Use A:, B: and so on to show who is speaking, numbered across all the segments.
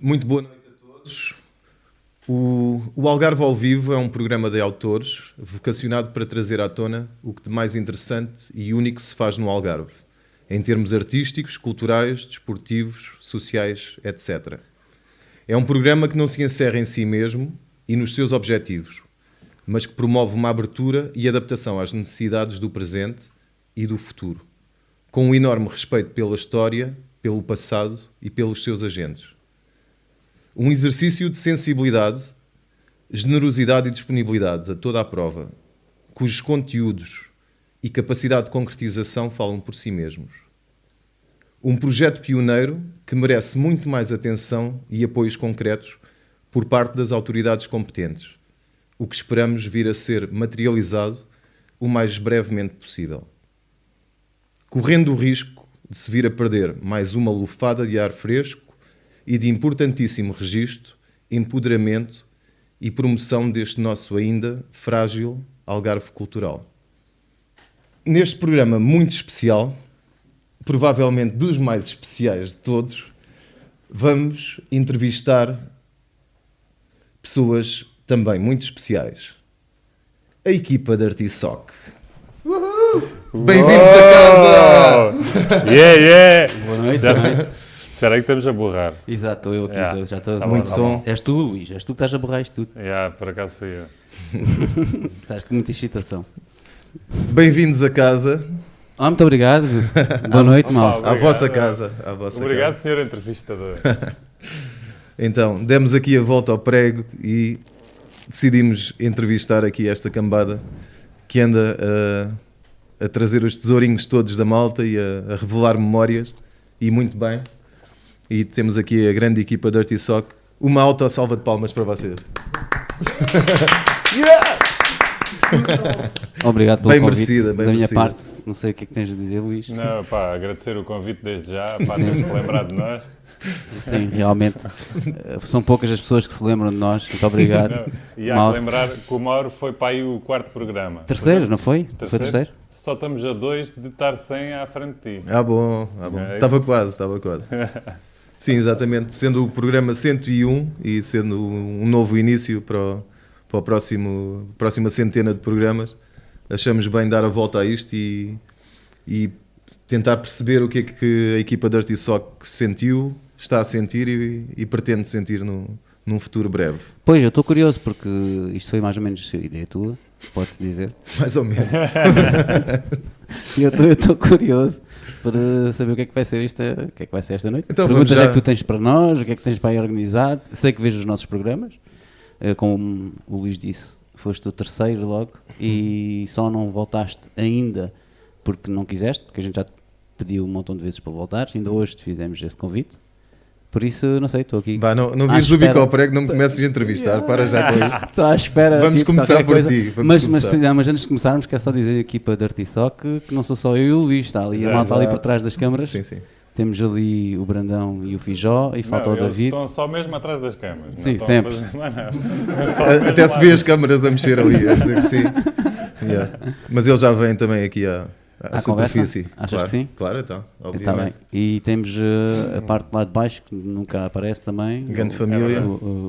A: Muito boa noite a todos. O, o Algarve ao Vivo é um programa de autores vocacionado para trazer à tona o que de mais interessante e único se faz no Algarve, em termos artísticos, culturais, desportivos, sociais, etc. É um programa que não se encerra em si mesmo e nos seus objetivos, mas que promove uma abertura e adaptação às necessidades do presente e do futuro, com um enorme respeito pela história, pelo passado e pelos seus agentes. Um exercício de sensibilidade, generosidade e disponibilidade a toda a prova, cujos conteúdos e capacidade de concretização falam por si mesmos. Um projeto pioneiro que merece muito mais atenção e apoios concretos por parte das autoridades competentes, o que esperamos vir a ser materializado o mais brevemente possível. Correndo o risco de se vir a perder mais uma lufada de ar fresco e de importantíssimo registro, empoderamento e promoção deste nosso ainda frágil algarve cultural. Neste programa muito especial, provavelmente dos mais especiais de todos, vamos entrevistar pessoas também muito especiais. A equipa da Artisoc. Bem-vindos a casa!
B: Uou! É. Yeah, yeah!
C: Boa noite,
B: Já-
C: boa noite.
B: Espera aí que estamos a borrar.
C: Exato, estou eu aqui,
B: Yeah.
C: tô- já estou.
B: Tá
A: Muito bom, tá som. bom.
C: És tu, Luís, és tu que estás a borrar isto tudo.
B: Yeah, por acaso foi eu.
C: Estás com muita excitação.
A: Bem-vindos a casa,
C: Ah, muito obrigado. Boa noite, mal.
B: Obrigado.
A: à vossa casa. À vossa
B: Obrigado,
A: Casa.
B: senhor entrevistador.
A: Então, demos aqui a volta ao prego e decidimos entrevistar aqui esta cambada que anda a, a trazer os tesourinhos todos da malta e a, a revelar memórias, e muito bem. E temos aqui a grande equipa da Dirty Sock. Uma autosalva de palmas para vocês.
C: Obrigado pelo
A: Bem
C: convite
A: merecida, bem
C: da minha
A: merecida.
C: parte. Não sei o que é que tens a dizer, Luís.
B: Não, pá, agradecer o convite desde já, pá, teres-te lembrado de nós.
C: Sim, realmente. eh, São poucas as pessoas que se lembram de nós. Muito obrigado.
B: Não, E há
C: Mauro.
B: que lembrar que o Mauro foi para aí o quarto programa.
C: Terceiro, não foi? Foi terceiro?
B: Só estamos a dois de estar sem à frente de ti.
A: Ah, bom, ah, bom.
B: É
A: Estava quase, estava quase. Sim, exatamente. Sendo o programa 101 e sendo um novo início para, o, para a próximo, próxima centena de programas, achamos bem dar a volta a isto e, e tentar perceber o que é que a equipa da Dirty Sock sentiu, está a sentir e, e pretende sentir no, num futuro breve.
C: Pois, eu estou curioso porque isto foi mais ou menos a ideia tua, pode-se dizer.
A: Mais ou menos.
C: E eu estou curioso para saber o que é que vai ser esta, o que é que vai ser esta noite.
A: Então vamos
C: Perguntas
A: já.
C: é que tu tens para nós, o que é que tens para aí organizado. Sei que vejo os nossos programas, eh, como o Luís disse, foste o terceiro logo e só não voltaste ainda porque não quiseste, porque a gente já te pediu um montão de vezes para voltar. Ainda hoje te fizemos esse convite. Por isso, não sei, estou aqui.
A: Vá, não não
C: à
A: vires o bico
C: espera.
A: ao prego, não me comeces a entrevistar. Para já com isso.
C: Estou à espera.
A: Vamos
C: aqui de
A: começar
C: qualquer
A: por
C: coisa.
A: ti, vamos
C: mas, mas,
A: começar.
C: sim, mas antes de começarmos, quero só dizer à equipa da Artisoc que, que não sou só eu e o Luís, está ali a malta ali
A: É,
C: por
A: Exato.
C: trás das câmaras.
A: Sim, sim.
C: Temos ali o Brandão e o Fijó e falta
B: Não,
C: o
B: eles
C: David.
B: estão só mesmo atrás das câmaras. não
C: Sim,
B: estão a
C: sempre.
B: fazer mais nada. É Só mesmo
A: Até se
B: lá.
A: vê as câmaras a mexer ali, a dizer que sim. Yeah. Mas ele já vem também aqui à, à,
C: À
A: superfície.
C: conversa? Achas
A: claro,
C: que sim?
A: Claro, então,
C: Está
B: é?
C: bem.
A: obviamente.
C: E temos eh, a parte lá de baixo que nunca aparece também.
A: Grande
C: O-
A: família.
C: O,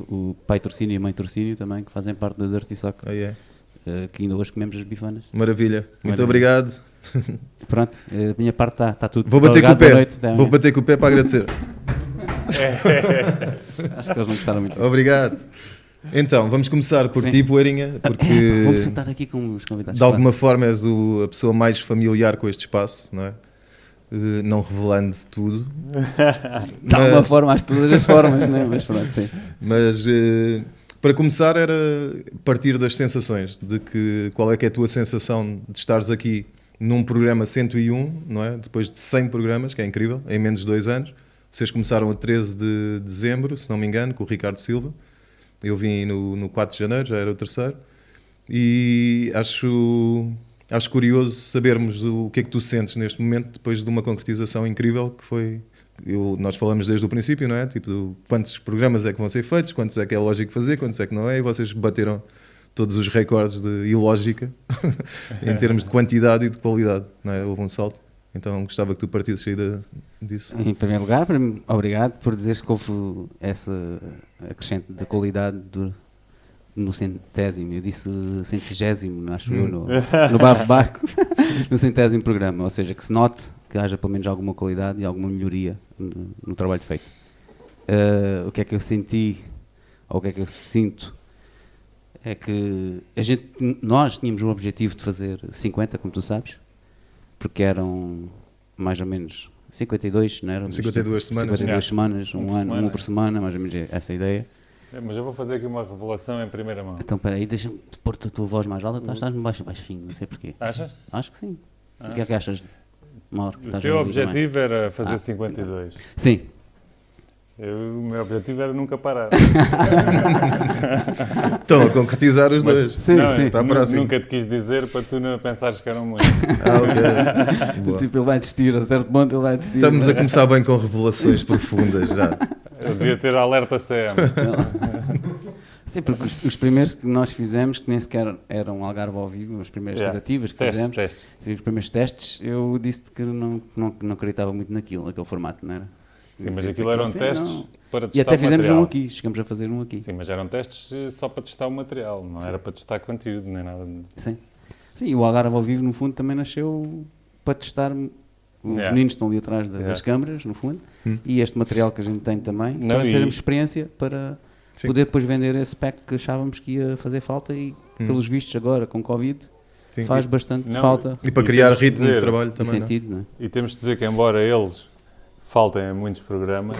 C: o- o pai Torcínio e a mãe Torcínio também, que fazem parte da Dirty Sock,
A: Aí é.
C: eh, que ainda hoje comemos as bifanas.
A: Maravilha. Muito
C: Maravilha.
A: obrigado.
C: Pronto, eh, a minha parte está tá tudo.
A: Vou bater com o
C: Obrigado, boa
A: pé.
C: noite, até
A: Vou
C: amanhã.
A: bater com o pé para agradecer.
C: Acho que eles não gostaram muito. disso.
A: Obrigado. Então, vamos começar por
C: Sim. tá,
A: ti, Poeirinha,
C: Vamos
A: porque
C: sentar aqui com os convidados.
A: de alguma forma és o- a pessoa mais familiar com este espaço, não é? Eh, Não revelando tudo,
C: De alguma
A: Mas-
C: forma, acho que todas as formas, né? mas pronto, sim.
A: Mas eh, para começar era partir das sensações, de que qual é que é a tua sensação de estares aqui num programa 101, não é? Depois de 100 programas, que é incrível, em menos de dois anos. Vocês começaram a 13 de dezembro, se não me engano, com o Ricardo Silva. Eu vim no, no 4 de janeiro, já era o terceiro. E acho, acho curioso sabermos o, o que é que tu sentes neste momento, depois de uma concretização incrível que foi. eu- nós falamos desde o princípio, não é? Tipo, do quantos programas é que vão ser feitos, quantos é que é lógico fazer, quantos é que não é, e vocês bateram todos os recordes de ilógica em termos de quantidade e de qualidade, não é? Houve um salto Então gostava que tu partisses aí da- disso.
C: Em primeiro lugar, para mim, obrigado por dizeres que houve essa acrescente de qualidade do- no centésimo. Eu disse centigésimo, acho eu, no, no Barro Barco, no centésimo programa. Ou seja, que se note que haja pelo menos alguma qualidade e alguma melhoria no, no trabalho feito. Eh, o que é que eu senti, ou o que é que eu sinto, é que a gente, nós tínhamos um objetivo de fazer 50, como tu sabes, porque eram mais ou menos 52, não eram?
A: 52 semanas.
C: 52
B: Yeah.
C: semanas, um,
B: Um por
C: ano,
B: semana.
C: um por semana, mais ou menos é essa a ideia.
B: É, Mas eu vou fazer aqui uma revelação em primeira mão.
C: Então, espera aí, deixa-me pôr a tua voz mais alta, estás- estás-me baixo, baixinho, não sei porquê.
B: Achas?
C: Acho que sim. O que é que achas, Mauro?
B: O
C: Estás
B: teu
C: a ouvir também?
B: objetivo era fazer
C: Ah,
B: 52.
C: Sim,
B: Eu, o meu objetivo era nunca parar.
A: Estão a concretizar os dois.
C: sim, sim.
A: Tá
B: nu-
A: próximo.
B: Nunca te quis dizer para tu não pensares que era um muito.
A: Ah, ok. Boa.
C: Tipo, ele vai desistir, a certo ponto ele vai desistir. é?
A: Estamos a começar bem com revelações profundas já.
B: Eu devia ter alerta CM.
C: Sim, porque os, os primeiros que nós fizemos, que nem sequer eram Algarve ao vivo, as primeiras
B: Yeah.
C: tentativas que
B: Testes,
C: fizemos,
B: testes.
C: sim, os primeiros testes, eu disse que não, que não, que não acreditava muito naquilo, naquele formato, não era?
B: Sim, mas
C: Dizia,
B: aquilo eram
C: assim,
B: testes
C: não.
B: para testar
C: E até fizemos
B: o material.
C: um aqui, chegamos a fazer um aqui.
B: Sim, mas eram testes eh, só para testar o material, não era para testar conteúdo, nem nada. de-
C: Sim. Sim, e o Algarve ao vivo, no fundo, também nasceu para testar. Os
B: Yeah.
C: meninos estão ali atrás da-
B: Yeah.
C: das câmaras, no fundo, e este material que a gente tem também,
B: Não,
C: para
B: e-
C: termos experiência para
A: Sim.
C: poder depois vender esse pack que achávamos que ia fazer falta e,
A: Hum.
C: pelos vistos, agora com Covid,
A: Sim.
C: faz bastante
B: Não,
C: falta
A: E para
B: E
A: criar
B: temos que
A: ritmo de
B: dizer,
A: trabalho
C: e
A: também. não?
C: sentido, não é?
B: E temos de dizer que, embora eles faltem a muitos programas,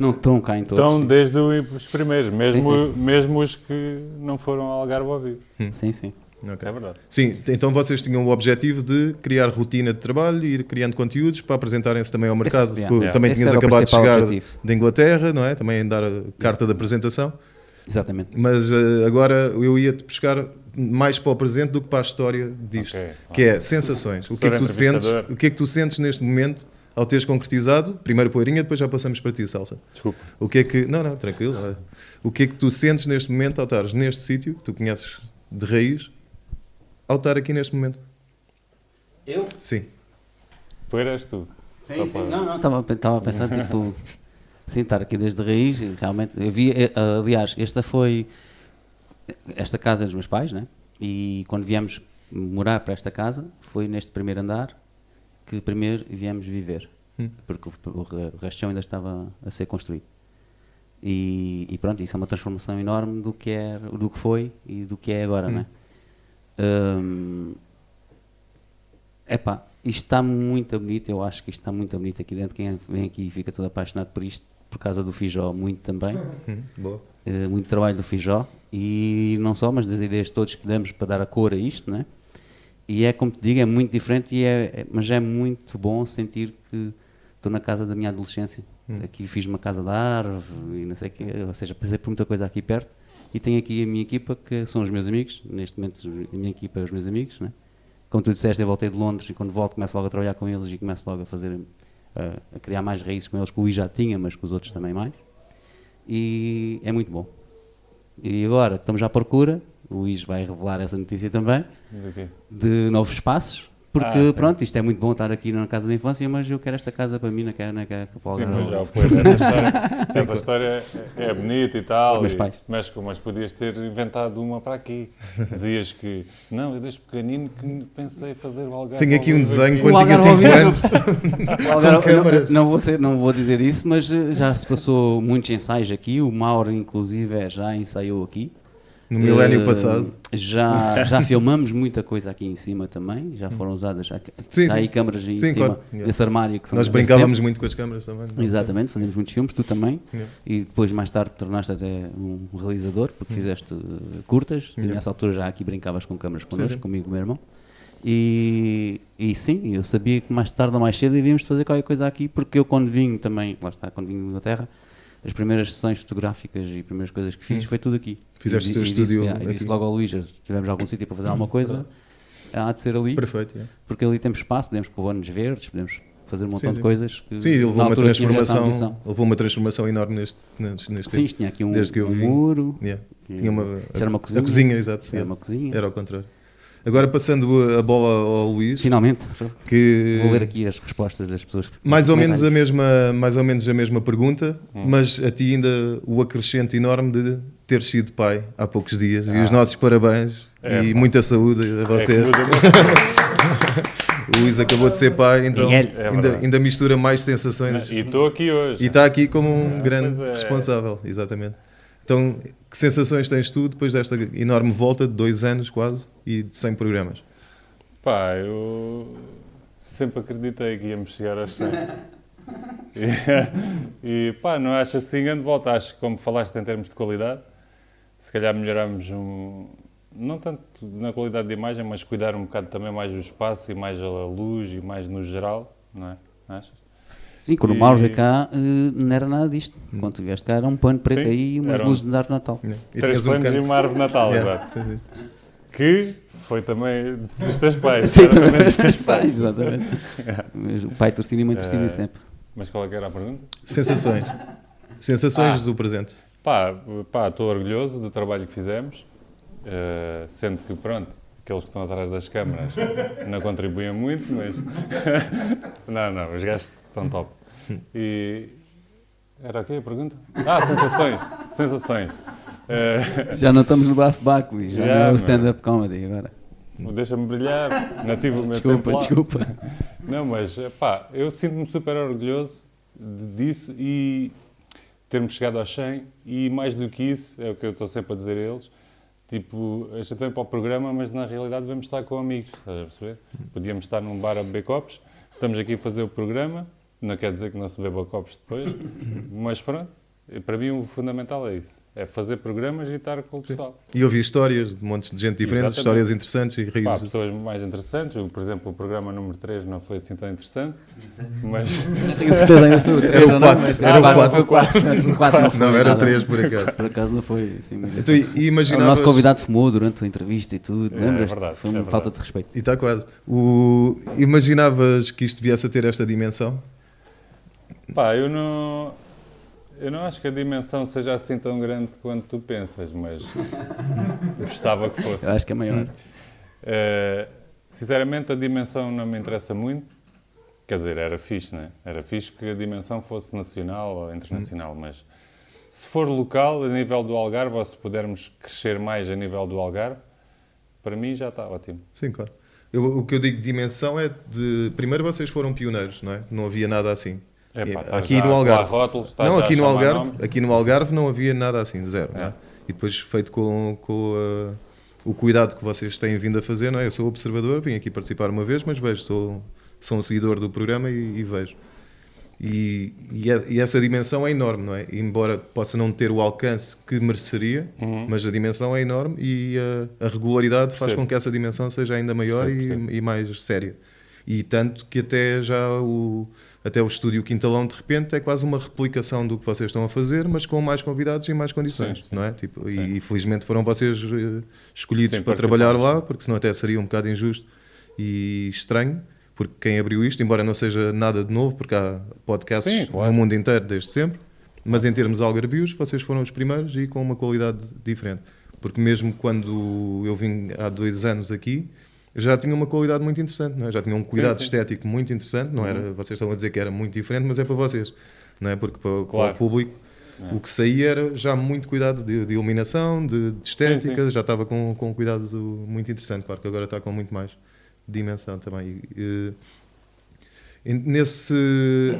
C: Não estão cá em todos.
B: estão
C: sim.
B: desde o- os primeiros, mesmo,
C: sim.
B: mesmo os que não foram ao Algarve ao vivo.
C: Sim, sim.
A: Ok.
B: É verdade.
A: Sim, então vocês tinham o objetivo de criar rotina de trabalho, ir criando conteúdos para apresentarem-se também ao mercado.
C: Esse-
A: Tu
B: yeah.
A: Também
C: Esse
A: tinhas
C: era o
A: acabado de
C: principal
A: chegar
C: objetivo.
A: da Inglaterra, não é? Também dar a carta de apresentação.
C: Exatamente.
A: Mas eh, agora eu ia-te buscar mais para o presente do que para a história disto,
B: Ok,
A: que é sensações. O que é que, tu
B: Professor
A: sentes,
B: entrevistador.
A: o que é que tu sentes neste momento ao teres concretizado? Primeiro poeirinha, depois já passamos para ti, Salsa.
B: Desculpa.
A: O que é que. Não, não, tranquilo. é. O que é que tu sentes neste momento ao estares neste sítio, que tu conheces de raiz, ao estar aqui neste momento?
C: Eu?
A: Sim.
B: Poeira és tu. Só
C: Sim, sim.
B: para-
C: Não, não, estava, a- estava a pensar, tipo, sim, estar aqui desde raiz, realmente, eu vi, eh, aliás, esta foi, esta casa é dos meus pais, né? E quando viemos morar para esta casa, foi neste primeiro andar que primeiro viemos viver,
B: Hum.
C: porque o, o re- o resto ainda estava a ser construído. E, e pronto, isso é uma transformação enorme do que, é, do que foi e do que é agora, né? Hum, Epá, isto está muito bonito, eu acho que isto está muito bonito aqui dentro. Quem é vem aqui fica todo apaixonado por isto, por causa do Fijó, muito também.
A: Hum, boa.
C: Eh, muito trabalho do Fijó e não só, mas das ideias todas que damos para dar a cor a isto, né? E é como te digo, é muito diferente, e é, é- mas é muito bom sentir que estou na casa da minha adolescência. Aqui fiz uma casa da árvore e não sei o quê, ou seja, passei por muita coisa aqui perto. E tenho aqui a minha equipa, que são os meus amigos, neste momento os- a minha equipa é os meus amigos, né? Como tu disseste, eu voltei de Londres e quando volto começo logo a trabalhar com eles e começo logo a fazer, eh, a criar mais raízes com eles, que o I já tinha, mas com os outros também mais e é muito bom. E agora estamos à procura, o Luís vai revelar essa notícia também,
B: Do quê?
C: de novos espaços, porque
B: Ah, sim.
C: pronto, isto é muito bom estar aqui na casa da infância, mas eu quero esta casa para mim, não quero, não quero para o
B: Sim,
C: Algarve.
B: mas já o Poeira, essa história, essa história é bonita e tal.
C: Meus
B: e-
C: pais.
B: Mas, como- mas podias ter inventado uma para aqui. Dizias que, não, eu desde pequenino que pensei fazer o
C: Tá
B: Algarve.
A: Tenho aqui
B: ao
A: um
B: vivo
A: desenho
B: aqui.
A: quando
C: O
A: tinha
C: Algarve
A: 5
C: ao
A: anos.
C: vivo. O Algarve-
A: Com câmaras.
C: não, não vou ser- não vou dizer isso, mas eh, já se passou muitos ensaios aqui, o Mauro inclusive eh, já ensaiou aqui.
A: No milénio
C: Eh,
A: passado.
C: Já, já filmamos muita coisa aqui em cima também, já foram usadas, já,
A: Sim,
C: está
A: sim.
C: aí câmaras aí em
A: Sim,
C: cima,
A: claro.
C: esse armário que são
A: Nós
C: desse tempo.
A: brincávamos muito com as câmaras também. não é?
C: Exatamente, fazíamos muitos filmes, tu também.
A: Yeah.
C: E depois, mais tarde, tornaste até um realizador, porque
A: Uhum.
C: fizeste uh, curtas. E nessa altura já aqui brincavas com câmaras connosco,
A: sim.
C: comigo e o meu irmão. E, e sim, eu sabia que mais tarde ou mais cedo devíamos fazer qualquer coisa aqui, porque eu quando vim também, lá está, quando vim da Inglaterra, as primeiras sessões fotográficas e primeiras coisas que fiz foi tudo aqui.
A: Uhum. Fizeste
C: e,
A: o teu
C: e
A: estúdio
C: Disse, yeah, e disse
A: aqui.
C: logo ao Luís, se tivermos algum sítio para fazer alguma coisa, há de ser ali
A: Perfeito. é.
C: porque ali temos espaço, podemos pôr anos verdes, podemos fazer um montão
A: Sim,
C: de
A: sim.
C: coisas. Que
A: Sim, ele
C: na
A: levou uma,
C: altura tínhamos essa
A: transformação,
C: ambição.
A: levou uma transformação enorme neste, neste, neste
C: Sim,
A: tempo.
C: isto tinha aqui um,
A: Desde que eu
C: um
A: vim.
C: muro,
A: Yeah.
C: E-
A: Tinha uma,
C: Isto era uma
A: a-
C: cozinha.
A: A cozinha, exato.
C: era uma cozinha,
A: Era ao contrário. Agora passando a bola ao Luís,
C: Finalmente,
A: que
C: vou ler aqui um as respostas das pessoas. que-
A: Eh, mais ou menos
C: comentarem.
A: a mesma, mais ou menos a mesma pergunta,
C: Hum.
A: mas a ti ainda o acrescento enorme de ter sido pai há poucos dias e
C: Ah.
A: os nossos parabéns
B: É,
A: e
B: pá.
A: muita saúde a
B: É
A: vocês. o Luís acabou de ser pai, então
C: Miguel.
B: É
A: ainda,
B: verdade.
A: ainda mistura mais sensações.
B: e estou aqui hoje.
A: E está aqui como um
B: Ah,
A: grande
B: pois é.
A: responsável, exatamente. Então, que sensações tens tu depois desta enorme volta de dois anos quase e de 100 programas?
B: Pá, eu sempre acreditei que íamos chegar aos 100. E, e, pá, não acho assim grande volta. Acho que, como falaste em termos de qualidade, se calhar melhorámos um, não tanto na qualidade de imagem, mas cuidar um bocado também mais do espaço e mais a luz e mais no geral, não é? Não achas?
C: Sim, quando o
B: E-
C: Mauro veio cá, eh, não era nada disto.
A: Hum.
C: Quando tu vieste cá, era um pano preto
B: Sim,
C: aí e umas
B: era um-
C: luzes de árvore de Natal.
A: Né?
B: Três
A: tinhas um
B: planos e
A: canto-
B: uma árvore de Natal,
A: Yeah,
B: exato.
A: sim, sim.
B: Que foi também dos teus pais.
C: Sim, também
B: claramente dos teus
C: pais, exatamente. Mas o pai torcida e a mãe torcida
B: É.
C: sempre.
B: Mas qual é que era a pergunta?
A: Sensações.
B: Ah.
A: Sensações do presente.
B: Pá, pá, estou orgulhoso do trabalho que fizemos, eh, sendo que, pronto, aqueles que estão atrás das câmaras não contribuem muito, mas... não, não, os gajos estão top. E... Era o quê a pergunta? Ah, sensações, sensações. Eh,
C: Já não estamos no bafo baco, Luís, já
B: Já,
C: não é o
B: mano.
C: stand-up comedy agora.
B: Deixa-me brilhar, não tive o meu tempo
C: Desculpa,
B: lá.
C: desculpa.
B: Não, mas pá, eu sinto-me super orgulhoso de- disso e termos chegado aos 100 e mais do que isso, é o que eu estou sempre a dizer a eles, tipo, a gente vem para o programa, mas na realidade vamos estar com amigos, estás a perceber? Podíamos estar num bar a beber copos, estamos aqui a fazer o programa, não quer dizer que não se beba copos depois, mas pronto, para mim o fundamental é isso, é fazer programas e estar com o pessoal.
A: E ouvi histórias de montes de gente diferente,
B: Exatamente.
A: histórias interessantes e
B: Pá,
A: raízes.
B: pessoas mais interessantes, por exemplo, o programa número 3 não foi assim tão interessante, mas...
C: Não tenho certeza ainda sobre o
A: Era
C: três,
A: o
C: não,
A: quatro,
C: mas-
A: era o
C: Ah,
A: quatro.
C: foi quatro. O quatro não foi
A: Não, era
C: nada.
A: três por acaso.
C: Por acaso não foi, assim, muito
A: Então,
C: interessante.
A: e
C: O nosso
A: imaginavas...
C: convidado fumou durante a entrevista e tudo,
B: É, é
C: lembras-te?
B: verdade,
C: foi
B: é
C: uma
B: verdade.
C: falta de respeito.
A: E está quase. O... Imaginavas que isto viesse a ter esta dimensão?
B: Pá, eu não. Eu não acho que a dimensão seja assim tão grande quanto tu pensas, mas gostava que fosse.
C: Eu acho que é maior.
B: Eh, sinceramente, a dimensão não me interessa muito. Quer dizer, era fixe, né? Era fixe que a dimensão fosse nacional ou internacional, mas se for local, a nível do Algarve, ou se pudermos crescer mais a nível do Algarve, para mim já está ótimo.
A: Sim, claro. Eu- o que eu digo de dimensão é de. Primeiro vocês foram pioneiros, não é? Não havia nada assim.
B: Epá,
A: E-
B: É estás
A: aqui
B: já
A: no
B: a colar
A: Algarve.
B: rótulos, estás
A: não,
B: já a
A: aqui no
B: chamar
A: Algarve,
B: nomes.
A: aqui no Algarve não havia nada assim, zero. não é? E depois feito com, com, uh, o cuidado que vocês têm vindo a fazer, não é? Eu sou observador, vim aqui participar uma vez, mas vejo, sou, sou um seguidor do programa e, e vejo. E, e é- e essa dimensão é enorme, não é? Embora possa não ter o alcance que mereceria,
B: Uhum.
A: mas a dimensão é enorme e uh, a regularidade faz
B: Percebo.
A: com que essa dimensão seja ainda maior
B: Percebo, percebo.
A: e, e mais séria. E tanto que até já o, até o estúdio Quintalão, de repente, é quase uma replicação do que vocês estão a fazer, mas com mais convidados e mais condições,
B: Sim, sim.
A: não é? Tipo,
B: Sim.
A: e, e felizmente foram vocês eh, escolhidos
B: Sim,
A: para
B: participamos,
A: trabalhar
B: sim.
A: lá, porque senão até seria um bocado injusto e estranho, porque quem abriu isto, embora não seja nada de novo, porque há podcasts
B: Sim, claro.
A: no mundo inteiro desde sempre, mas em termos algarvios, vocês foram os primeiros e com uma qualidade diferente. Porque mesmo quando eu vim há dois anos aqui, já tinha uma qualidade muito interessante, não é? já tinha um cuidado
B: sim. Uhum.
A: estético muito interessante, não era, vocês estão a dizer que era muito diferente, mas é para vocês, não é? Porque para, para
B: Claro. É.
A: o público o que saía era já muito cuidado de, de iluminação, de, de estética,
B: Sim,
A: já estava com, com um cuidado do- muito interessante, claro que agora está com muito mais dimensão também. E, eh, en- nesse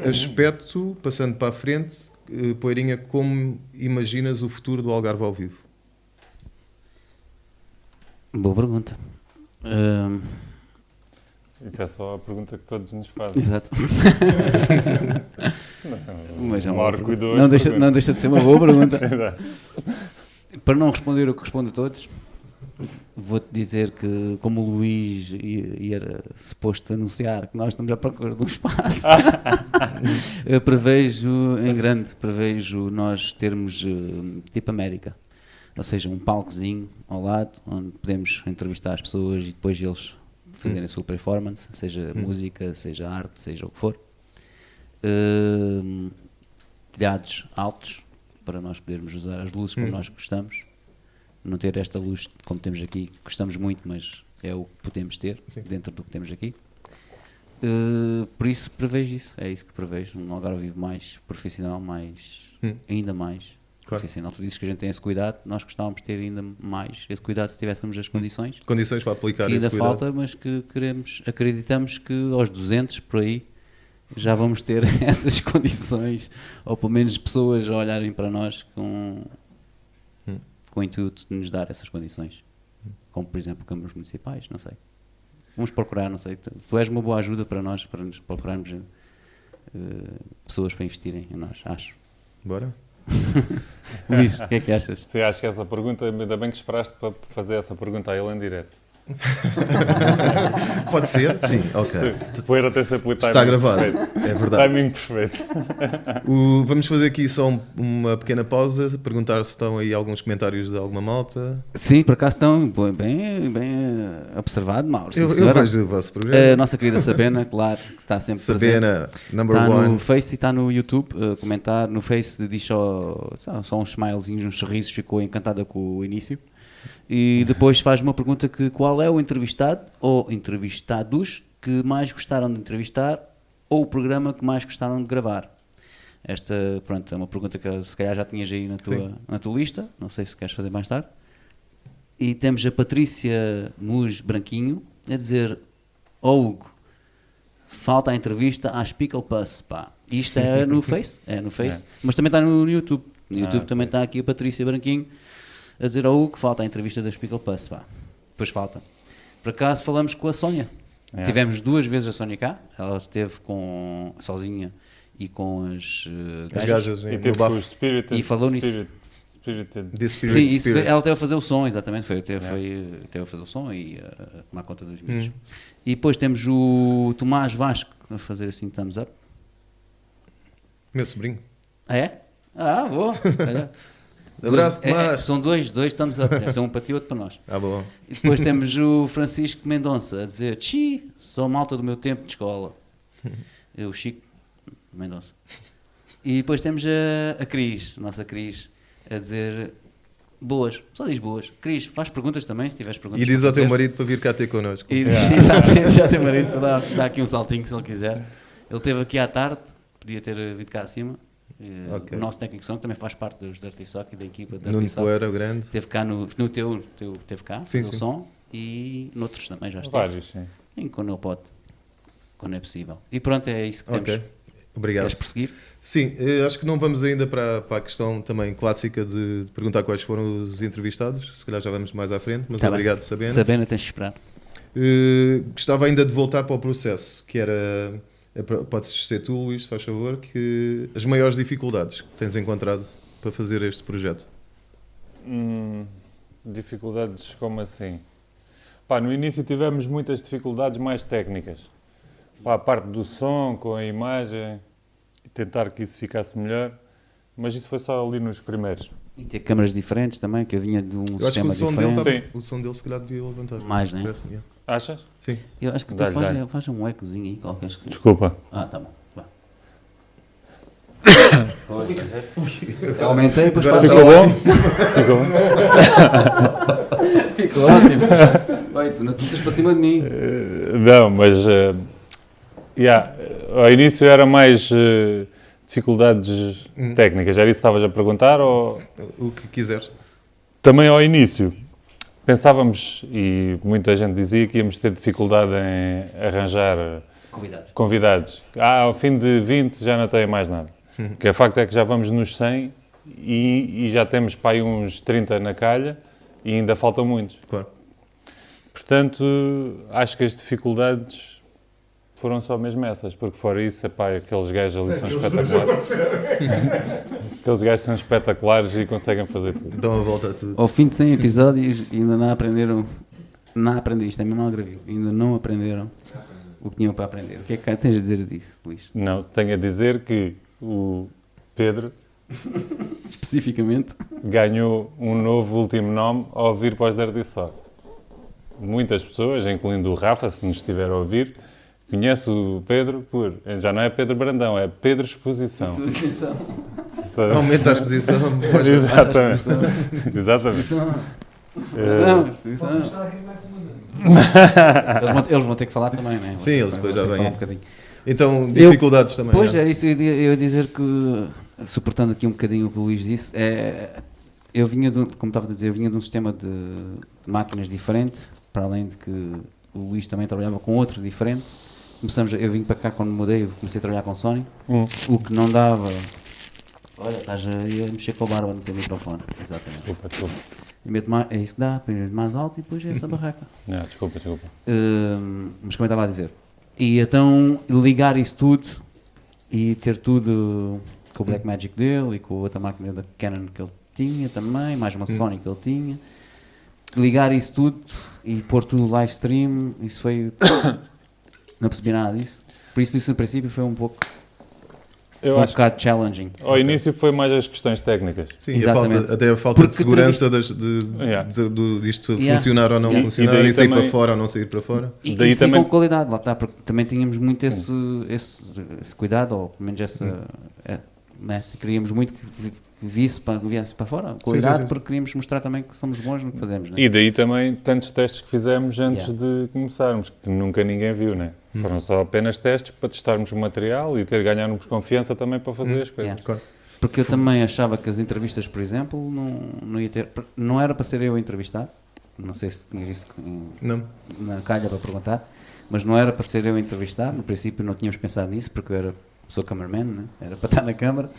A: aspecto, passando para a frente, eh, Poeirinha, como imaginas o futuro do Algarve ao vivo?
B: Hum.
C: Boa pergunta. Hum, Ahm,
B: Isso é só a pergunta que todos nos fazem.
C: exato. Mas é uma
B: Marco
C: boa pergunta.
B: cuidou
C: não, deixa, não deixa de ser uma boa pergunta.
B: Exato.
C: Para não responder o que respondo a todos, vou-te dizer que, como o Luís e- e era suposto anunciar que nós estamos à procura de um espaço, eu prevejo em grande, prevejo nós termos eh, tipo América. Ou seja, um palcozinho ao lado, onde podemos entrevistar as pessoas e depois eles fazerem a sua performance, seja música, seja arte, seja o que for. Hum, telhados altos para nós podermos
A: Hum.
C: usar as luzes como nós gostamos. Não ter esta luz como temos aqui, que gostamos muito, mas é o que podemos ter,
A: Sim.
C: dentro do que temos aqui. Eh, por isso prevejo isso, é isso que prevejo. Um Algarve vivo mais profissional, mais
A: Hum.
C: ainda mais
A: Claro.
C: profissional. Tu dizes que a gente tem esse cuidado, nós gostávamos de ter ainda mais esse cuidado se tivéssemos
A: Hum.
C: as condições
A: Condições para aplicar
C: que
A: esse
C: ainda
A: cuidado.
C: falta, mas que queremos, acreditamos que aos 200 por aí já vamos ter essas condições, ou pelo menos pessoas a olharem para nós com,
A: Hum.
C: com o intuito de nos dar essas condições, como por exemplo câmaras municipais, não sei. Vamos procurar, não sei. Tu tu és uma boa ajuda para nós, para nos procurarmos eh, pessoas para investirem em nós, acho.
A: Bora?
C: Luís, o que é que achas?
B: Sim, acho que essa pergunta, ainda bem que esperaste para fazer essa pergunta a ele em direto.
A: Pode ser? Sim, ok.
B: Poeira até ser pelo
A: É. Está
B: timing
A: gravado.
B: perfeito.
A: É verdade.
B: Timing perfeito.
A: O- vamos fazer aqui só um- uma pequena pausa, perguntar se estão aí alguns comentários de alguma malta.
C: Sim, por acaso estão bem, bem, bem eh, observado, Mauro. sim,
A: Eu, eu
C: senhora.
A: vejo o vosso
C: A
A: programa.
C: nossa querida Sabena, claro, que está sempre presente.
A: Sabena, number
C: Está
A: one.
C: Tá no Face e está no YouTube a comentar. No Face diz só, só, só uns smilezinhos, uns sorrisos, ficou encantada com o início. E depois faz uma pergunta que qual é o entrevistado ou entrevistados que mais gostaram de entrevistar ou o programa que mais gostaram de gravar? Esta, pronto, é uma pergunta que se calhar já tinhas aí na tua, na tua lista, não sei se queres fazer mais tarde. E temos a Patrícia Mus Branquinho a dizer: Ó Hugo, falta a entrevista às Pickle Puss. Pá. Isto é no Face, é no Face, mas também está no YouTube. No YouTube
B: Ah,
C: também está aqui a Patrícia Branquinho a dizer: Ó Hugo, falta a entrevista das Pickle Puss. Pá. Depois falta. Por acaso falamos com a Sónia.
B: É.
C: Tivemos duas vezes a Sónia cá. Ela esteve com, sozinha e com as eh,
A: As
C: gajas.
A: gajas
B: E
A: em- no
B: teve com o
A: bafo.
B: Spirited.
C: E falou nisso.
B: Spirited, Spirited.
A: The Spirit
C: Sim, isso é foi-
A: Spirit.
C: ela teve a fazer o som, exatamente. Foi,
B: É.
C: teve, foi, teve a fazer o som e eh, a tomar conta dos miúdos.
A: Hum.
C: E depois temos o Tomás Vasco a fazer assim thumbs up.
A: Meu sobrinho.
C: Ah, é? Ah, vou. Olha.
A: Abraço,
C: Dois- é- é-
A: Tomás.
C: são dois, dois thumbs up. É, são um para ti e outro para nós.
A: Ah, bom.
C: E depois temos o Francisco Mendonça a dizer: Tchi, sou malta do meu tempo de escola. Eu, o Chico Mendonça. E depois temos a, a Cris, a nossa Cris, a dizer: Boas, só diz boas. Cris, faz perguntas também, se tiveres perguntas.
A: E diz
C: para
A: ao teu
C: fazer.
A: marido para vir cá ter connosco.
C: E exatamente, já tem marido, dá, dá aqui um saltinho se ele quiser. Ele esteve aqui à tarde, podia ter eh, vindo cá acima. Eh,
A: Ok.
C: O nosso técnico de som, que também faz parte dos Dirty Sock e da equipa de Dirty
A: Nuno
C: Sock.
A: Poeira, o grande.
C: Esteve cá no, no teu, teu, teve cá,
A: Sim,
C: no
A: sim.
C: som e noutros também já esteve.
B: Vários, sim.
C: Em quando ele pode, quando é possível. E pronto, é isso que
A: Ok.
C: temos. Queres
A: Obrigado.
C: prosseguir?
A: Sim, eh, acho que não vamos ainda para, para a questão também clássica de, de perguntar quais foram os entrevistados. Se calhar já vamos mais à frente, mas
C: Tá bem.
A: obrigado, Sabena.
C: Sabena, tens de esperar.
A: Eh, gostava ainda de voltar para o processo, que era. é pra- Podes ser tu, Luís, se faz favor, que as maiores dificuldades que tens encontrado para fazer este projeto.
B: Hum, dificuldades como assim? Pá, no início tivemos muitas dificuldades mais técnicas. Pá, a parte do som, com a imagem, tentar que isso ficasse melhor, mas isso foi só ali nos primeiros.
C: E ter câmaras diferentes também, que eu vinha de um
A: Eu acho que
C: sistema
A: o som, dele,
C: diferente.
B: diferente.
A: tá- o som dele se calhar devia levantar.
C: Mais, né?
A: Parece-me, yeah.
B: Achas?
A: Sim.
C: Eu acho que tu
B: Dá-lhe, dá-lhe.
C: faz, faz um ecozinho aí qualquer. esquisito.
B: Desculpa.
C: Ah, tá bom. Vá. é.
D: Eu aumentei, depois
A: Agora
D: faço
A: ficou
D: assim.
A: um.
B: Ficou bem?
C: Ficou ótimo. Vai, tu não tuças para cima de mim.
B: Eh, Não, mas eh, yeah, eh, ao início era mais eh, dificuldades técnicas. Era isso que estavas a perguntar ou
A: O que quiseres.
B: Também ao início pensávamos, e muita gente dizia que íamos ter dificuldade em arranjar
C: Convidados.
B: convidados. Ah, ao fim de 20 já não tem mais nada. O que é facto é que já vamos nos 100 e, e já temos para aí uns 30 na calha e ainda faltam muitos.
A: Claro.
B: Portanto, acho que as dificuldades foram só mesmo essas, porque fora isso, epá, aqueles gajos ali são espetaculares. aqueles gajos são espetaculares e conseguem fazer tudo.
A: Dão a Então, volta a tudo.
C: Ao fim de 100 episódios, ainda não aprenderam. Não aprendi, isto é mesmo algravio. Ainda não aprenderam o que tinham para aprender. O que é que tens a dizer disso, Luís?
B: Não, tenho a dizer que o Pedro
C: Especificamente.
B: ganhou um novo último nome ao vir para os Dirty Sock. Muitas pessoas, incluindo o Rafa, se nos estiver a ouvir, conhece o Pedro por... Já não é Pedro Brandão, é Pedro Exposição. Tá.
C: Substituição.
A: Então, Aumenta a exposição. Pois,
B: Exatamente.
C: Exposição.
B: Exatamente.
C: Exposição.
B: Eh,
C: Não, exposição. Eles vão, eles vão ter que falar também, não é?
A: Sim, eles
C: Vão ter
A: depois
C: que
A: já
C: falar
A: vêm.
C: um bocadinho.
A: Então, dificuldades também.
C: Pois,
A: é.
C: era isso, eu ia- eu ia dizer que, suportando aqui um bocadinho o que o Luís disse, é, eu vinha, de, um- como estava a dizer, eu vinha de um sistema de máquinas diferente, para além de que o Luís também trabalhava com outro diferente. Começamos, eu vim para cá quando mudei, eu comecei a trabalhar com Sony,
B: Hum.
C: o que não dava... Olha, estás aí a mexer com a barba no teu microfone, exatamente.
B: Desculpa, desculpa.
C: E meto mais, é isso que dá, põe mais alto e depois é essa barraca.
B: Não, desculpa, desculpa.
C: Hum, mas como eu estava a dizer. E então ligar isso tudo e ter tudo com o Blackmagic dele e com a outra máquina da Canon que ele tinha também, mais
B: Hum.
C: uma Sony que ele tinha. Ligar isso tudo e pôr tudo live stream, isso foi. não percebi nada disso. Por isso, isso no princípio foi um pouco.
B: Eu
C: foi um
B: acho
C: bocado challenging.
B: que ao início foi mais as questões técnicas.
A: Sim, e a falta,
C: Exatamente.
A: até a falta
C: Porque
A: de segurança das, de,
B: Yeah.
A: de- do- disto
C: Yeah.
A: funcionar ou não
B: E- e
A: funcionar,
B: daí
A: e, sair
B: também-
A: para fora ou não sair para fora.
C: E,
B: Daí
C: e sim
B: também-
C: com qualidade, lá está, porque também tínhamos muito esse, esse, esse cuidado, ou pelo menos essa. é, né? Queríamos muito que vi- que visse para, viesse para fora, qualidade,
A: sim.
C: porque queríamos mostrar também que somos bons no que fazemos. Né?
B: E daí também tantos testes que fizemos antes
C: Yeah. Uhum.
B: de começarmos, que nunca ninguém viu, né? Foram só apenas testes para testarmos o material e ter ganharmos confiança também para fazer as coisas.
C: Uhum. Yeah.
A: Claro.
C: Porque eu também achava que as entrevistas, por exemplo, não, não ia ter. Não era para ser eu a entrevistar, não sei se tinhas isso em-
A: Não.
C: na calha para perguntar, mas não era para ser eu a entrevistar, no princípio não tínhamos pensado nisso, porque eu era, sou cameraman, né? era para estar na câmara,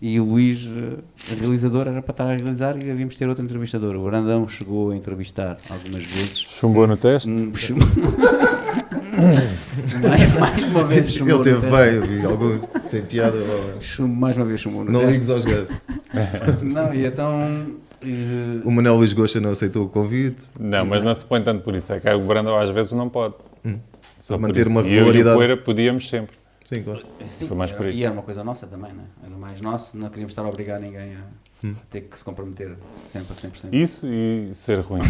C: e o Luís, eh, realizador, era para estar a realizar e havíamos de ter outro entrevistador. O Brandão chegou a entrevistar algumas vezes.
B: Chumbou no teste?
C: Hum, chum- mais, mais uma vez chumbou
A: Ele teve
C: no teste.
A: bem, eu vi alguns. Tem piada. ó.
C: Chum- mais uma vez chumbou no
A: Não
C: teste.
A: ligues aos gajos.
C: Não, e então... eh,
A: O Manuel Luís Gosta não aceitou o convite.
B: Não, mas não se põe tanto por isso. É que o Brandão às vezes não pode.
C: Uhum.
B: Só
A: Para
B: por
A: manter
B: isso.
A: uma
B: E eu e o
A: regularidade.
B: Poeira podíamos sempre.
A: Sim, claro.
C: Sim,
B: Foi mais por
C: era-
B: aí.
C: assim, E era uma coisa nossa também, né? Era mais nosso, não queríamos estar a obrigar ninguém a
A: Hum.
C: ter que se comprometer sempre a 100%.
B: Isso e ser ruim.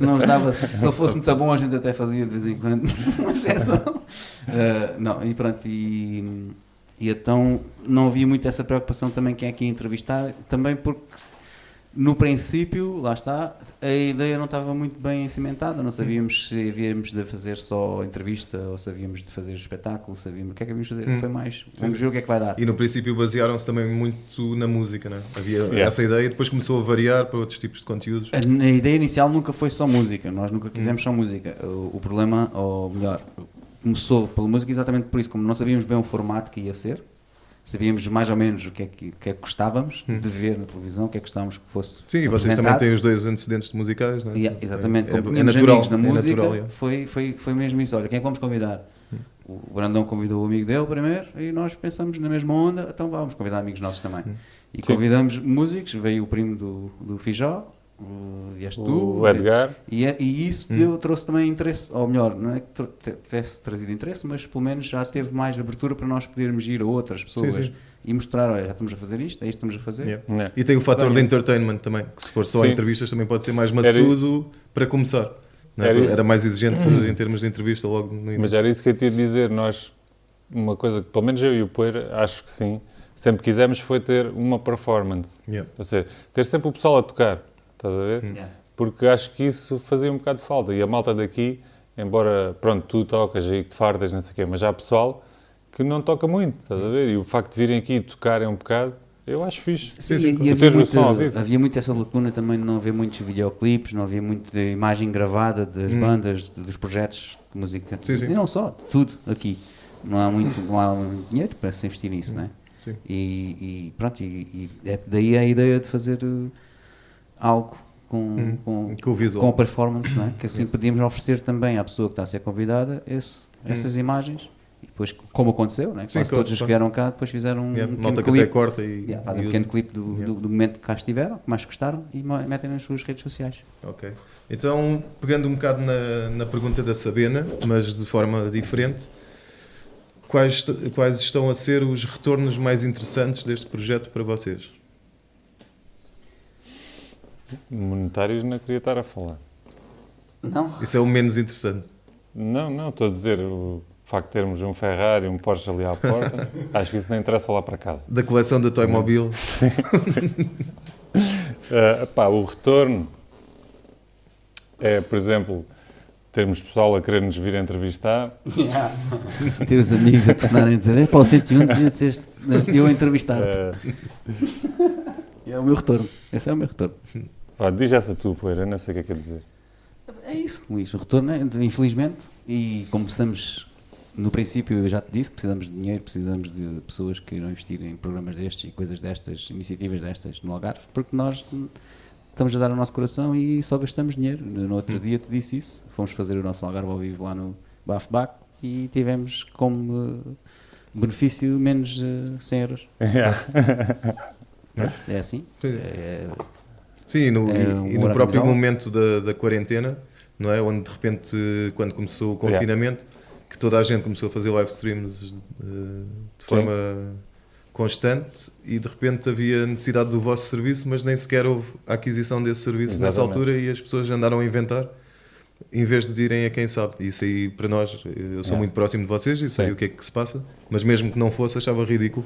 C: Não nos dava, se ele fosse muito bom, a gente até fazia de vez em quando, mas é só. Ah, não, e pronto, e, e então não havia muito essa preocupação também quem é que ia entrevistar, também porque no princípio, lá está, a ideia não estava muito bem cimentada, não sabíamos se havíamos de fazer só entrevista ou se havíamos de fazer espetáculo, sabíamos o que é que havíamos de fazer, foi mais, vamos ver o que é que vai dar.
A: E no princípio basearam-se também muito na música, né? Havia
B: Yeah.
A: essa ideia e depois começou a variar para outros tipos de conteúdos.
C: A, a ideia inicial nunca foi só música, nós nunca quisemos só música. O, o problema, ou melhor, começou pela música exatamente por isso, como não sabíamos bem o formato que ia ser, sabíamos mais ou menos o que é que, o que, é que gostávamos de ver na televisão, o que é que gostávamos que fosse.
A: Hum. Sim, e vocês também
C: apresentado.
A: têm os dois antecedentes musicais, né?
C: Yeah, exatamente,
A: É,
C: como
A: é
C: tínhamos
A: natural.
C: amigos na
A: é Hum.
C: música,
A: natural, yeah.
C: foi, foi, foi mesmo isso. Olha, quem é que vamos convidar? O Brandão convidou o amigo dele primeiro e nós pensamos na mesma onda, então vamos convidar amigos nossos também.
A: Hum.
C: E
B: Sim.
C: convidamos músicos, veio o primo do, do Fijó, o- vieste tu,
B: o Edgar.
C: e, é- e
A: Hum.
C: isso deu- trouxe também interesse, ou melhor, não é que tr- te- tivesse trazido interesse, mas pelo menos já teve mais abertura para nós podermos ir a outras pessoas
A: Sim, sim.
C: e mostrar, olha, já estamos a fazer isto, é isto que estamos a fazer.
A: Yeah.
B: né?
A: E tem o fator
C: Ganha.
A: de entertainment também, que se for só
B: Sim.
A: entrevistas também pode ser mais maçudo para começar. não é?
B: Era
A: Era,
B: isso.
A: mais exigente
C: Uhum.
A: em termos de entrevista logo no
B: Mas
C: é.
A: início.
B: era isso que eu tinha de dizer. Nós, uma coisa que pelo menos eu e o Poeira, acho que sim, sempre quisemos foi ter uma performance.
A: Yeah.
B: Ou seja, ter sempre o pessoal a tocar, estás a ver?
C: Yeah.
B: Porque acho que isso fazia um bocado de falta. E a malta daqui, embora, pronto, tu tocas e te fardas, não sei o quê, mas há pessoal que não toca muito, estás a ver? E o facto de virem aqui e tocarem um bocado, eu acho fixe.
A: Sim,
C: E-
A: sim,
C: e
A: claro.
B: Tu
C: havia,
B: tens
C: muito,
B: noção ao vivo?
C: havia muito essa lacuna também de não haver muitos videoclipes, não havia muita imagem gravada das bandas, de- dos projetos de música.
A: Hum. Sim, sim.
C: E não só, de tudo aqui. Não há muito, não há muito dinheiro para se investir
A: Hum.
C: nisso, não é?
A: Sim.
C: E, e pronto, e, e é daí a ideia de fazer uh, algo com, Uhum.
A: Hum.
C: com,
A: Uhum. com o visual.
C: com a performance, não é? que assim podíamos oferecer também à pessoa que está a ser convidada esse- essas imagens. E depois, como aconteceu, não é?
A: Hum. Sim,
C: Quase
A: claro,
C: todos os que
A: claro.
C: vieram cá depois fizeram um
A: Yeah.
C: pequeno
A: Malta que
C: clipe
A: até corta e.
C: Yeah, fazem
A: e
C: um
A: usa.
C: pequeno clipe do,
A: Yeah.
C: do, do momento que cá estiveram, que mais gostaram, e mo- metem nas suas redes sociais.
A: Ok. Então, pegando um bocado na, na pergunta da Sabena, mas de forma diferente, quais, t- quais estão a ser os retornos mais interessantes deste projeto para vocês?
B: Monetários não queria estar a falar.
C: Não?
A: Isso é o menos interessante.
B: Não, não, estou a dizer o facto de termos um Ferrari, um Porsche ali à porta, acho que isso não interessa lá para casa.
A: Da coleção da Toymobil.
B: Eh, Ah, pá, o retorno. é, por exemplo, termos pessoal a querer nos vir a entrevistar.
C: Ter os amigos a pressionarem a dizer: "Epá, o 101 devia ser este- eu a entrevistar-te.
B: Eh,
C: É o meu retorno. Esse é o meu retorno.
B: pá, diz essa tu, poeira, não sei o que é que quer dizer.
C: É isso, Luís. O retorno, é, infelizmente, e como começamos no princípio, eu já te disse, precisamos de dinheiro, precisamos de pessoas que irão investir em programas destes e coisas destas, iniciativas destas no Algarve, porque nós hum, estamos a dar o nosso coração e só gastamos dinheiro. No no outro dia te disse isso, fomos fazer o nosso Algarve ao vivo lá no Bafbac e tivemos como eh, benefício menos eh, 100 euros. É assim?
A: Sim.
C: É,
A: Sim, no,
C: É,
A: e- e
C: um horário
A: no próprio
C: bizarro.
A: momento da, da quarentena, não é? Onde de repente, quando começou o
B: Yeah.
A: confinamento, que toda a gente começou a fazer live streams eh, de forma constante e de repente havia necessidade do vosso serviço, mas nem sequer houve a aquisição desse serviço nessa
B: Exatamente.
A: altura e as pessoas andaram a inventar em vez de direm a quem sabe. Isso aí, para nós, eh, eu sou
B: Yeah.
A: muito próximo de vocês e sei
B: Sim.
A: o que é que se passa, mas mesmo que não fosse, achava ridículo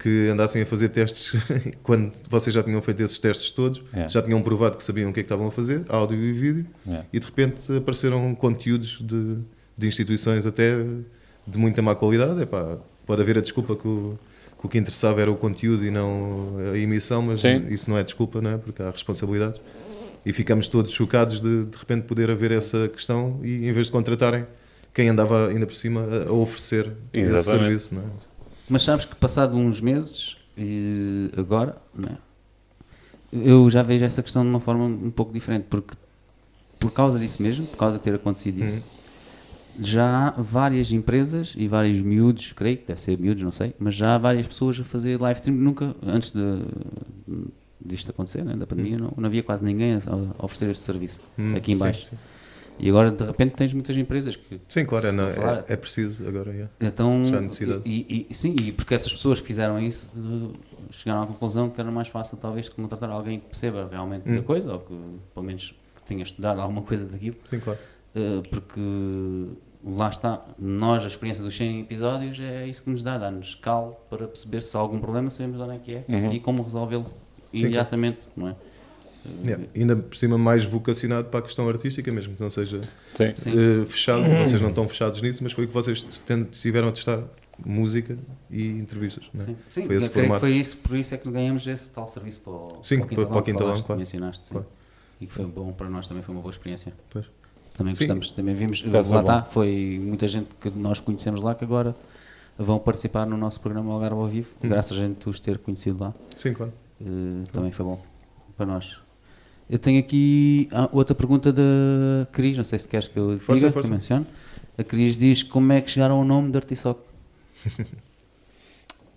A: que andassem a fazer testes quando vocês já tinham feito esses testes todos,
C: É.
B: Yeah.
A: já tinham provado que sabiam o que é que estavam a fazer, áudio e vídeo,
B: Yeah.
A: e de repente apareceram conteúdos de, de instituições até de muita má qualidade. Epá, pode haver a desculpa que o, que o que interessava era o conteúdo e não a emissão, mas
B: Sim.
A: isso não é desculpa, não é? Porque há responsabilidades. E ficamos todos chocados de de repente poder haver essa questão e em vez de contratarem quem andava ainda por cima a- a oferecer esse
B: Exatamente.
A: serviço, não é?
C: Mas sabes que passado uns meses, e agora, né, eu já vejo essa questão de uma forma um pouco diferente, porque por causa disso mesmo, por causa de ter acontecido isso,
A: Uhum.
C: já há várias empresas e vários miúdos, creio que deve ser miúdos, não sei, mas já há várias pessoas a fazer live stream, nunca, antes de, disto acontecer, né, da pandemia, não, não havia quase ninguém a, a oferecer este serviço
A: Hum,
C: aqui em
A: Uhum. sim,
C: baixo.
A: sim.
C: E agora, de repente, tens muitas empresas que...
A: Sim, claro, é,
C: se
A: na-
C: não falar-
A: é, é preciso agora. yeah.
C: então,
A: Já há necessidade.
C: e, e- sim, e porque essas pessoas que fizeram isso eh, chegaram à conclusão que era mais fácil, talvez, que contratar alguém que perceba realmente
A: Hum.
C: da coisa, ou que pelo menos que tenha estudado alguma coisa daquilo,
A: Sim, claro.
C: eh, porque lá está, nós, a experiência dos 100 episódios, é isso que nos dá, dá-nos cal para perceber se há algum problema, sabemos de onde é que é
B: Uhum.
C: e como resolvê-lo
A: Sim,
C: imediatamente, não é?
A: Yeah. Ainda por cima, mais vocacionado para a questão artística, mesmo que não seja
B: Sim.
C: Sim.
A: eh, fechado, vocês não estão fechados nisso, mas foi o que vocês ten- tiveram a testar: música e entrevistas. não é?
C: Sim, sim
A: Foi esse
C: eu creio que
A: formato.
C: foi isso, por isso é que ganhamos esse tal serviço para o,
A: Sim,
C: para o
A: para- para o Quintalão,
C: falaste,
A: claro.
C: mencionaste, sim.
A: Claro.
C: E que foi bom para nós, também foi uma boa experiência.
A: Pois.
C: Também
A: Sim.
C: gostamos, também vimos,
B: acaso
C: lá
B: foi bom.
C: está, foi muita gente que nós conhecemos lá que agora vão participar no nosso programa Algarve ao Vivo,
A: Hum.
C: graças a gente os ter conhecido lá.
A: Sim, claro.
C: Eh, também foi bom para nós. Eu tenho aqui ah, outra pergunta da Cris, não sei se queres que eu
A: Força,
C: diga,
A: força.
C: que eu mencione. A Cris diz como é que chegaram ao nome de Artisoc.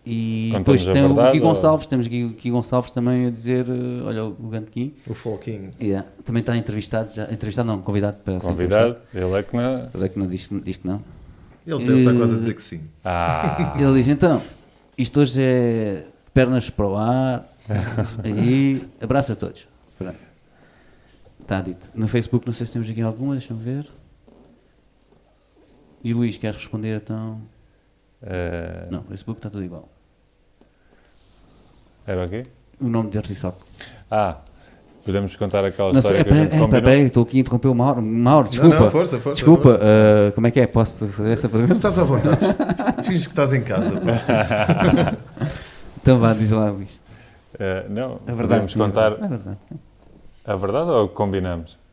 C: E
B: Contamos
C: depois
B: a
C: tem o
B: verdade
C: Gui
B: ou-
C: Gonçalves, temos Gui, Gui Gonçalves também a dizer, eh, olha o Gantquim,
A: O Folking.
C: yeah. também está entrevistado, já, entrevistado não, convidado para ser
B: Convidado, ele é que não.
C: entrevistado. Ele é que não diz, que- diz que não.
A: Ele deve estar
C: Eh,
A: quase a dizer que sim.
B: Ah!
C: Ele diz, então, isto hoje é pernas para o ar e abraço a todos. Pronto. Está dito. No Facebook não sei se temos aqui alguma, deixa-me ver. E Luís, queres responder então?
B: Eh,
C: Não, Facebook está tudo igual.
B: era o quê?
C: O nome de Artisoc.
B: Ah, podemos contar aquela
C: Não sei,
B: história
C: é,
B: que a gente
C: peraí,
B: combinou?
C: peraí, estou aqui a interromper o Mauro. Mauro, desculpa.
A: não, força, força,
C: Desculpa,
A: força.
C: ah, como é que é? Posso fazer essa
A: Mas
C: pergunta?
A: estás à vontade, finge que estás em casa. pá.
C: Então vá, diz lá, Luís.
B: Eh, não,
C: É verdade.
B: podemos
C: sim,
B: contar
C: É verdade, sim.
B: a verdade ou combinamos?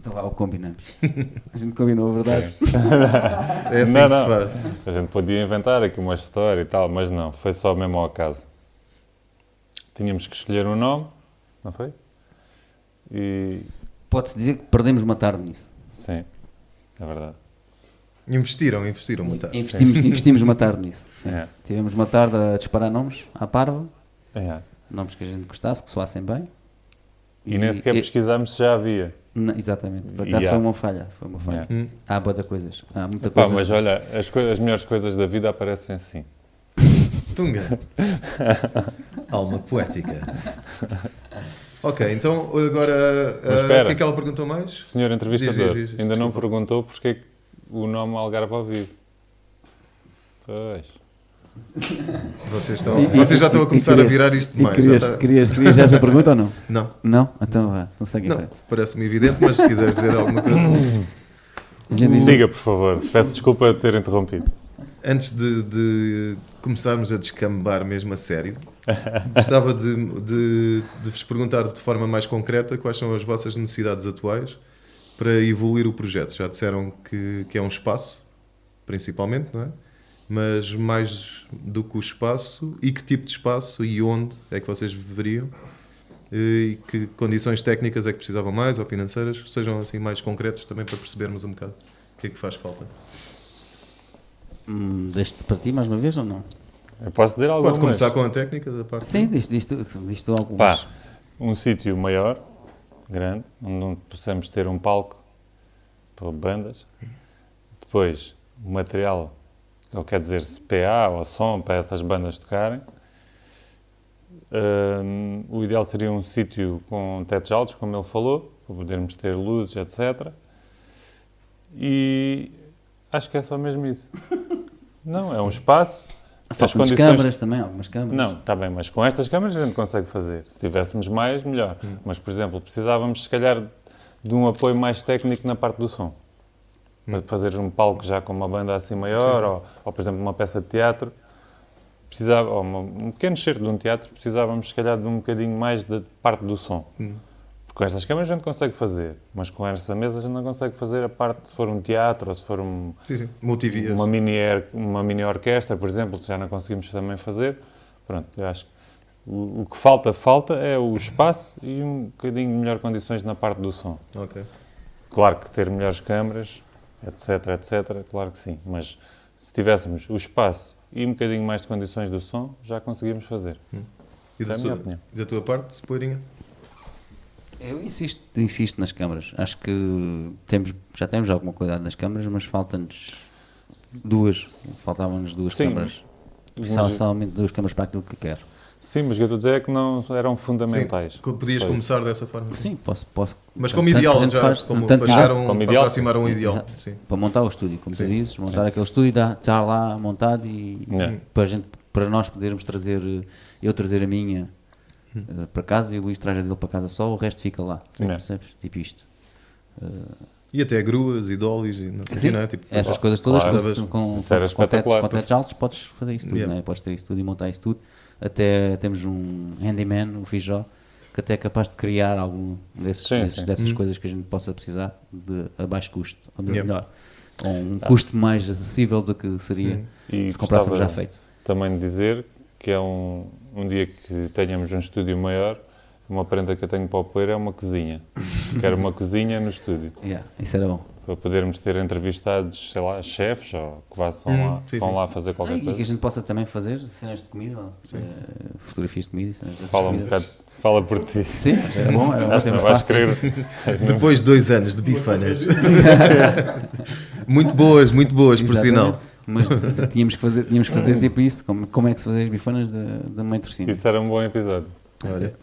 C: Então vá, o combinamos. A gente combinou a verdade.
B: É.
A: É assim
B: Não,
A: que se
B: não.
A: faz.
B: A gente podia inventar aqui uma história e tal, mas não, foi só mesmo ao acaso. Tínhamos que escolher um nome, não foi? E.
C: Pode-se dizer que perdemos uma tarde nisso.
B: Sim, é verdade.
A: Investiram, investiram muito. tarde.
C: Investimos, investimos uma tarde nisso. sim.
B: É.
C: Tivemos uma tarde a disparar nomes à parva,
B: É.
C: nomes que a gente gostasse, que soassem bem.
B: E, nem sequer pesquisámos se já havia.
C: N- Exatamente, por
B: E
C: acaso
B: há.
C: foi uma falha. Foi uma falha.
B: É.
A: Hum.
C: Há boa coisas. Há muita
B: Pá,
C: coisa.
B: mas olha, as, coi- as melhores coisas da vida aparecem assim.
A: Tunga. Alma poética. Ok, então agora ah,
B: Mas
A: o
B: espera.
A: que é que ela perguntou mais?
B: Senhor entrevistador,
A: Diz, diz, diz,
B: ainda não
A: desculpa.
B: perguntou porque é que o nome Algarve ao vivo. Pois.
A: Vocês, estão, vocês já estão a começar a virar isto
C: E
A: demais.
C: querias,
A: já está-
C: querias, querias já essa pergunta ou não?
A: Não,
C: Não? Então vá, não segue em
A: não,
C: frente.
A: parece-me evidente, mas se quiseres dizer alguma coisa.
C: A gente diz-
B: Siga, por favor. Peço desculpa de ter interrompido.
A: Antes de, de começarmos a descambar mesmo a sério, gostava de, de- de vos perguntar de forma mais concreta quais são as vossas necessidades atuais para evoluir o projeto. Já disseram que, que é um espaço, principalmente, não é? Mas mais do que o espaço, e que tipo de espaço e onde é que vocês viveriam? E que condições técnicas é que precisavam mais ou financeiras? Sejam assim mais concretos também para percebermos um bocado o que é que faz falta.
C: Hum, Deixo-te para ti mais uma vez ou não?
B: Eu posso dizer algo?
A: Pode começar com a técnica da parte.
C: Sim, diz, diz, tu, diz tu alguns.
B: Pá, um sítio maior, grande, onde não possamos ter um palco para bandas. Depois, o material, ou quer dizer, se PA ou som para essas bandas tocarem. Ahm, o ideal seria um sítio com tetos altos, como ele falou, para podermos ter luzes, etc. E acho que é só mesmo isso. Não, é um espaço. as
C: Faltam as
B: condições-
C: câmaras também, algumas câmaras.
B: não, está bem, mas com estas câmaras a gente consegue fazer. Se tivéssemos mais, melhor. Mas, por exemplo, precisávamos, se calhar, de um apoio mais técnico na parte do som. Para fazeres um palco já com uma banda assim maior, ou, ou, por exemplo, uma peça de teatro, precisava, ou uma- um pequeno cheiro de um teatro, precisávamos, se calhar, de um bocadinho mais da parte do som. Porque com estas câmaras a gente consegue fazer, mas com esta mesa a gente não consegue fazer a parte, se for um teatro, ou se for um,
A: Sim, sim. Multivias.
B: uma mini, or- uma mini orquestra, por exemplo, já não conseguimos também fazer. Pronto, eu acho que o, o que falta, falta é o espaço e um bocadinho melhor condições na parte do som.
A: Ok.
B: Claro que ter melhores câmaras, etc, etc, claro que sim, mas se tivéssemos o espaço e um bocadinho mais de condições do som, já conseguimos fazer.
A: E
B: É
A: da
B: a
A: tua,
B: minha opinião.
A: da tua parte, Poeirinha?
C: Eu insisto, insisto nas câmaras. Acho que temos, já temos alguma qualidade nas câmaras, mas falta-nos duas. Faltavam-nos duas
B: Sim,
C: câmaras.
B: mas-
C: Só, somente duas câmaras para aquilo que quero.
B: Sim, mas o que eu estou a dizer é que não eram fundamentais.
A: Sim, co- podias
B: Pois.
A: começar dessa forma.
C: Sim, posso. posso
A: Mas
C: tanto-
A: como
C: tanto que a
A: ideal,
C: gente
A: já.
C: faz,
A: como,
C: tanto
A: para
C: que-
A: chegar a
B: Como
A: um, para
B: ideal.
A: aproximar a um ideal.
C: Exato.
A: Sim.
C: Para montar o estúdio, como
A: Sim.
C: tu dizes, montar aquele estúdio e dar- estar lá montado e
B: Yeah.
C: e para, a gente, para nós podermos trazer, eh, eu trazer a minha
A: Hum.
C: eh, para casa e o Luís traz a dele para casa só, o resto fica lá.
B: Yeah.
C: Percebes? Tipo isto.
A: E até gruas e dolis e não sei o
C: Sim,
A: quê, não é? Tipo,
C: Essas
A: pá,
C: coisas todas
A: claro.
C: com, com,
B: Isso era
C: com, tetos,
B: espetacular.
C: com tetos altos podes fazer isso tudo,
A: Yeah.
C: né? podes ter isso tudo e montar isso tudo. Até temos um handyman, o Fijó, que até é capaz de criar algum desses,
B: Sim,
C: desses-
B: sim.
C: dessas coisas que a gente possa precisar de a baixo custo, ou de
A: Uhum. Yeah.
C: melhor, ou um
B: Ah.
C: custo mais acessível do que
A: Uhum.
C: seria
B: E
C: se comprássemos já
B: gostava-
C: feito.
B: também dizer que é um, um dia que tenhamos um estúdio maior, uma prenda que eu tenho para o player é uma cozinha. Quero uma cozinha no estúdio,
C: Yeah, isso era bom.
B: para podermos ter entrevistados, sei lá, chefes ou que vá, são
A: Hum,
B: lá,
A: sim,
B: vão
A: sim.
B: lá fazer qualquer
C: Ah, e que a
B: coisa.
C: gente possa também fazer cenas de comida, eh, fotografias de comida, e cenas dessas
B: Fala um
C: comidas.
B: bocado, fala por ti.
C: Sim, mas era bom, era bom. um
B: Acho que não
C: temos
B: vais
C: pasta,
B: querer.
C: isso.
B: acho que não-
A: Depois de dois anos de bifanas. muito boas, muito boas, por sinal.
C: Exatamente. Mas tínhamos que fazer, tínhamos que fazer tipo isso, como, como é que se fazem as bifanas da, da mãe torcida.
B: Isso era um bom episódio.
A: Olha,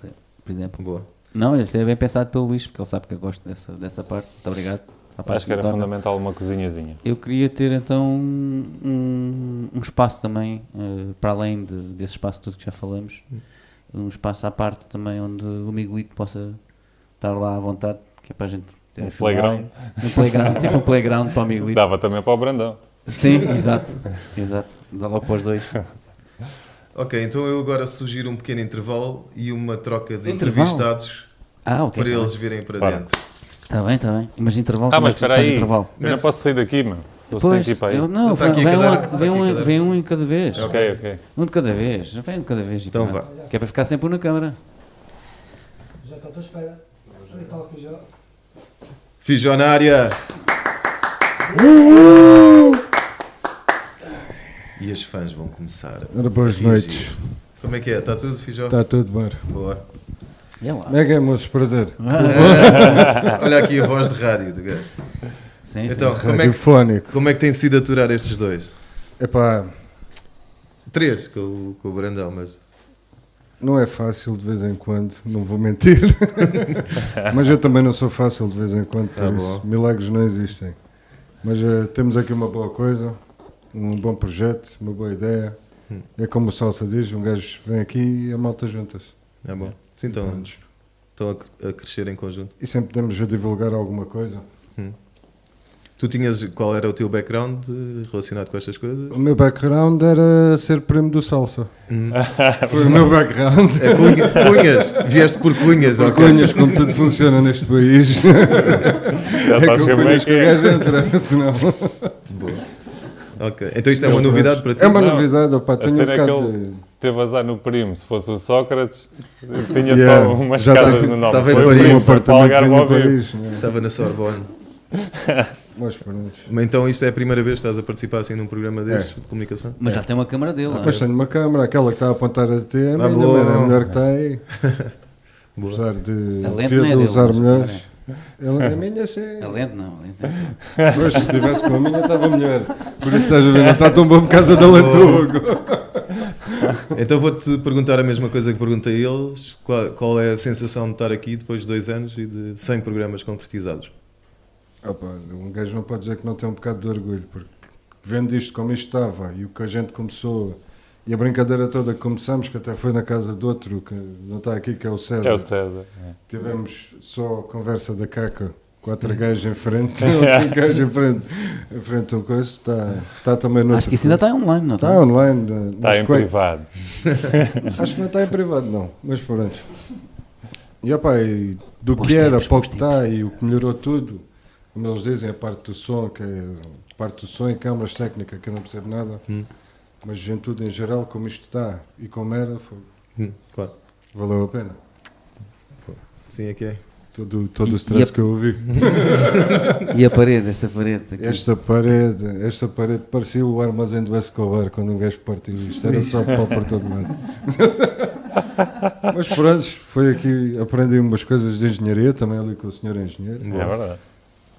C: Por exemplo.
A: boa.
C: Não, este é bem pensado pelo Luís, porque ele sabe que eu gosto dessa, dessa parte. Muito obrigado. A parte
B: Acho que era
C: toca.
B: fundamental uma cozinhazinha.
C: Eu queria ter então um, um espaço também, eh, para além de- desse espaço todo que já falamos, um espaço à parte também onde o Miguelito possa estar lá à vontade, que é para a gente ter
B: Um
C: a filmar.
B: playground.
C: Um playground, tipo um playground para o Miguelito.
B: Dava também para o Brandão.
C: Sim, exato, exato. Dá logo para os dois.
A: Ok, então eu agora sugiro um pequeno intervalo e uma troca de
C: Intervalo?
A: entrevistados
C: Ah, ok.
A: para eles virem para
B: Para.
A: dentro.
C: Está bem, está bem. Mas intervalo,
B: Ah,
C: como é
B: mas
C: que se
B: espera
C: faz
B: aí,
C: intervalo?
B: eu não posso sair daqui, meu. Você tem
C: Pois,
B: que ir para aí.
C: eu não,
A: Não, tá aqui
C: vem,
A: a
C: um,
A: cadeira,
C: a-
A: tá
C: vem,
A: aqui a
C: um,
A: cadeira.
C: vem um em cada vez.
B: Ok, ok.
C: Um de cada vez. Já vem um de cada vez. e
A: Então
C: pronto.
A: vá.
C: Que é para ficar sempre um na câmara.
E: Já estou à tua espera. Já está o feijão.
A: Fijó na área. E as fãs vão começar. a
F: Ora, boas
A: reagir.
F: noites. Tá.
A: Como é que é? Está tudo, Fijó?
F: Está tudo bem.
A: Boa.
C: É lá.
F: Mega, meus prazer.
A: Ah, Olha aqui a voz de rádio do gajo.
C: Sim, sim.
A: Então, como é, que,
F: Radiofónico.
A: como é que tem sido aturar estes dois?
F: Epá,
A: Três, com o, com o Brandão, mas.
F: não é fácil de vez em quando, não vou mentir. Mas eu também não sou fácil de vez em quando, por
A: Tá
F: isso
A: bom.
F: milagres não existem. Mas eh, temos aqui uma boa coisa, um bom projeto, uma boa ideia.
A: Hum.
F: É como o Salsa diz, um gajo vem aqui e a malta junta-se.
A: É bom. Sim, então, estão a, c- a crescer em conjunto.
F: E sempre temos a divulgar alguma coisa.
A: Tu tinhas. Qual era o teu background eh, relacionado com estas coisas?
F: O meu background era ser primo do Salsa.
A: Hum.
F: Foi o meu background.
A: É cunha- cunhas! Vieste por cunhas,
F: Por
A: ok?
F: Cunhas, como tudo funciona neste país.
B: Já
F: é
B: sabes
F: com
B: como é
F: cunhas
B: que
F: que o
B: é.
F: gajo entra, senão...
A: Ok. Então isto é uma novidade para ti.
F: É uma
B: Não,
F: novidade, opá,
B: a
F: tenho um
B: cena é que
F: bocado
B: ele-
F: de...
B: Teve azar no primo. Se fosse o Sócrates, tinha
F: Yeah,
B: só umas
F: já
B: casas
A: tá-
B: no nome.
A: tava em
B: Foi o
A: Paris.
B: primo,
F: Um
A: Paris,
B: foi para o Algarve
F: apartamentozinho
B: ao
F: em
B: vivo.
F: Paris. né?
A: Estava na Sorbonne.
F: Mas pronto.
A: Mas então isto é a primeira vez que estás a participar assim num programa destes de comunicação?
C: Mas já tem uma câmara dele. não é?
F: Mas tenho uma câmara, aquela que está a apontar a ti, é a
A: Ah,
F: minha,
A: boa.
F: mas é a melhor que está aí.
A: Boa.
F: Apesar de
C: A lente
F: devia
C: não é
F: de
C: dele,
F: usar
C: mas
F: melhores. Ela- A minha sim.
C: A É lente não, a lente não.
F: Mas se estivesse com a minha estava melhor. Por isso estás a ver, não está tão bom por causa da lente do Hugo.
A: Então vou-te perguntar a mesma coisa que perguntei a eles. Qual, qual é a sensação de estar aqui depois de dois anos e de 100 programas concretizados?
F: Opa, um gajo não pode dizer que não tem um bocado de orgulho, porque vendo isto como isto estava e o que a gente começou e a brincadeira toda que começamos, que até foi na casa do outro, que não está aqui, que é o César.
B: É o César. é.
F: Tivemos só a conversa da caca, quatro
C: Hum.
F: gajos em frente, ou cinco gajos em frente, em frente a um coisa, está, está também no
C: Acho que isso ainda está online, não está?
F: Está online, na-
B: Está
F: nas
B: em
F: cuecas.
B: privado.
F: Acho que não está em privado, não, mas pronto. E opa, e do
C: Bons
F: que era,
C: tempos,
F: para o
C: bons
F: que está e o que melhorou tudo, como eles dizem, a parte do som, que é a parte do som e câmaras técnica, que eu não percebo nada,
A: Hum.
F: mas juventude em geral, como isto está e como era, foi-
A: Hum, claro.
F: valeu a pena.
A: Sim, é que é.
F: Todo, todo
C: E- e
F: o stress
C: a-
F: que eu ouvi.
C: E a parede, esta parede. aqui.
F: Esta parede, esta parede parecia o armazém do Escobar quando um gajo partiu isto. Era só pau para todo lado. Mas pronto, foi aqui, aprendi umas coisas de engenharia, também ali com o senhor engenheiro.
B: É verdade.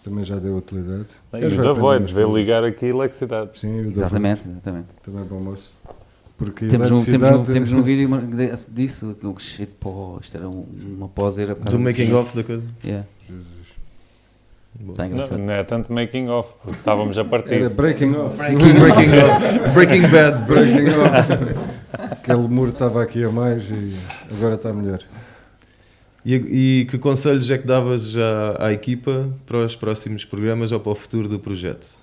F: Também já deu utilidade.
B: E
F: Gajo
B: o
F: vai
B: da
F: aprender
B: Void
F: umas
B: veio
F: coisas.
B: ligar aqui eletricidade.
F: Sim,
A: é
F: o da Void,
C: Exatamente, exatamente.
F: também para o moço. Porque
C: Temos um, temos, um,
F: eletricidade- é-
C: temos um vídeo uma- de- disso, que o cheio de pó, isto era um- uma pósera.
A: Do making off da coisa?
C: Yeah.
F: Jesus.
A: Boa.
C: Está
B: Não,
C: engraçado.
B: não é tanto making off, porque estávamos a
F: Era
B: partir.
F: breaking off.
A: Breaking, off. Breaking Bad.
F: Breaking off. Aquele muro estava aqui a mais e agora está melhor.
A: E, e que conselhos é que davas já à equipa para os próximos programas ou para o futuro do projeto?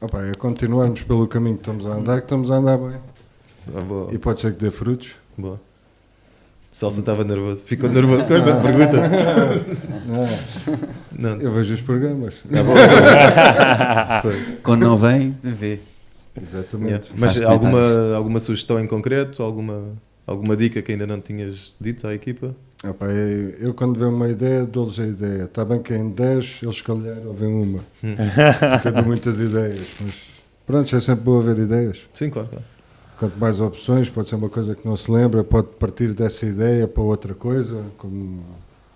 F: Opa, é continuarmos pelo caminho que estamos a andar, que estamos a andar bem.
A: Ah, boa.
F: E pode ser que dê frutos.
A: boa. O Salsa estava nervoso. Ficou nervoso com esta pergunta?
B: É.
F: Ah,
A: Não.
F: eu vejo os programas.
A: Tá bom. Foi.
C: Quando não vem, vê.
A: Yeah.
F: Exatamente.
A: Mas
C: Faz
A: alguma,
C: comentários.
A: alguma sugestão em concreto? Alguma, alguma dica que ainda não tinhas dito à equipa?
B: É.
F: Opa, eu, eu quando vejo uma ideia, dou-lhes a ideia. Está bem que em 10 eles se calhar ouvem uma.
B: Hum.
F: Porque eu dou muitas ideias. Mas pronto, é sempre bom haver ideias.
A: Sim, claro. claro.
F: Quanto mais opções, pode ser uma coisa que não se lembra, pode partir dessa ideia para outra coisa, como,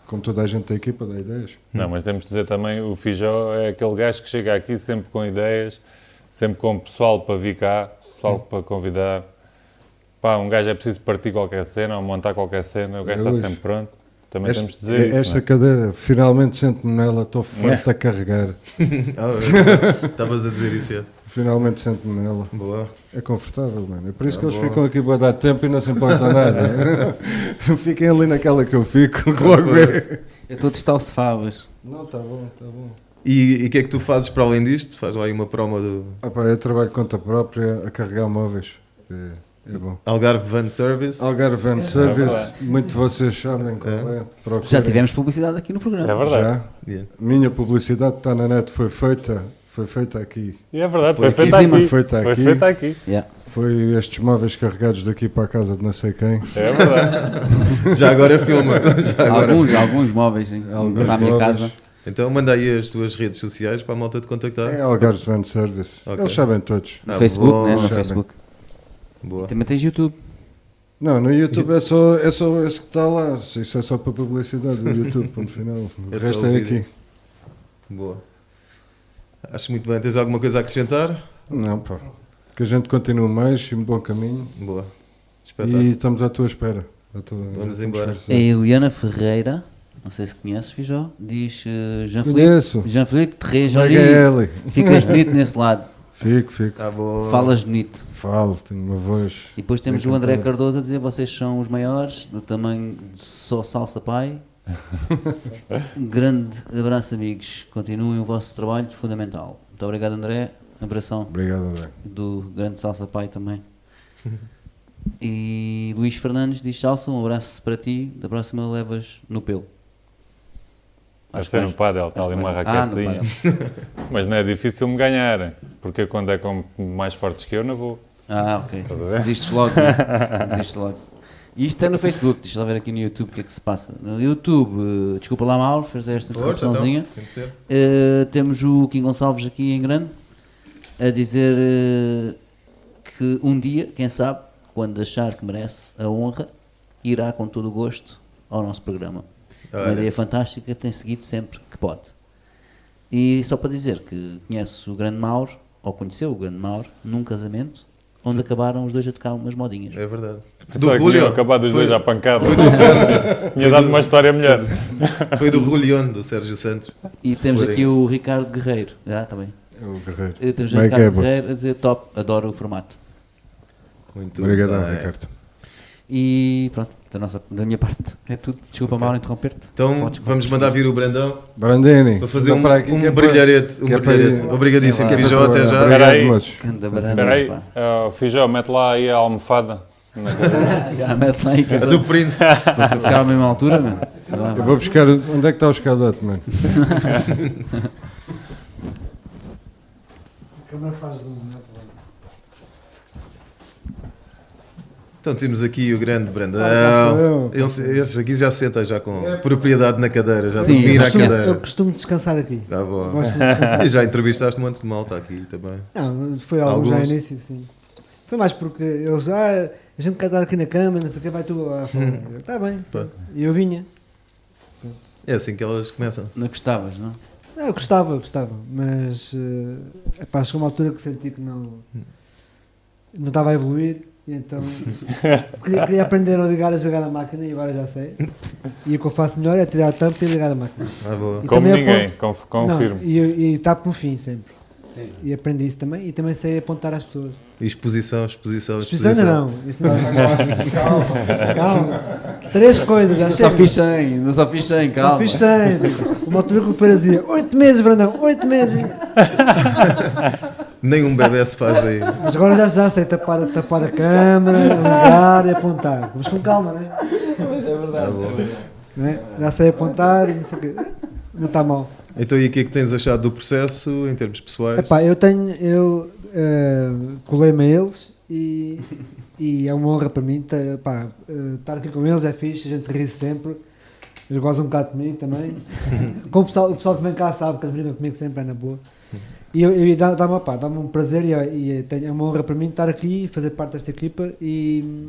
F: como toda a gente da equipa dá ideias.
B: Não, mas temos de dizer também, o Fijó é aquele gajo que chega aqui sempre com ideias, sempre com pessoal para vir cá, pessoal para convidar. Pá, um gajo é preciso partir qualquer cena ou montar qualquer cena, o gajo
F: É
B: está
F: hoje.
B: sempre pronto. Também
F: Esta, é
B: temos de dizer
F: esta
B: isso, é?
F: cadeira, finalmente sento-me nela, estou farto a carregar.
A: Ah, é. Estavas a dizer isso, é.
F: Finalmente sento-me nela.
A: Boa.
F: É confortável, mano. É por isso
A: Tá
F: que eles
A: bom.
F: ficam aqui para dar tempo e não se importa nada. Fiquem ali naquela que eu fico, que logo vê.
C: Eu estou a testar o Cefabas.
F: Não, tá bom, tá bom.
A: E e o que é que tu fazes para além disto? Faz lá aí uma promo do
F: Ah, pá, eu trabalho de conta própria a carregar móveis. É, é bom.
A: Algarve Van Service.
F: Algarve Van
B: Ah,
F: Service, muito vocês sabem qual é. Procurem.
C: Já tivemos publicidade aqui no
B: não é?
C: programa.
B: É verdade.
F: Já.
A: Yeah.
F: Minha publicidade está na net, foi feita, foi feita aqui.
B: E é verdade,
F: Foi
B: foi feita
C: aqui em cima.
B: aqui.
F: Foi feita
B: Foi
F: aqui.
B: feita aqui.
C: Yeah.
F: Foi estes móveis carregados daqui para a casa de não sei quem.
B: É verdade.
A: Já agora filma. Já agora.
C: Alguns, alguns móveis hein,
F: Alguns
C: para a minha
F: móveis.
C: casa.
A: Então manda aí as tuas redes sociais para a malta te contactar.
F: É Algarve Van Service.
A: Ok.
F: Eles sabem todos.
C: No
A: Ah,
C: Facebook,
A: boa.
C: né, no
F: Sabem.
C: Facebook.
A: Boa.
C: Também tens YouTube.
F: Não, no YouTube é só, é só esse que está lá. Isso é só para publicidade, o YouTube, ponto final. O
A: É só
F: resto
A: o
F: é
A: vídeo.
F: aqui.
A: Boa. Acho muito bem. Tens alguma coisa a acrescentar?
F: Não, pá. Que a gente continue mais e um bom caminho.
A: Boa. Espetáculo.
F: E estamos à tua espera. À tua-
A: Vamos
F: estamos
A: embora.
C: A
F: esforçados.
C: É Eliana Ferreira, não sei se conheces, Fijó, diz eh, Jean-Philippe
F: Conheço.
A: é
C: Jean Terrejoli.
F: Miguel.
C: Ficas bonito nesse lado.
F: Fico, fico.
A: Tá bom.
C: Falas bonito.
F: Falo, tenho uma voz.
C: E
A: é
C: depois temos o André Cardoso a dizer vocês são os maiores, do tamanho de só salsa pai. Um Grande abraço, amigos. Continuem o vosso trabalho fundamental. Muito obrigado, André. Abração
F: Obrigado, André.
C: do grande salsa pai também. E Luís Fernandes diz salsa, um abraço para ti. Da próxima levas no pelo.
B: Vai
C: Acho
B: ser
C: que
B: no pádel, está ali uma
C: Acho que vais- Ah, no
B: raquetezinha. Mas não é difícil me ganharem, porque quando é com mais fortes que eu, não vou.
C: Ah, ok.
B: a ver?
C: Desistes logo. né? Desistes logo. E isto é no Facebook, deixa lá ver aqui no YouTube o que é que se passa. No YouTube, eh, desculpa lá, Mauro, fez esta
A: Força, então.
C: introduçãozinha.
A: Tem de ser.
C: Eh, temos o Kim Gonçalves aqui em grande a dizer eh, que um dia, quem sabe, quando achar que merece a honra, irá com todo o gosto ao nosso programa. Uma
A: Olha.
C: ideia fantástica, tem seguido sempre que pode. E só para dizer que conhece o grande Mauro, ou conheceu o grande Mauro, num casamento, onde acabaram os dois a tocar umas modinhas.
A: É verdade.
B: Só que tinham acabado os
A: foi,
B: dois à pancada. Tinha dado uma história melhor.
A: foi do Rulion, do Sérgio Santos.
C: E temos
A: Porém.
C: aqui o Ricardo Guerreiro. Ah, está bem.
F: É o Guerreiro.
C: E temos o
F: Como é que é,
C: Ricardo
F: bro?
C: Guerreiro a dizer top, adoro o formato.
A: Muito é.
F: Obrigado,
A: bem.
F: Ricardo.
C: E pronto, da, nossa, da minha parte é tudo. Desculpa, Mauro, interromper-te.
A: Então
C: Podes
A: vamos mandar vir o Brandão
F: Brandini.
A: para fazer
F: dá
A: um,
F: para aqui, que é
A: um
F: para-
A: brilharete. Um
F: que é para-
A: brilharete. Obrigadíssimo,
C: que é para
A: Fijó, até já.
B: Obrigado.
F: Obrigado,
B: aí.
F: moços.
C: Grande
B: Espera aí,
C: abraço, pá.
B: ah, Fijó, mete lá aí a almofada. na cadeira.
C: Já mete lá aí que é
A: A
C: para
A: do Prince.
C: para ficar à mesma altura, meu. Vai lá,
F: Eu
C: vai.
F: vou buscar. Onde é que está o escadote, mano?
E: A câmera faz zoom, não é problema.
A: Então temos aqui o grande Brandão.
F: Ah, já sou eu.
A: Ele se- este aqui já senta já com propriedade na cadeira, já
C: Sim,
A: domina a
C: mas
E: Costumo-
A: cadeira.
E: Eu costumo descansar aqui.
A: Tá bom.
E: Gosto de descansar.
A: E já entrevistaste um monte de malta aqui também.
E: Não, foi algum já
A: Alguns.
E: início, sim. Foi mais porque eles, ah, a gente quer estar aqui na cama, não sei o que, vai tu lá falar. Está bem.
A: Pá.
E: E eu vinha.
A: É assim que elas começam.
C: Não gostavas, é não?
E: Ah, eu gostava, eu gostava, mas eh, epá, chegou uma altura que senti que não, não estava a evoluir, e então queria, queria aprender a ligar a jogar a máquina e agora já sei. E o que eu faço melhor é tirar a tampa e ligar a máquina.
A: Ah, boa.
E: E
B: Como
E: também
B: ninguém,
E: aponto-
B: conf- confirmo.
E: Não, e, e tapo no fim sempre. E aprendi isso também, e também sei apontar às pessoas.
A: Exposição, exposição,
E: Exposição
A: exposição.
E: ainda não, isso não. Calma, Três coisas, já
C: Só
E: chega.
C: fiz 100, não só fiz 100,
E: Só
C: calma.
E: fiz 100. Uma altura que o Pedro dizia, oito meses, Brandão, oito meses.
A: Nenhum bebê se faz daí.
E: Mas agora já, já sei tapar, tapar a câmara, ligar e apontar. Mas com calma, né?
A: Tá bom.
E: Né? Já sei apontar e não sei o quê. Não está mal.
A: Então, e o que é que tens achado do processo em termos pessoais?
E: Epá, eu tenho, eu eh, colei-me a eles e, e é uma honra para mim ter- pá, eh, estar aqui com eles, é fixe, a gente ri sempre. Eles gozam um bocado de mim também. Com o, pessoal, o pessoal que vem cá sabe que eles brincam comigo sempre, é na boa. E eu, eu, dá- dá-me dá dá um prazer e, é- e é- tenho- é uma honra para mim estar aqui, fazer parte desta equipa e,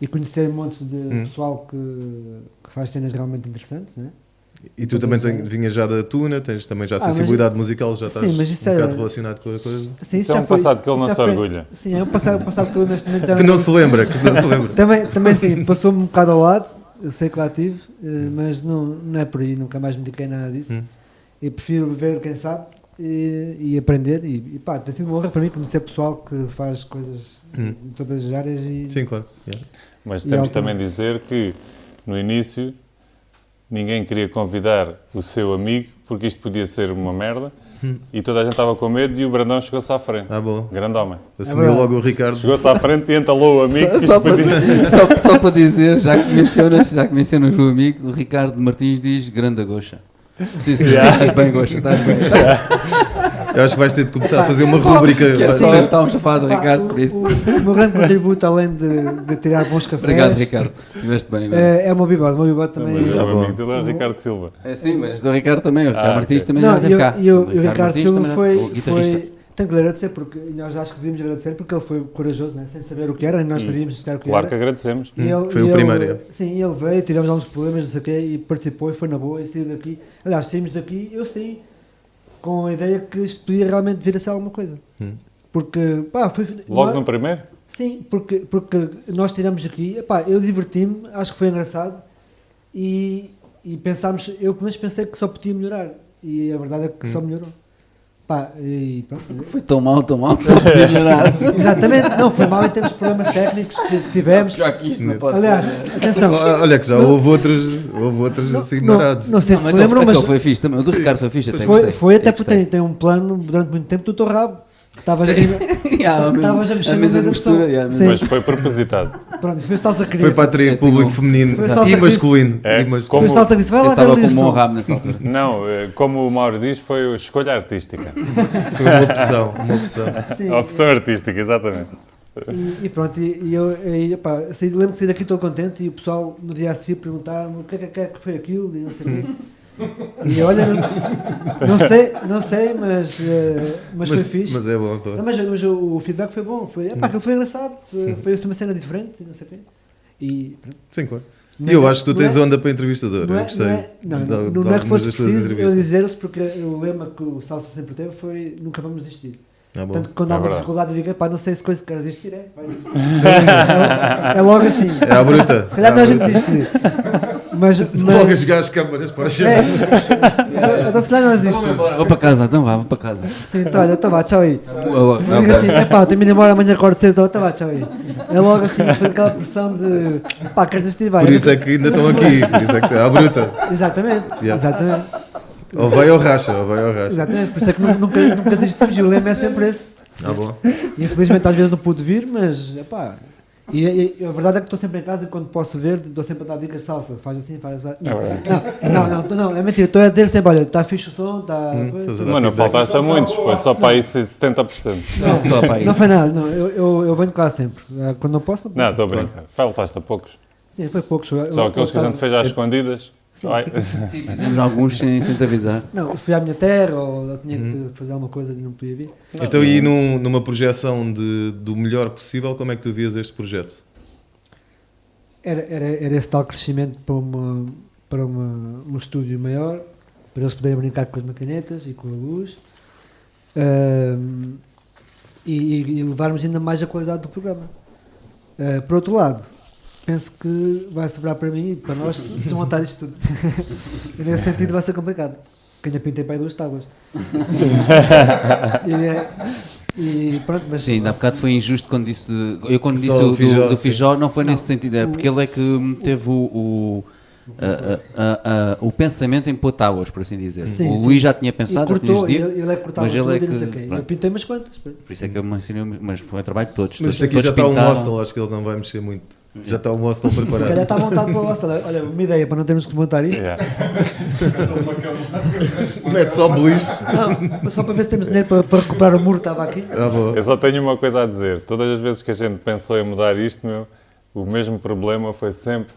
E: e conhecer um monte de
A: Hum.
E: pessoal que, que faz cenas realmente interessantes, né?
A: E tu também ten- vinhas já da tuna, tens também já a
E: Ah, mas-
A: sensibilidade musical, já
E: Sim,
A: estás
E: mas isso
A: um
E: é-
A: bocado relacionado com a coisa.
E: Sim,
B: Isso é um passado que ele não se orgulha.
E: Sim, é um passado, passado que eu neste momento já
A: Que não se lembra, que não se lembra.
E: Também, também sim, passou-me um bocado ao lado, eu sei que lá tive, eh, mas não, não é por aí, nunca mais me dediquei a nada disso. Eu prefiro ver quem sabe e, e aprender. E, e pá, tem sido uma honra para mim conhecer pessoal que faz coisas em todas as áreas e.
A: Sim, claro. Yeah.
B: Mas
E: E
B: temos
E: alternativo.
B: também de dizer que, no início, ninguém queria convidar o seu amigo, porque isto podia ser uma merda, e toda a gente estava com medo, e o Brandão chegou-se à frente.
A: Ah, bom.
B: Grande homem.
A: Assumiu
E: É verdade.
A: logo o Ricardo.
B: Chegou-se à frente e entalou o amigo. que isto
C: Só, só
B: podia-
C: para, só- só para dizer, já que mencionas, já que mencionas o amigo, o Ricardo Martins diz grande gocha. Sim, sim, estás bem, gocha, estás bem.
A: Eu acho que vais ter de começar a fazer uma rúbrica.
C: Que é
A: Vai-
C: só,
A: tens-
C: estávamos a falar do
E: Pá,
C: Ricardo, por
E: o,
C: isso.
E: o- o meu grande contributo, além de, de tirar bons cafés,
C: Obrigado, Ricardo. Estiveste bem agora.
E: eh, é o meu bigode. O meu bigode também.
B: Mas
A: Tá
B: o
A: bom.
B: amigo dele é Ricardo Silva.
C: É sim, mas do Ricardo também, o Ricardo
B: Ah,
C: Martins
B: ok.
C: também
E: Não,
C: já
E: e
C: teve
E: o-
C: cá.
E: e o, e o Ricardo
C: Martins
E: Silva
C: também
E: foi.
C: já- o guitarrista.
E: foi tenho que lhe agradecer porque nós acho que devíamos agradecer porque ele foi corajoso, né? sem saber o que era, e
C: Hum.
E: nós sabíamos sequer o é? que
B: Claro que
E: era.
B: agradecemos.
E: E ele-
A: Hum, foi
E: e
A: o
E: ele-
A: primeiro. é.
E: Sim, e ele veio, tivemos alguns problemas, não sei o quê, e participou e foi na boa e saiu daqui. Aliás, saímos daqui, eu saí com a ideia que isto podia realmente vir a ser alguma coisa.
A: Hum.
E: Porque, pá, foi.
B: Logo
E: nós-
B: no primeiro?
E: Sim, porque, porque nós tivemos aqui, epá, eu diverti-me, acho que foi engraçado
A: Hum.
E: e, e pensámos, eu pelo menos pensei que só podia melhorar e a verdade é que só melhorou. Pá, e pronto.
C: Foi tão mal, tão mal, só podia melhorar.
E: Exatamente, não foi mal em termos de problemas técnicos que tivemos.
D: Já que isto não pode
E: Aliás,
D: ser. né?
E: atenção,
A: Olha que já houve outras, houve outras
E: não,
A: assim
E: não,
A: ignoradas.
E: não sei
C: Não, mas
E: se
C: é
E: se lembram,
C: aquele-
E: mas
C: aquele foi fixe também. O do Ricardo foi é fixe, até
E: foi,
C: gostei.
E: foi até
C: Eu
E: porque tem, tem um plano durante muito tempo do teu rabo. que Estavas a,
C: gostei. Yeah,
E: que estavas a mexer na mesa de
C: mistura.
E: som.
C: yeah, a mesa-
E: Sim.
B: Mas foi propositado.
E: pronto, isso foi só a querer.
A: Foi para atrair
C: Eu
A: público
C: tenho-
A: feminino
E: Foi só
A: e
E: para
A: masculino.
B: tipo, É,
A: E mas-
B: como-
E: Foi só a dizer, vai
C: Eu
E: lá,
C: estava com o
E: Carolina. isso
C: mão
E: não.
C: um rabo nessa altura.
B: Não, eh, como o Mauro diz, foi escolha artística.
A: Foi uma opção, uma opção.
E: Sim.
B: A opção artística, exatamente.
E: E, e pronto, e, e eu e, epá, saí- lembro que saí daqui todo contente e o pessoal no dia a seguir perguntava-me o que é que, que é que foi aquilo e não sei o quê. E olha, não, não sei, não sei, mas, eh, mas, foi fixe.
A: mas é bom. pá.
E: Não, mas, mas o, o feedback foi bom, foi, epá, aquilo foi engraçado, foi, foi uma cena diferente e não sei o quê. E pronto,
A: Sim, claro.
E: não
A: E eu
E: é-
A: acho que tu
E: não é-
A: tens onda para entrevistador. Eu
E: não é, não,
A: gostei.
E: é,
A: de-
E: não, não,
A: de
E: não, é que
A: algumas
E: fosse
A: das tuas
E: preciso eu
A: entrevistas.
E: dizer-lhes, porque o lema que o Salsa sempre teve foi nunca vamos desistir.
A: Ah, bom.
E: Portanto, quando há
B: É
E: uma
B: verdade.
E: dificuldade, eu digo, pá, não sei se coisa que queres existir, é? Vai existir. é, é logo assim.
A: É à bruta.
E: Se calhar
A: é à
E: melhor a gente
A: bruta.
E: desiste. Mas,
A: Logo a
E: mas
A: jogar as câmaras para a
E: é,
A: gente.
E: eu- então se calhar não existe.
A: Tá
D: Vamos embora.
C: Vou para casa, então vá, vou para casa.
E: Sim, então olha, tá vá, tchau aí.
C: Boa, boa.
E: Não diga assim, é pá, eu termino embora amanhã acordo cedo, então tá vá, tchau aí. É logo assim, por aquela pressão de pá, queres desistir, vai.
A: Por isso é que ainda estão aqui. Por isso é que à bruta.
E: Exatamente,
A: Yeah.
E: exatamente.
A: Ou vai ao racha, ou vai ao racha.
E: Exatamente, por isso é que nu- nunca, nunca desistimos e o lema é sempre esse.
A: Ah, bom.
E: E, Infelizmente às vezes não pude vir, mas epá. E, e- e a verdade é que estou sempre em casa e quando posso ver, dou sempre a dar dicas de salsa, faz assim, faz assim.
B: É
E: Não, não, não, não, não, é mentira, estou a dizer sempre, olha, está fixe o som, está.
A: estás a dar
B: Mas não
A: feedback.
B: faltaste Hum, a muitos, foi só para aí 70%.
C: Só para aí.
E: Não foi nada, não, eu, eu, eu venho cá sempre. Ah, Quando não posso, não posso.
B: Não, estou a brincar. Faltaste a poucos.
E: Sim, foi poucos. eu-
B: Só
E: eu-
B: aqueles
E: eu
B: que a
E: tava-
B: gente fez às escondidas. Ai,
C: Sim, fizemos alguns sem, sem te avisar.
E: Não, fui à minha terra ou eu tinha
B: Hum.
E: que fazer alguma coisa e não podia vir.
A: Então, e num- numa projeção de, do melhor possível, como é que tu vias este projeto?
E: Era, era, era esse tal crescimento para, uma, para uma, um estúdio maior, para eles poderem brincar com as macanetas e com a luz Ahm, e, e levarmos ainda mais a qualidade do programa. Ah, por outro lado, penso que vai sobrar para mim e para nós desmontar isto tudo. e nesse sentido vai ser complicado. Que ainda pintei para aí duas tábuas. e, e pronto, mas
C: Sim, ainda há bocado foi injusto quando disse. Eu quando
A: Só
C: disse
A: o
C: o,
A: Fijó,
C: do, do
A: sim.
C: Fijó, não foi nesse sentido, é porque ele é que hum, teve o. o a- a- a- a- o pensamento em pôr tábuas, por assim dizer.
E: Sim,
C: o
E: sim.
C: Luís já tinha
E: E
C: pensado, já tinha
E: cortou,
C: dito,
E: ele, ele é que cortava
C: mas ele
E: tudo
C: é
E: e não sei o
C: que-
E: quê. Eu
C: pronto.
E: pintei umas quantas. pronto.
C: por isso é que eu me ensinei, mas foi um trabalho de
A: Mas
C: todos. todos-
A: isto aqui já
C: todos
A: está um
C: pintaram.
A: hostel, acho que ele não vai mexer muito. Já está um hostel
E: Se calhar tá-
A: preparado.
E: está montado para o hostel. Olha, uma ideia para não termos que montar isto.
B: yeah.
A: Mete só beliche.
E: Não, só para ver se temos dinheiro para, para recuperar o muro que estava aqui.
A: Ah, bom.
B: Eu só tenho uma coisa a dizer. Todas as vezes que a gente pensou em mudar isto, meu, o mesmo problema foi sempre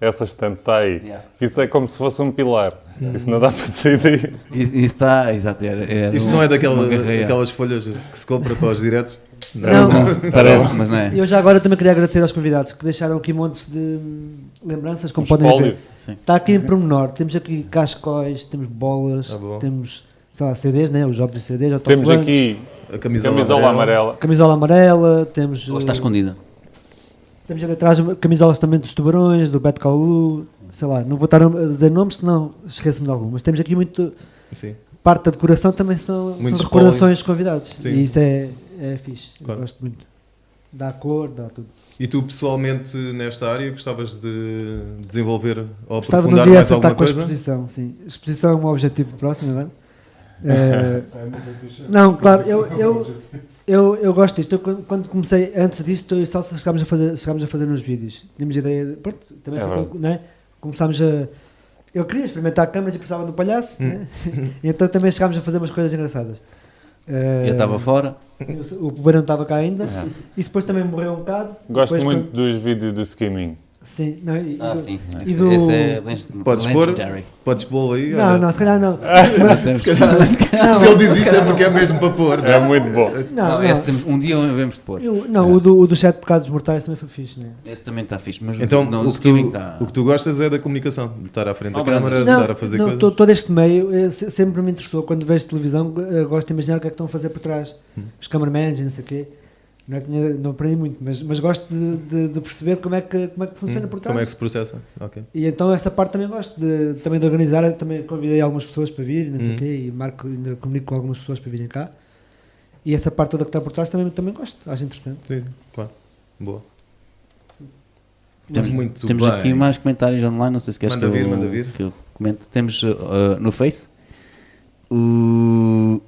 B: essa estante está aí.
C: Yeah.
B: Isso é como se fosse um pilar. Isso não dá para sair daí.
C: E- e Isso está, exato. Era, era
A: Isto
C: um-
A: não é daquela,
C: uma carreira.
A: daquelas folhas que se compra para os diretos?
E: Não.
C: Parece, mas não é.
E: Eu já agora também queria agradecer aos convidados que deixaram aqui montes de hum, lembranças, como
B: Um
E: podem
B: espólio.
E: ver.
C: Sim.
E: Está aqui em pormenor. Temos aqui cascóis, temos bolas,
A: Ah, bom.
E: temos sei lá, CDs, né? os óbvios CDs,
B: Temos
E: autocolantes,
B: aqui
A: A camisola,
B: camisola amarela.
E: Camisola amarela, temos,
C: Ou está
E: eh,
C: escondida.
E: temos ali atrás camisolas também dos tubarões, do Beto Caulu, sei lá, não vou estar a dizer nomes, senão esqueço-me de algum. Mas temos aqui muito,
A: Sim.
E: parte da decoração também são, são
A: Muitos
E: recordações dos convidados.
A: Sim.
E: E isso é, é fixe. Eu
A: Claro.
E: gosto muito. Dá cor, dá tudo.
A: E tu, pessoalmente, nesta área, gostavas de desenvolver ou
E: Gostava de um
A: aprofundar
E: dia
A: mais
E: acertar
A: alguma
E: com a
A: coisa?
E: exposição, sim. A exposição é um objetivo próximo, não é? Eh, não, claro, eu, eu, eu, eu gosto disto. Eu, quando, quando comecei, antes disto, eu e Salsa chegámos a fazer, chegámos a fazer nos vídeos. Tínhamos ideia de. Pronto, também
B: É
E: foi
B: verdade.
E: quando, não é? Começámos a. Eu queria experimentar câmeras e precisava do palhaço, né? E então também chegámos a fazer umas coisas engraçadas. Eh,
C: Eu estava fora. Ah,
E: O o Barão estava cá ainda. E depois também morreu um bocado.
B: É. Gosto
E: Depois
B: muito
E: quando-
B: dos vídeos do skimming.
E: Sim, não, e,
C: Ah,
E: do-
C: sim.
E: E
C: Esse,
E: do...
C: esse é legend-
A: Podes pôr?
C: legendary.
A: Podes pô-lo aí?
E: Não,
A: olha.
E: não, se calhar não.
C: Ah. Temos-
E: Não,
A: Se ele diz isto é porque é mesmo para pôr.
B: É muito bom.
E: não,
C: Não,
E: não.
C: esse temos, um dia devemos de pôr.
E: Eu- não, o, do, o dos sete pecados mortais também foi fixe, né?
C: Esse também está fixe, mas
A: Então, o,
C: não, o tá-
A: que tu,
C: streaming está.
A: o que tu gostas é da comunicação, de estar à frente da
C: Oh, Brandon.
A: câmara, de
E: não,
A: estar a fazer
E: não,
A: coisas.
E: to- todo este meio eh, se- sempre é
A: Hum.
E: me interessou. Quando vejo televisão, eh, gosto de imaginar o que é que estão a fazer por trás. Os cameramans e não sei o quê. Não, é que tinha- não aprendi muito, mas, mas gosto de, de- de perceber como é que, como é que funciona
A: Hum,
E: por trás.
A: Como é que se processa? Ok.
E: E então essa parte também gosto de, também de organizar, também convidei algumas pessoas para vir, não sei o
A: Uhum.
E: quê, e marco, ainda comunico com algumas pessoas para virem cá. E essa parte toda que está por trás também, também gosto, acho interessante.
A: Sim, sim, claro. Boa.
C: Temos-
A: Mas muito
C: Temos
A: bem.
C: aqui mais comentários online, não sei se queres
A: Manda
C: que, eu,
A: vir, manda vir.
C: que eu comente. Temos uh, no Face o.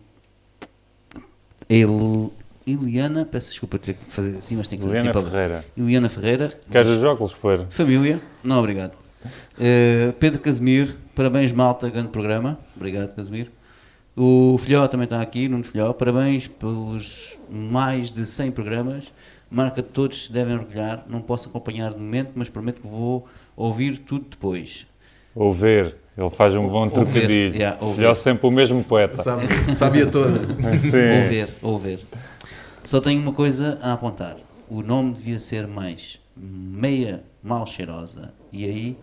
C: El- Eliana, peço desculpa ter que fazer assim, mas tenho que fazer
B: Helena
C: assim para-
B: Ferreira.
C: Eliana Ferreira,
B: Queres os óculos, poeira?
C: família, não obrigado. Uh, Pedro Casimiro, parabéns malta, grande programa, obrigado Casimiro. O Filhó também está aqui, Nuno Filhó, parabéns pelos mais de 100 programas. Marca de todos se devem orgulhar, não posso acompanhar de momento, mas prometo que vou ouvir tudo depois.
B: Ou ver. Ele faz um bom
C: Ou ver,
B: trocadilho.
C: yeah, ou
B: Filhó
C: ver.
B: sempre o mesmo poeta.
A: Sabe, sabia toda.
B: Sim.
C: Ouvir, ouvir. Só tenho uma coisa a apontar. O nome devia ser mais meia mal cheirosa. E aí,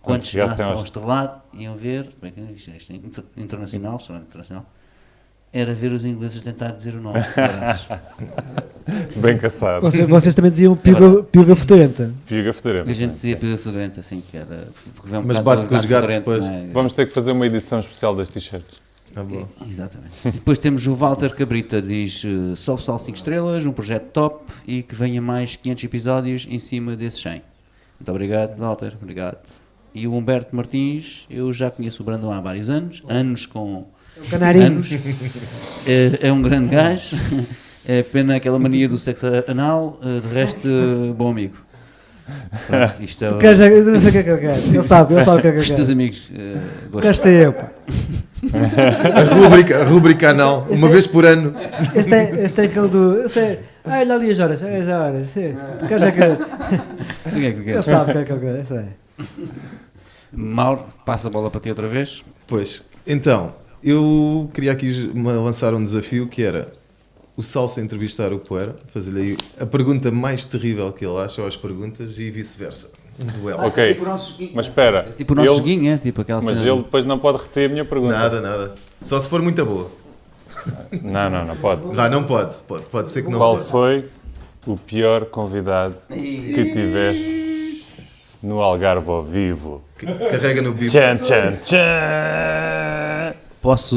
B: Quando
C: quando
B: chegassem
C: chegassem ao
B: aos-
C: estrelado, iam ver. Como é que isto é? Isto é inter- Internacional, será internacional? Era ver os ingleses tentar dizer o nome. Abraços.
B: Bem caçado.
E: Vocês, vocês também diziam piuga, piuga fedorenta.
B: Piuga
C: A
B: federante.
C: gente dizia pelo fedorento assim, que era. porque vem um
A: Mas
C: bocado
A: bate
C: do
A: com os
C: gato
A: gatos
C: fedorento, não é?
B: Vamos ter que fazer uma edição especial das t-shirts.
A: Ah, boa.
C: Exatamente. E depois temos o Walter Cabrita, diz eh, só pessoal 5 estrelas, um projeto top e que venha mais 500 episódios em cima desses 100. Muito obrigado, Walter, obrigado. E o Humberto Martins, eu já conheço o Brandon há vários anos, anos com
E: O canarinho.
C: anos. É, é um grande gajo, é pena aquela mania do sexo anal, eh, de resto, eh, bom amigo. Pronto, isto é
E: Tu
C: o-
E: queres, eu não sei o que é que eu quero. Ele sabe, ele sabe o que é que eu
C: os teus
E: quero.
C: amigos. eh, gostam.
E: Quero ser eu, pá.
A: A rubrica, a rubrica anal, uma
E: é-
A: vez por ano.
E: Este é, este é aquele do. Este é, ah, olha ali as horas, olha as horas. Sim, tu queres é que.
C: Sim, é que eu quero.
E: Ele sabe o que é que eu quero. eu sei.
C: Mauro, passa a bola para ti outra vez.
A: Pois. Então, eu queria aqui ma- lançar um desafio que era o Salsa entrevistar o Poeira, fazer-lhe aí a pergunta mais terrível que ele acha ou as perguntas e vice-versa. Um duelo.
B: Ok. Mas espera.
C: Tipo o nosso
B: ele-
C: joguinho, é? Tipo aquela
B: Mas
C: cena.
B: ele depois não pode repetir a minha pergunta.
A: Nada, nada. Só se for muito boa.
B: Não, não, não pode.
A: Já não pode. Pode, pode ser que não
B: Qual
A: pode.
B: foi o pior convidado que tiveste no Algarve ao vivo?
A: Carrega no bico.
B: Tchan, tchan, tchan!
C: Posso.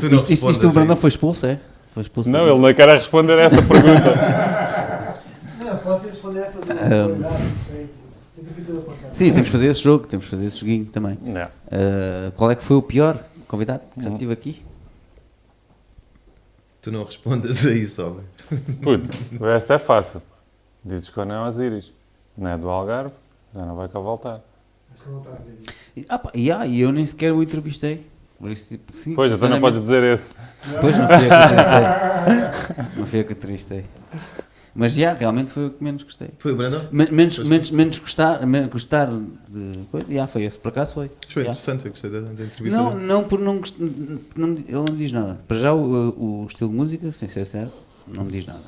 A: Tu não
C: isto, isto,
A: respondes
C: isto
A: a
C: o Brandão
A: isso.
C: foi expulso, é? Foi expulso.
B: Não, ele não quer responder a esta pergunta.
E: Não, posso responder essa do.
C: Ah. Sim, temos que fazer esse jogo, temos que fazer esse joguinho também.
B: Não.
C: Ah, qual é que foi o pior convidado que já
B: Uhum.
C: tive aqui?
A: Tu não respondas a isso, homem.
B: Puto, esta é fácil. Dizes que o Anão Osiris não é do Algarve, já não vai cá voltar.
C: E, ah, pá, e ah, e eu nem sequer o entrevistei. Por isso, tipo, sim,
B: Pois, então não podes dizer
C: sinceramente,
B: esse.
C: Pois, não fui eu que entrevistei. não fui eu que entrevistei. Mas já, realmente foi o que menos gostei.
A: Foi, Brandão?
C: Men- Menos, menos, menos gostar, men- gostar de coisa, já foi esse, por acaso foi.
A: Acho bem
C: Já.
A: interessante, eu gostei da, da entrevista.
C: Não,
A: dele.
C: não, por não, gost- não me- ele não me diz nada. Para já o, o estilo de música, sem ser certo, não me diz nada.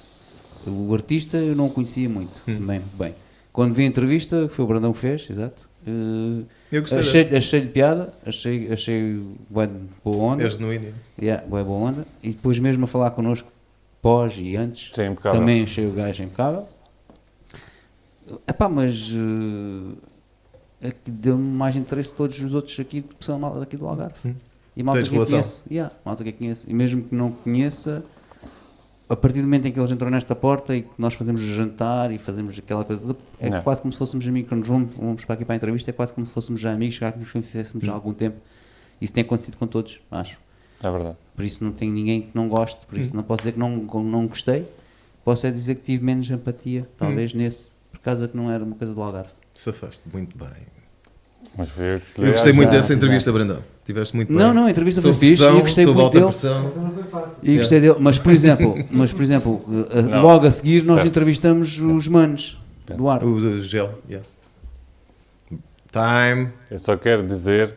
C: O artista eu não o conhecia muito,
A: Hum.
C: bem, bem. Quando vi a entrevista, que foi o Brandão que fez, exato, eh,
A: Eu gostei
C: achei- achei-lhe piada, achei, achei bué de boa onda,
A: É genuíno.
C: yeah, bué boa onda, e depois mesmo a falar connosco pós e antes,
B: Sim, é impecável.
C: também achei o gajo impecável. Epá, mas eh, é que deu-me mais interesse todos os outros aqui do que são a malta daqui do Algarve. E malta
A: Tens
C: que eu
A: relação?
C: conheço. Yeah, malta que eu conheço. E mesmo que não conheça, a partir do momento em que eles entram nesta porta e que nós fazemos o jantar e fazemos aquela coisa, toda, é
B: Não.
C: quase como se fôssemos amigos. Quando nos vamos, vamos para aqui para a entrevista, é quase como se fôssemos já amigos, já que nos conhecêssemos já há algum tempo. Isso tem acontecido com todos, acho.
B: É verdade.
C: Por isso não tenho ninguém que não goste, por isso
B: Hum.
C: não posso dizer que não, que não gostei. Posso é dizer que tive menos empatia,
B: Hum.
C: talvez nesse, por causa que não era uma coisa do Algarve.
A: Safaste muito bem.
B: Mas ver que
A: Eu gostei muito
C: já,
A: dessa
C: já.
A: entrevista, Brandão. Tiveste muito
C: Não,
A: bem.
C: não, a entrevista
A: Sob
C: foi fixe e eu
A: pressão,
C: gostei
A: sob
C: muito
A: alta
C: dele.
A: pressão.
C: E gostei dele, mas por exemplo, mas, por exemplo eh,
B: Não.
C: logo a seguir nós
B: Espera.
C: entrevistamos os manos do ar.
A: O, o gel, yeah. Time.
B: Eu só quero dizer,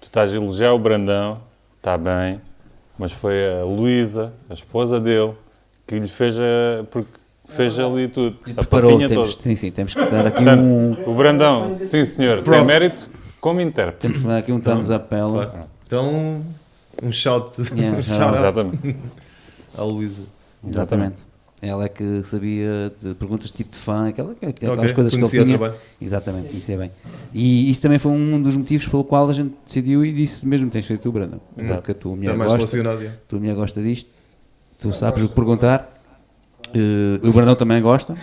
B: tu estás a elogiar o Brandão, está bem, mas foi a Luísa, a esposa dele, que lhe fez a... Porque fez ali tudo. A
C: É Preparou,
B: papinha
C: temos,
B: toda.
C: sim, sim, temos que dar aqui
B: Portanto,
C: um,
B: o Brandão, sim senhor, tem
A: Props.
B: mérito como intérprete.
C: temos que dar aqui um thumbs up a ela.
A: Claro. Então, um shout,
C: Yeah,
A: um shout out
B: Exatamente.
A: à Luísa.
C: Exatamente. Ela é que sabia de perguntas de tipo de fã, aquela, aquelas
A: Ok,
C: coisas que ele
A: conhecia o
C: tinha.
A: trabalho.
C: Exatamente, conhecia bem. E isso também foi um dos motivos pelo qual a gente decidiu e disse mesmo: tens de ser tu, Brandon. Porque a tua
A: Está
C: mulher
A: Uhum. Tá mais
C: gosta.
A: relacionado. é.
C: Tu mulher gosta disto, tu sabes o que perguntar. Eh, o Brandão também gosta,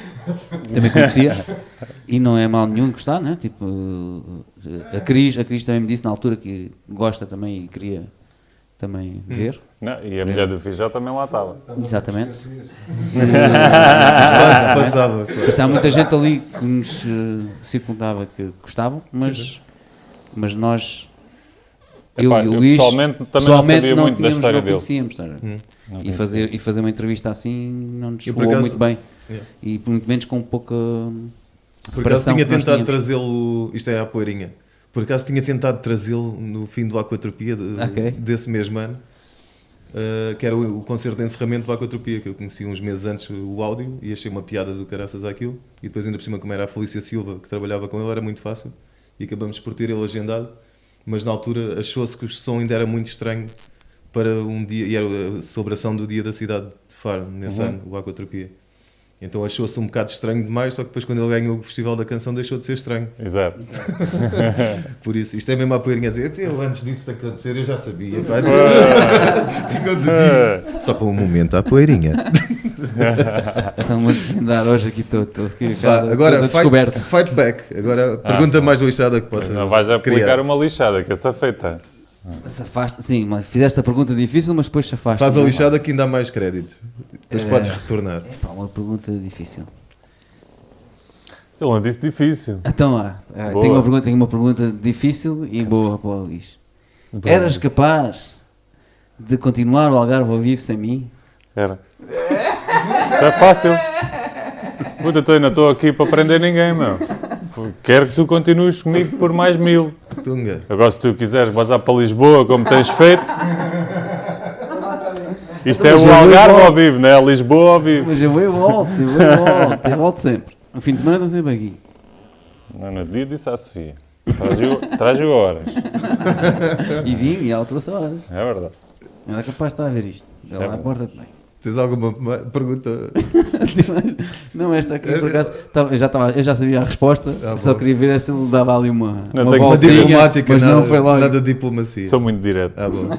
C: também conhecia, e não é mal nenhum gostar, né? Tipo, eh, a, Cris, a Cris também me disse na altura que gosta também e queria também ver.
B: Não, e a mulher do Fijó também lá estava.
C: Exatamente. Ah,
A: Quase passava. claro.
C: Mas há muita gente ali que nos eh, circundava que gostavam, mas, mas nós. Eu
B: Epá,
C: e o
B: eu
C: Luís.
B: pessoalmente também não
C: pessoalmente
B: sabia muito da
C: tínhamos-
B: história
C: não
B: dele.
C: conhecíamos, estás a
A: Hum.
C: ver? e, fazer, e fazer uma entrevista assim não nos
A: Eu, por
C: soou
A: acaso-
C: muito bem.
A: Yeah.
C: E por muito menos com pouca.
A: Por acaso
C: preparação
A: tinha
C: que nós
A: tentado
C: tínhamos.
A: trazê-lo. Isto é a poeirinha. Por acaso tinha tentado trazê-lo no fim do Aquatropia de-
C: Ok.
A: desse mesmo ano, ah, que era o, o concerto de encerramento do Aquatropia, que eu conheci uns meses antes o áudio e achei uma piada do caraças àquilo. E depois, ainda por cima, como era a Felícia Silva que trabalhava com ele, era muito fácil e acabamos por ter ele agendado. Mas na altura achou-se que o som ainda era muito estranho para um dia, e era a celebração do Dia da Cidade de Faro, nesse ano, o Aquatropia. Então achou-se um bocado estranho demais, só que depois quando ele ganhou o Festival da Canção deixou de ser estranho.
B: Exato.
A: Por isso, isto é mesmo a poeirinha a dizer, "Eu- eu antes disso acontecer eu já sabia. pá." Tinha o dedinho. Só para um momento, a poeirinha.
C: Estão-me a desvendar hoje aqui estou- estou aqui
A: Vá,
C: cara,
A: agora,
C: toda
A: fight,
C: descoberta.
A: fight back. Agora, pergunta mais lixada que possa
B: Ah, Não vais aplicar
A: criar.
B: uma lixada, que essa feita.
C: Safaste, sim, mas fizeste a pergunta difícil, mas depois safaste.
A: Faz a
C: Não,
A: lixada que ainda há mais crédito. Depois
C: É.
A: podes retornar.
C: pá, uma pergunta difícil.
B: Ele não disse difícil.
C: Então lá, ah,
B: Boa.
C: tenho uma pergunta, tenho uma pergunta difícil e boa para o Luís. Eras capaz de continuar o Algarve ao vivo sem mim?
B: Era. Isso é fácil. Puta, eu não estou aqui para prender ninguém, meu. Fui- Quero que tu continues comigo por mais mil.
A: Tunga.
B: Agora, se tu quiseres vazar para Lisboa, como tens feito. Isto é
C: Mas
B: o
C: eu
B: Algarve
C: vou-
B: ao vivo, não é? Lisboa ao vivo.
C: Mas eu vou e volto, eu vou e volto, eu volto sempre. No fim de semana estou sempre aqui.
B: Não, no dia disse à Sofia. Traz-lhe traz horas.
C: E vim e ela trouxe horas.
B: É verdade.
C: Ela é capaz de estar a ver isto. Ela à
B: bom.
C: porta também.
A: Tens alguma ma- pergunta?
C: Não, esta aqui por acaso tava- eu, já tava- eu já sabia a resposta,
A: Ah,
C: só
A: bom.
C: queria ver é se ele dava ali uma,
B: Não,
C: uma
B: tem que
A: Uma
B: Voltinha,
C: voltinha,
A: diplomática,
C: mas
A: nada,
C: não foi logo.
A: nada de diplomacia.
B: Sou muito direto.
A: Ah, bom.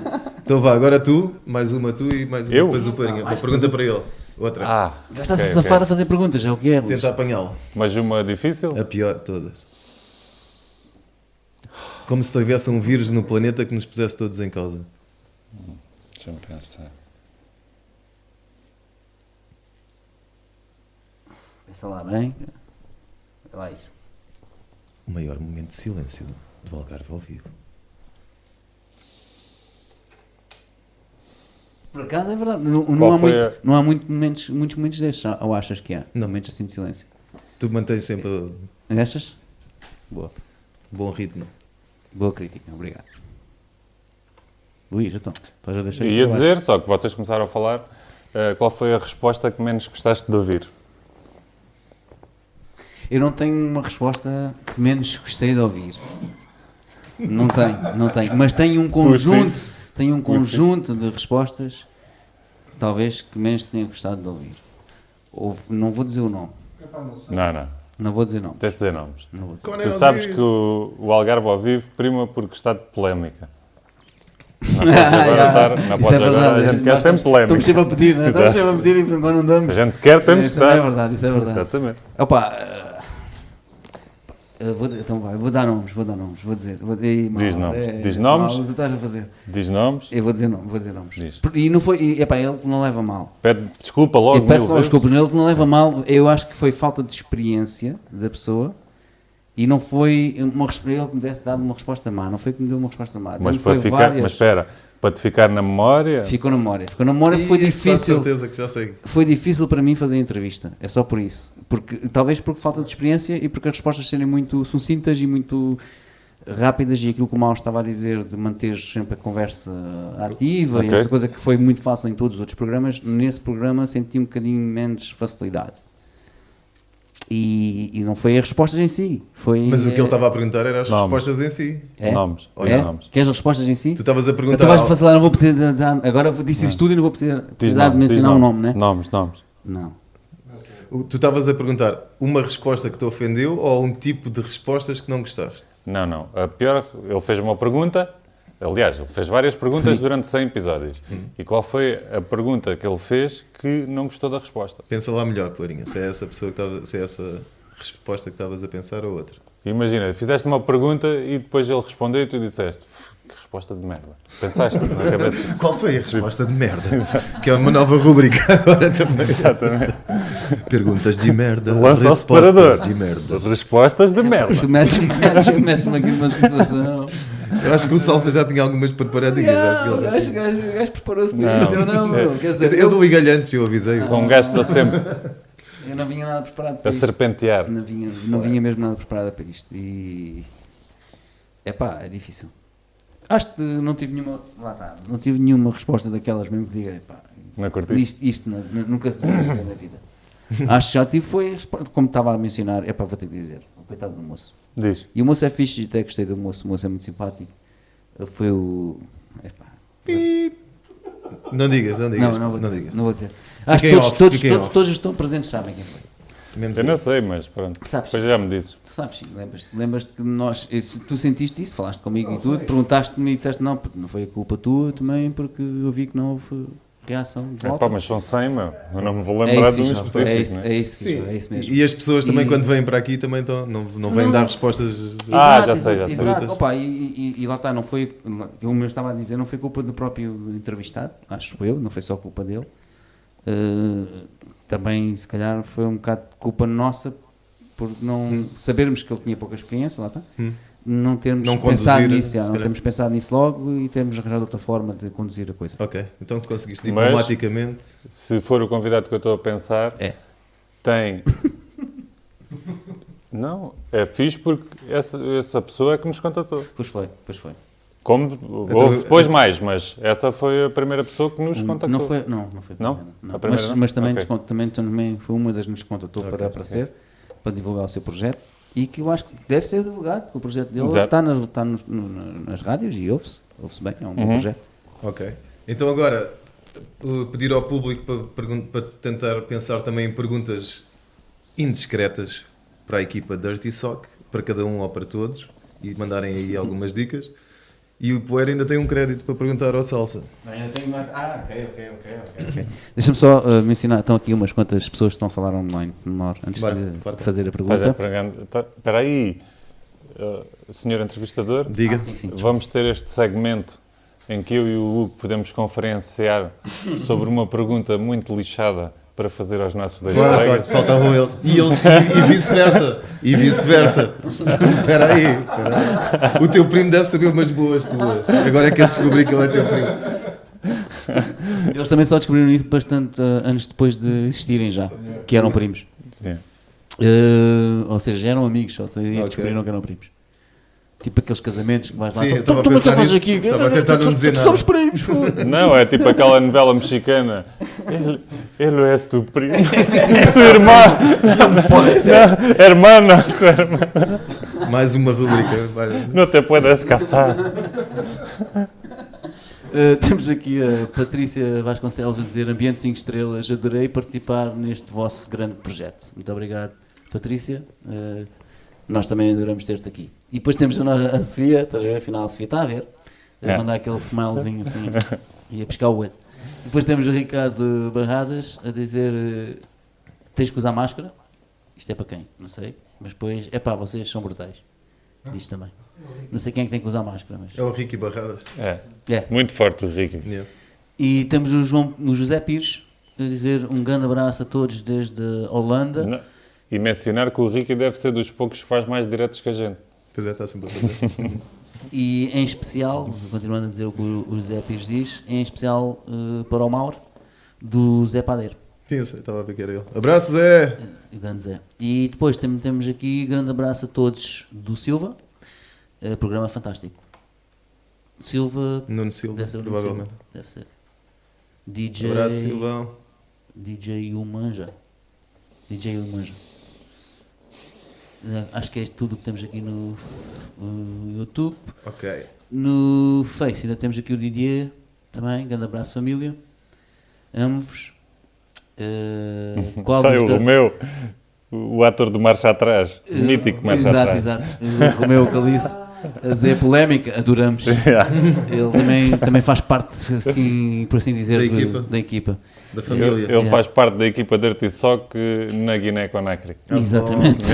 A: Então vá, agora tu, mais uma tu e mais uma
B: Eu?
A: depois o Poeirinha. Uma pergunta para ele. Outra.
B: Ah,
C: Já está-se
B: ok,
C: a
B: ok.
C: safar a fazer perguntas, é o que é, Luís.
A: Tenta apanhá-lo.
B: Mas uma difícil?
A: A pior de todas. Como se houvesse um vírus no planeta que nos pusesse todos em causa.
B: Deixa-me pensar.
C: Pensa lá bem. Olha lá isso.
A: O maior momento de silêncio do Algarve ao vivo.
C: Por acaso é verdade, não, não
B: Qual
C: há,
B: foi
C: muito,
B: a-
C: não há muito momentos, muitos momentos destes, há- ou achas que há?
A: Não.
C: Momentos assim de silêncio.
A: Tu mantens sempre um
C: Achas? Boa.
A: bom ritmo.
C: Boa crítica, obrigado. Luís, então, estás a deixar isto
B: Ia
C: abaixo.
B: dizer, só que vocês começaram a falar, eh, qual foi a resposta que menos gostaste de ouvir?
C: Eu não tenho uma resposta que menos gostei de ouvir. Não tenho, não tenho. Mas tenho um conjunto, tenho um conjunto de respostas, talvez que menos tenha gostado de ouvir. Houve- não vou dizer o nome.
B: Não, não.
C: Não vou dizer nome.
B: Tens de dizer nomes.
C: Não vou dizer.
A: Qual é
B: Tu
A: o
B: sabes
A: vírus?
B: que o, o Algarve ao vivo prima por gostar de polémica. Não
C: Ah,
B: podes agora
C: yeah.
B: estar. Não
C: Isso
B: podes
C: é
B: agora. A
C: verdade.
B: gente quer
C: nós
B: sempre
C: estamos- Estamos
B: polémica.
C: sempre a pedir, né? estamos
B: Exato.
C: sempre a pedir e por enquanto não
B: Se a
C: damos.
B: gente quer, temos
C: Isso
B: de
C: também é
B: dar.
C: verdade, isso é verdade.
B: Exatamente.
C: Opa, eh, eu vou, então vai, vou dar nomes, vou dar nomes, vou dizer. Vou, Ih,
B: Diz
C: Mauro,
B: nomes,
C: eh,
B: diz nomes.
C: Mauro, tu estás a fazer.
B: Diz nomes,
C: Eu vou dizer nomes, vou dizer nomes.
B: Diz.
C: Por- E não foi, e, epá, ele não leva mal.
B: pede desculpa logo.
C: Eu peço
B: mil
C: logo
B: vezes.
C: desculpas, ele não leva mal. Eu acho que foi falta de experiência da pessoa e não foi uma, resp- ele que me desse dado uma resposta má. Não foi que me deu uma resposta má.
B: Mas,
C: Deu-me
B: para
C: foi
B: ficar,
C: várias-
B: mas espera, para te ficar na memória.
C: Ficou na memória. Ficou na memória, foi
A: Ih,
C: difícil.
A: Com certeza que já sei.
C: Foi difícil para mim fazer a entrevista, é só por isso. Porque, talvez porque falta de experiência e porque as respostas serem muito sucintas e muito rápidas e aquilo que o Mauro estava a dizer de manter sempre a conversa ativa e
B: Ok.
C: essa coisa que foi muito fácil em todos os outros programas, nesse programa senti um bocadinho menos facilidade. E, e não foi as respostas em si, foi...
A: Mas o que ele tá- estava a perguntar era as
B: Não.
A: respostas em si.
C: É?
B: Nomes.
C: É?
B: Olha, nomes.
C: Queres as respostas em si?
A: Tu estavas a
C: Então
A: perguntar.
C: vais
A: ao-
C: facilitar, não vou precisar... Agora disse isto tudo e não vou precisar,
B: Diz
C: precisar de
B: nome, diz
C: mencionar o um nome, né?
B: Nomes, nomes.
C: Não.
A: o- tu estavas a perguntar uma resposta que te ofendeu ou um tipo de respostas que não gostaste?
B: Não, não. A pior, ele fez uma pergunta. Aliás, ele fez várias perguntas
C: Sim.
B: durante 100 episódios. E qual foi a pergunta que ele fez que não gostou da resposta?
A: Pensa lá melhor, Clarinha, se é essa pessoa que estava, se é essa resposta que estavas a pensar ou outra.
B: Imagina, fizeste uma pergunta e depois ele respondeu e tu disseste "Pff, que resposta de merda. Pensaste na cabeça.
A: Qual foi a resposta de merda? que é uma nova rubrica agora também.
B: Exatamente.
A: Perguntas de merda,
B: Lança o separador.
A: respostas de merda.
B: Respostas de merda.
C: Tu mexes, mexes, mexes é aqui numa situação.
A: Eu acho que o Salsa já tinha algumas preparadinhas. acho que ele
C: Não, o
A: já
C: gajo,
A: tinha.
C: gajo, o gajo preparou-se
B: Não.
C: para isto, eu não, bro. Quer
A: Eu,
C: dizer,
A: eu
C: eu,
A: liguei-lhe antes, eu avisei.
B: Sou um gajo que está sempre
C: eu não vinha nada preparado para
B: a
C: isto.
B: serpentear.
C: Não vinha, não vinha mesmo nada preparada para isto. E. É pá, é difícil. Acho que não tive nenhuma. Lá está, não tive nenhuma resposta daquelas mesmo que diga, epá,
B: Não curtiste?
C: isto, isto não- nu- nunca se devia fazer na vida. Acho que já tive foi, a resposta, como estava a mencionar, é pá, vou ter que dizer, o coitado do moço.
B: Diz.
C: E o moço é fixe, até gostei do moço, o moço é muito simpático. Foi o. Epá,
A: Não digas, não digas.
C: não, não vou dizer.
A: digas.
C: Não vou dizer. Acho que
A: Fiquem
C: todos,
A: off,
C: todos,
A: fiquem
C: todos,
A: off.
C: todos os que estão presentes sabem quem foi.
A: Menos
B: Eu
A: eu.
B: não sei, mas pronto.
C: Sabes.
B: Depois já me dizes.
C: Tu sabes, sim, lembras-te lembras que nós. eh, se Tu sentiste isso, falaste comigo e tudo, perguntaste-me e disseste não, porque não foi a culpa tua também, porque eu vi que não houve reação de
B: É,
C: volta.
B: pá, mas são 100, meu. Eu não me vou
C: É
B: lembrar
C: isso,
B: de um
C: Ismael,
B: específico,
C: é isso,
B: né?
C: é isso,
A: Sim,
C: Ismael, é isso mesmo.
A: E as pessoas também,
C: E-
A: quando vêm para aqui, também estão, não, não vêm
C: Não.
A: dar respostas.
B: Ah, já sei, já
C: exato,
B: sei.
C: Exato, opa, e, e- e lá está, não foi, como eu estava a dizer, não foi culpa do próprio entrevistado, acho eu, não foi só culpa dele. Eh, também, se calhar, foi um bocado de culpa nossa por não sabermos que ele tinha pouca experiência, lá está.
A: Hum.
C: Não termos
A: Não
C: pensado
A: conduzir,
C: nisso, já,
A: se
C: não
A: calhar.
C: termos pensado nisso logo e termos arranjado outra forma de conduzir a coisa.
A: Ok, então conseguiste
B: Mas-
A: diplomaticamente.
B: Se for o convidado que eu estou a pensar,
C: É.
B: tem. não, é fixe porque essa, essa pessoa é que nos contatou.
C: Pois foi, pois foi.
B: Como houve depois mais, mas essa foi a primeira pessoa que nos contactou.
C: Não foi, não, não foi a
B: Não?
C: primeira,
B: A primeira
C: mas,
B: não?
C: mas também,
B: Ok.
C: desconto- também, também foi uma das que nos contratou para aparecer, para divulgar o seu projeto e que eu acho que deve ser divulgado, porque o projeto dele
B: Exato.
C: está, nas, está nos- no- no- nas rádios e ouve-se, ouve-se bem, é um bom
B: Uhum.
C: projeto.
A: Ok. Então agora uh, pedir ao público para, pergun- para tentar pensar também em perguntas indiscretas para a equipa Dirty Sock, para cada um ou para todos, e mandarem aí algumas dicas. E o Poeira ainda tem um crédito para perguntar ao Salsa.
D: Ah, ok, ok, ok. ok.
C: Deixa-me só eh, mencionar, estão aqui umas quantas pessoas que estão a falar online, menor, antes
A: Bora,
C: de,
A: bora.
C: de fazer a
B: Estás a
C: pergunta.
B: aprender- tá- Espera aí, uh, senhor entrevistador,
A: Diga.
C: Ah, sim, sim.
B: vamos ter este segmento em que eu e o Hugo podemos conferenciar sobre uma pergunta muito lixada para fazer aos nossos dois
A: Claro, claro,
B: colegas.
A: faltavam eles. E eles e, e vice-versa. E vice-versa. Espera aí, espera aí. O teu primo deve saber umas boas tuas. Agora é que eu descobri que ele é teu primo.
C: Eles também só descobriram isso bastante eh, anos depois de existirem já, que eram primos.
B: Sim.
C: Eh, ou seja, já eram amigos, só te-
A: Ok.
C: descobriram que eram primos. Tipo aqueles casamentos que vais lá.
A: Sim,
C: "Tu-
A: eu estava
C: tu-
A: a
C: tu- mas tu
A: pensar
C: fazes
A: nisso,
C: aqui,
A: estava a tentar
C: tu-
A: não
C: tu-
A: dizer
C: tu
A: nada.
C: somos primos, foda-se."
B: Não, é tipo aquela novela mexicana. Ele, ele é tu primo. Sua irmã. Não, Hermana. tu herma-
A: Mais uma rubrica. Mais-
B: Não te puedes casar.
C: Eh, temos aqui a Patrícia Vasconcelos a dizer Ambiente 5 Estrelas, adorei participar neste vosso grande projeto. Muito obrigado, Patrícia. Eh, nós também adoramos ter-te aqui. E depois temos a, no- a Sofia, estás a ver? Afinal, a Sofia está a ver. A
B: É.
C: mandar aquele smilezinho assim e a pescar o olho. Depois temos o Ricardo Barradas a dizer eh, tens que usar máscara. Isto é para quem? Não sei. Mas depois, é pá, vocês são brutais. Diz também. Não sei quem é que tem que usar máscara, mas.
A: É o Ricky Barradas.
B: É,
C: É.
B: muito forte o Ricky.
A: Yeah.
C: E temos o, João, o José Pires a dizer um grande abraço a todos desde a Holanda.
B: Não. E mencionar que o Ricky deve ser dos poucos que faz mais diretos que a gente.
A: Pois é, está sempre a fazer.
C: E em especial, continuando a dizer o que o o José Pires diz, em especial eh, para o Mauro, do Zé Padeiro. eh,
A: Sim, eu sei, estava a ver que era ele. Abraço, Zé!
C: O grande Zé. E depois tem- temos aqui grande abraço a todos do Silva. eh, programa fantástico. Silva.
A: Nuno Silva,
C: Deve ser o Nuno
A: provavelmente.
C: Silva, Deve ser. DJ.
A: Abraço, Silvão.
C: DJ Humanja. DJ Humanja. Eh, Acho que é tudo o que temos aqui no uh, YouTube.
A: Ok.
C: No Face ainda temos aqui o Didier também. Grande abraço, família. Amo-vos. eh, qual
B: Tem o
C: dos dois-
B: Romeu, o ator do Marcha Atrás,
C: eh,
B: mítico tá. Marcha
C: Exato,
B: Atrás.
C: exato. O Romeu Calice a dizer polémica, adoramos. Ele também, também faz parte, assim, por assim dizer,
A: Da
C: do-
A: equipa.
C: da equipa.
A: da
B: Ele,
A: família.
B: ele
C: Yeah.
B: faz parte da equipa de Dirty Sock eh, na Guiné-Conakry.
A: É
C: Exatamente.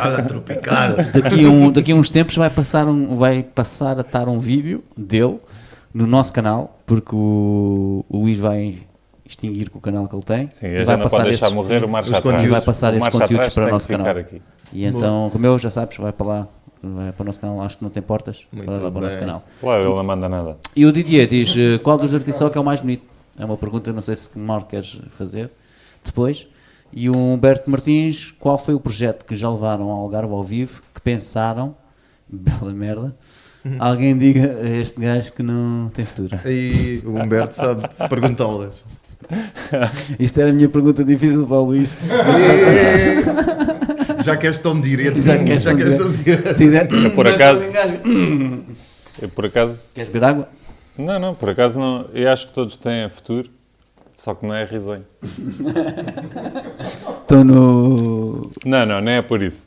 A: Água tropicada.
C: daqui, a um- daqui a uns tempos vai passar, um, vai passar a estar um vídeo dele no nosso canal, porque o, o Luís vai extinguir com o canal que ele tem.
B: Sim,
C: e
B: a
C: vai
B: gente não
C: passar
B: pode deixar
C: esses-
B: morrer o Marcha
A: os
B: Atrás.
A: conteúdos.
C: Vai passar
B: o
C: esses
B: Marcha
C: conteúdos
B: Atrás
C: para o
B: tem que
C: nosso
B: ficar
C: canal.
B: aqui.
C: E então, como eu já sabes, vai para lá, vai para o nosso canal, acho que não tem portas,
A: Muito
C: vai lá para o nosso
A: bem.
C: canal.
B: Claro, ele não manda nada.
C: E o Didier diz, eh, qual dos artistas é o mais bonito? É uma pergunta, não sei se mal queres fazer depois. E o Humberto Martins, qual foi o projeto que já levaram ao Algarve ao vivo, que pensaram, bela merda, alguém diga a este gajo que não tem futuro.
A: E o Humberto sabe perguntá-las.
C: Isto era a minha pergunta difícil para o Luís.
A: E- Já queres tão direto.
C: Já queres
A: Já
C: tão
A: queres tão
C: direto.
A: direto.
C: Direto.
B: por acaso-
C: Engasga.
B: Eu, por acaso,
C: Queres beber água?
B: não, não, por acaso não. Eu acho que todos têm futuro, só que não é risonho.
C: Estou no...
B: Não, não, nem é por isso.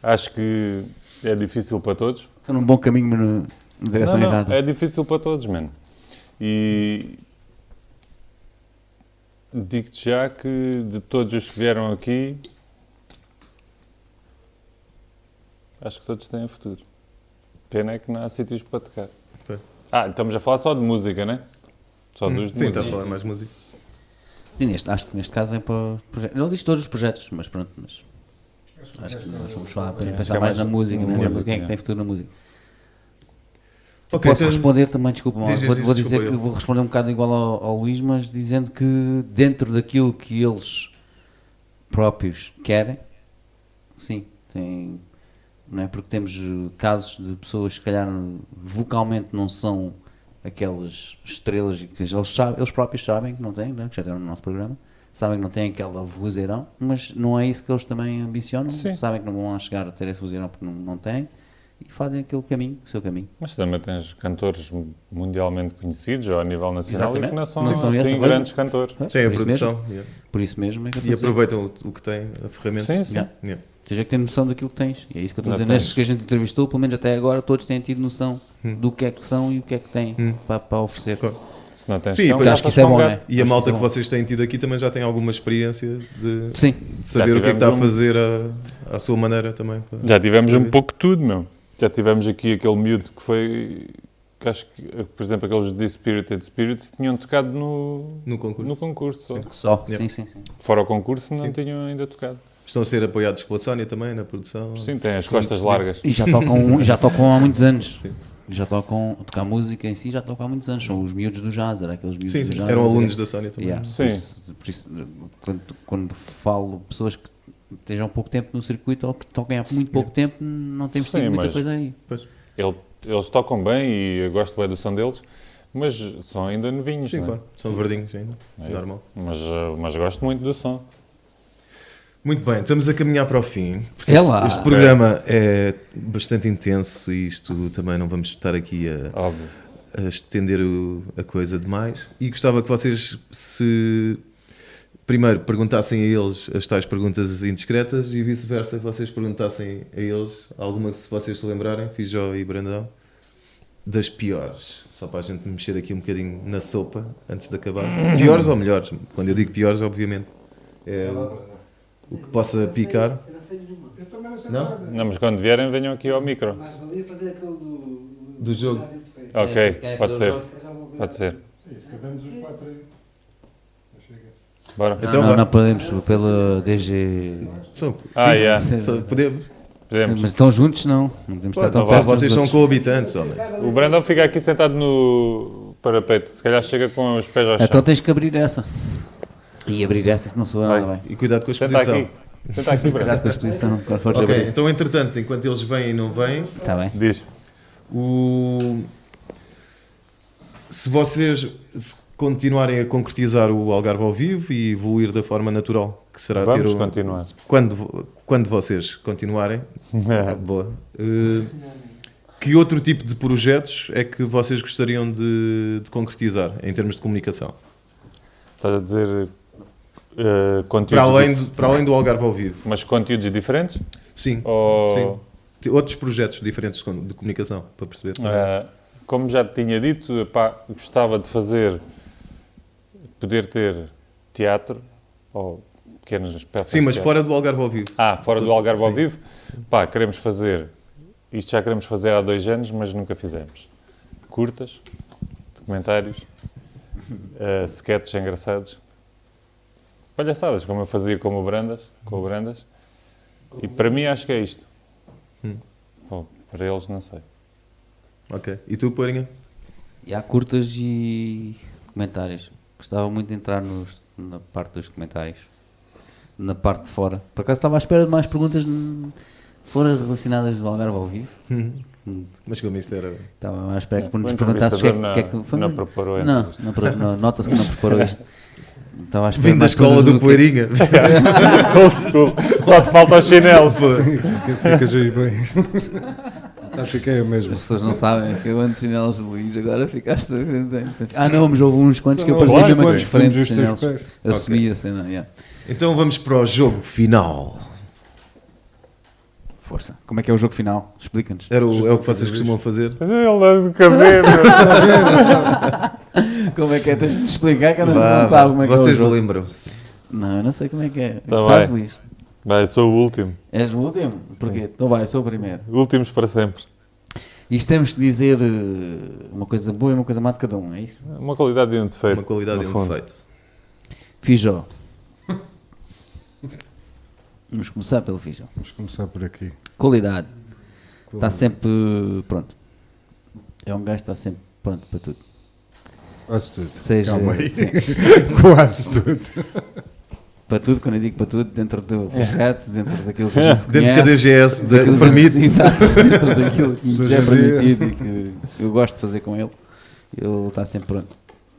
B: Acho que é difícil para todos.
C: Estou num bom caminho, mas no- na direção
B: Não, não,
C: errada.
B: é difícil para todos, mano. E digo-te já que de todos os que vieram aqui, acho que todos têm futuro. Pena é que não há sítios para tocar.
A: Pois. Hum,
B: Ah, estamos a falar só de música, né? Só dos de
A: Sim, está a
B: música.
A: falar mais música.
C: Sim, neste, acho que neste caso vem para os projetos. Ele diz todos os projetos, mas pronto, mas acho que nós vamos falar para
B: acho
C: pensar
B: que é
C: mais
B: mais
C: um na música,
B: na
C: né?
B: música,
C: Mas quem é que
B: é.
C: tem futuro na música?
A: Ok,
C: Posso
A: então-
C: responder também, desculpa,
A: Diz,
C: vou,
A: diz,
C: vou
A: desculpa,
C: dizer que
A: eu.
C: vou responder um bocado igual ao, ao Luís, mas dizendo que dentro daquilo que eles próprios querem, sim, tem, não é? Porque temos eh, casos de pessoas que se calhar vocalmente não são aquelas estrelas e que eles, sabem, eles próprios sabem que não têm, né? que já tiveram no nosso programa, sabem que não têm aquela vozeirão, mas não é isso que eles também ambicionam,
B: Sim.
C: sabem que não vão lá chegar a ter esse vozeirão porque não, não têm e fazem aquele caminho, o seu caminho.
B: Mas também tens cantores mundialmente conhecidos ou a nível nacional e que
C: Exatamente.
B: não são,
C: Não são essa
B: assim
C: coisa.
B: grandes cantores.
C: Pois,
A: Sim, a
C: É, por isso mesmo-
A: produção. yeah.
C: por isso mesmo é que eu
A: E
C: estou a dizer.
A: aproveitam o, o que têm, a ferramenta.
B: Sim, sim.
C: Yeah.
A: Yeah.
C: Tens é que ter noção daquilo que tens. E é isso que eu estou a dizer.
B: Exatamente.
C: Nestes que a gente entrevistou, pelo menos até agora, todos têm tido noção do que é que são e o que é que têm para, para oferecer.
A: Hum. Claro.
B: Se não tens
A: Sim,
B: cão,
A: porque
C: acho que
B: caças
C: isso é
B: com um
C: bom,
B: gato.
C: né?
A: E
C: Acho
A: a malta
C: que
A: que
C: isso é
A: vocês têm tido aqui também já tem alguma experiência de,
C: bom. Sim,
A: de saber o que é que está a
B: tivemos um-
A: fazer à- à sua maneira também. pá.
B: Já tivemos um pouco de tudo, meu. Já tivemos aqui aquele miúdo que foi. Que acho que, por exemplo, aqueles de Spirited Spirits tinham tocado no,
A: No concurso.
B: no concurso. só.
C: só.
A: Yeah.
C: Sim, sim, sim.
B: Fora o concurso, não
A: Sim.
B: tinham ainda tocado.
A: Estão a ser apoiados pela Sónia também na produção.
B: Sim, tem as costas largas.
C: E já tocam, já tocam há muitos anos.
A: Sim.
C: Já tocam, tocar música em si já tocam há muitos anos. São os miúdos do jazz, era aqueles miúdos
A: Sim,
C: do
A: sim.
C: jazz.
A: Eram
C: não sei
A: alunos
C: quê.
A: da Sónia também.
C: Yeah, por
B: Sim.
C: isso- por isso, quando, quando falo pessoas que estejam pouco tempo no circuito ou que toquem há muito pouco tempo, não temos
B: Sim,
C: tido muita
B: mas-
C: coisa aí.
A: Pois.
B: Ele- eles tocam bem e eu gosto bem do som deles, mas são ainda novinhos.
A: Sim,
B: não é?
A: claro. São verdinhos ainda.
B: É isso.
A: Normal.
B: Mas, eh, mas gosto muito do som.
A: Muito bem, estamos a caminhar para o fim. porque
C: É
A: este-
C: lá.
A: Este programa é bastante intenso e isto também não vamos estar aqui a,
B: Óbvio.
A: a estender o- a coisa demais e gostava que vocês se primeiro perguntassem a eles as tais perguntas indiscretas e vice-versa que vocês perguntassem a eles alguma que se vocês se lembrarem, Fijó e Brandão das piores só para a gente mexer aqui um bocadinho na sopa antes de acabar, piores ou melhores quando eu digo piores obviamente é o que possa picar
F: Eu também não sei
A: Não?
F: nada.
B: Não, mas quando vierem, venham aqui ao micro.
E: Mais valia fazer aquele do.
A: Do jogo.
E: Ah,
A: Ah,
B: Ok,
C: Querem fazer
B: pode
C: os
B: ser.
C: jogos?
B: Pode ser.
F: Isso, cabemos os quatro aí. Chega-se.
B: Bora.
C: Não,
A: Então
C: não,
A: vá.
C: não podemos, pela DG.
A: são,
B: Ah, yeah.
A: só podemos
B: Podemos.
C: Mas estão juntos, não. Não podemos estar tão
B: não vá.
A: Só
C: perto.
A: vocês
C: uns
A: são
C: dos outros.
A: coabitantes homem.
B: O Brandão fica aqui sentado no parapeito. Se calhar chega com os
A: É
B: pés ao chão.
C: Então tens que abrir essa. E abrir essa, se não soa nada
B: Vai.
C: bem.
A: e cuidado com a
B: Senta
A: exposição
B: aqui. Senta aqui,
C: Cuidado
B: Brandão.
C: com a exposição, quando fores
A: Ok,
C: abrir.
A: então entretanto, enquanto eles vêm e não vêm,
C: Está bem.
B: Diz.
A: o... se vocês se continuarem a concretizar o Algarve ao vivo e evoluir da forma natural, que será
B: Vamos
A: ter o...
B: continuar.
A: Quando, vo- quando vocês continuarem, Ah, boa. Eh, que outro tipo de projetos é que vocês
B: Tipo
A: gostariam de, de concretizar em termos de comunicação?
B: Estás a dizer eh,
A: Para
B: conteúdos
A: além,
B: dif-
A: do, para além do Algarve ao vivo.
B: Mas conteúdos diferentes?
A: Sim.
B: Ou...
A: Sim. Tem Outros projetos diferentes de com- de comunicação, para perceber.
B: Uh, como já te tinha dito, pá, gostava de fazer, poder ter teatro ou pequenas peças
A: Sim,
B: de
A: mas
B: teatro.
A: fora do Algarve ao vivo.
B: Ah, fora do
A: Tudo-
B: Algarve ao
A: sim.
B: vivo, pá, queremos fazer, isto já queremos fazer há dois anos, mas nunca fizemos. Curtas, documentários, uh, sketches engraçados, palhaçadas, como eu fazia com o Brandas, com o Brandas. E para mim acho que é isto.
A: Hum.
B: Bom, para eles não sei.
A: Ok. E tu, Porinha?
C: E há curtas e comentários. Gostava muito de entrar nos, na parte dos comentários. Na parte de fora. Por acaso estava à espera de mais perguntas hum, fora relacionadas do Algarve ao vivo.
A: Mas como isto era.
C: Estava à espera que
B: O
C: nos perguntasses o que é que,
B: entrevistador
C: que é que
B: não-
C: foi.
B: não preparou a
C: Não,
B: entrevista.
C: não, pre- não nota-se que não preparou isto. Estava à espera
A: Vindo da
C: mais
A: escola
C: perguntas
A: do
C: que-
A: Poeirinha.
B: Old school. Só te falta o chinelo.
F: Ficas aí bem. Ah, fiquei eu mesmo.
C: As pessoas não sabem que eu antes de chinelos de Luís, agora ficaste. a dizer- Ah, não, mas houve uns quantos que
F: Não,
C: apareciam
F: houve
C: mesmo aqui
F: quantos
C: de frente
F: fomos
C: de
F: os teus
C: chinelos. Assumia a cena, yeah.
A: Então vamos para o jogo final.
C: Força. Como é que é o jogo final? Explica-nos.
A: Era o, é o que vocês costumam fazer?
B: Ele dá de cabelo.
C: Como é que é? Tens de explicar que eu não,
A: Vá,
C: não sabe como é que é o
A: vocês
C: jogo.
A: lembram-se.
C: Não, eu não sei como é que é.
B: Tá
C: Sabes,
B: bem.
C: Luís?
B: Vai, sou o último.
C: És o último? Porquê? Então vai, sou o primeiro.
B: Últimos para sempre.
C: Isto temos que dizer eh, uma coisa boa e uma coisa má de cada um, é isso?
B: Uma qualidade e um defeito.
A: Uma qualidade
B: no
A: e um
B: fundo.
A: defeito.
C: Fijó. Vamos começar pelo Fijó.
F: Vamos começar por aqui.
C: Qualidade. Está Tá sempre pronto. É um gajo que está sempre pronto para tudo.
F: Quase tudo.
C: Seja
F: Calma aí.
C: sim,
F: Quase tudo.
C: para tudo, quando eu digo para tudo, dentro do resgate, dentro daquilo que a gente
A: Dentro que a
C: conhece,
A: DGS de-
C: daquilo que-
A: permite.
C: Exato, dentro daquilo que nos
F: Seja
C: é
F: dia.
C: permitido e que eu gosto de fazer com ele, ele está sempre pronto.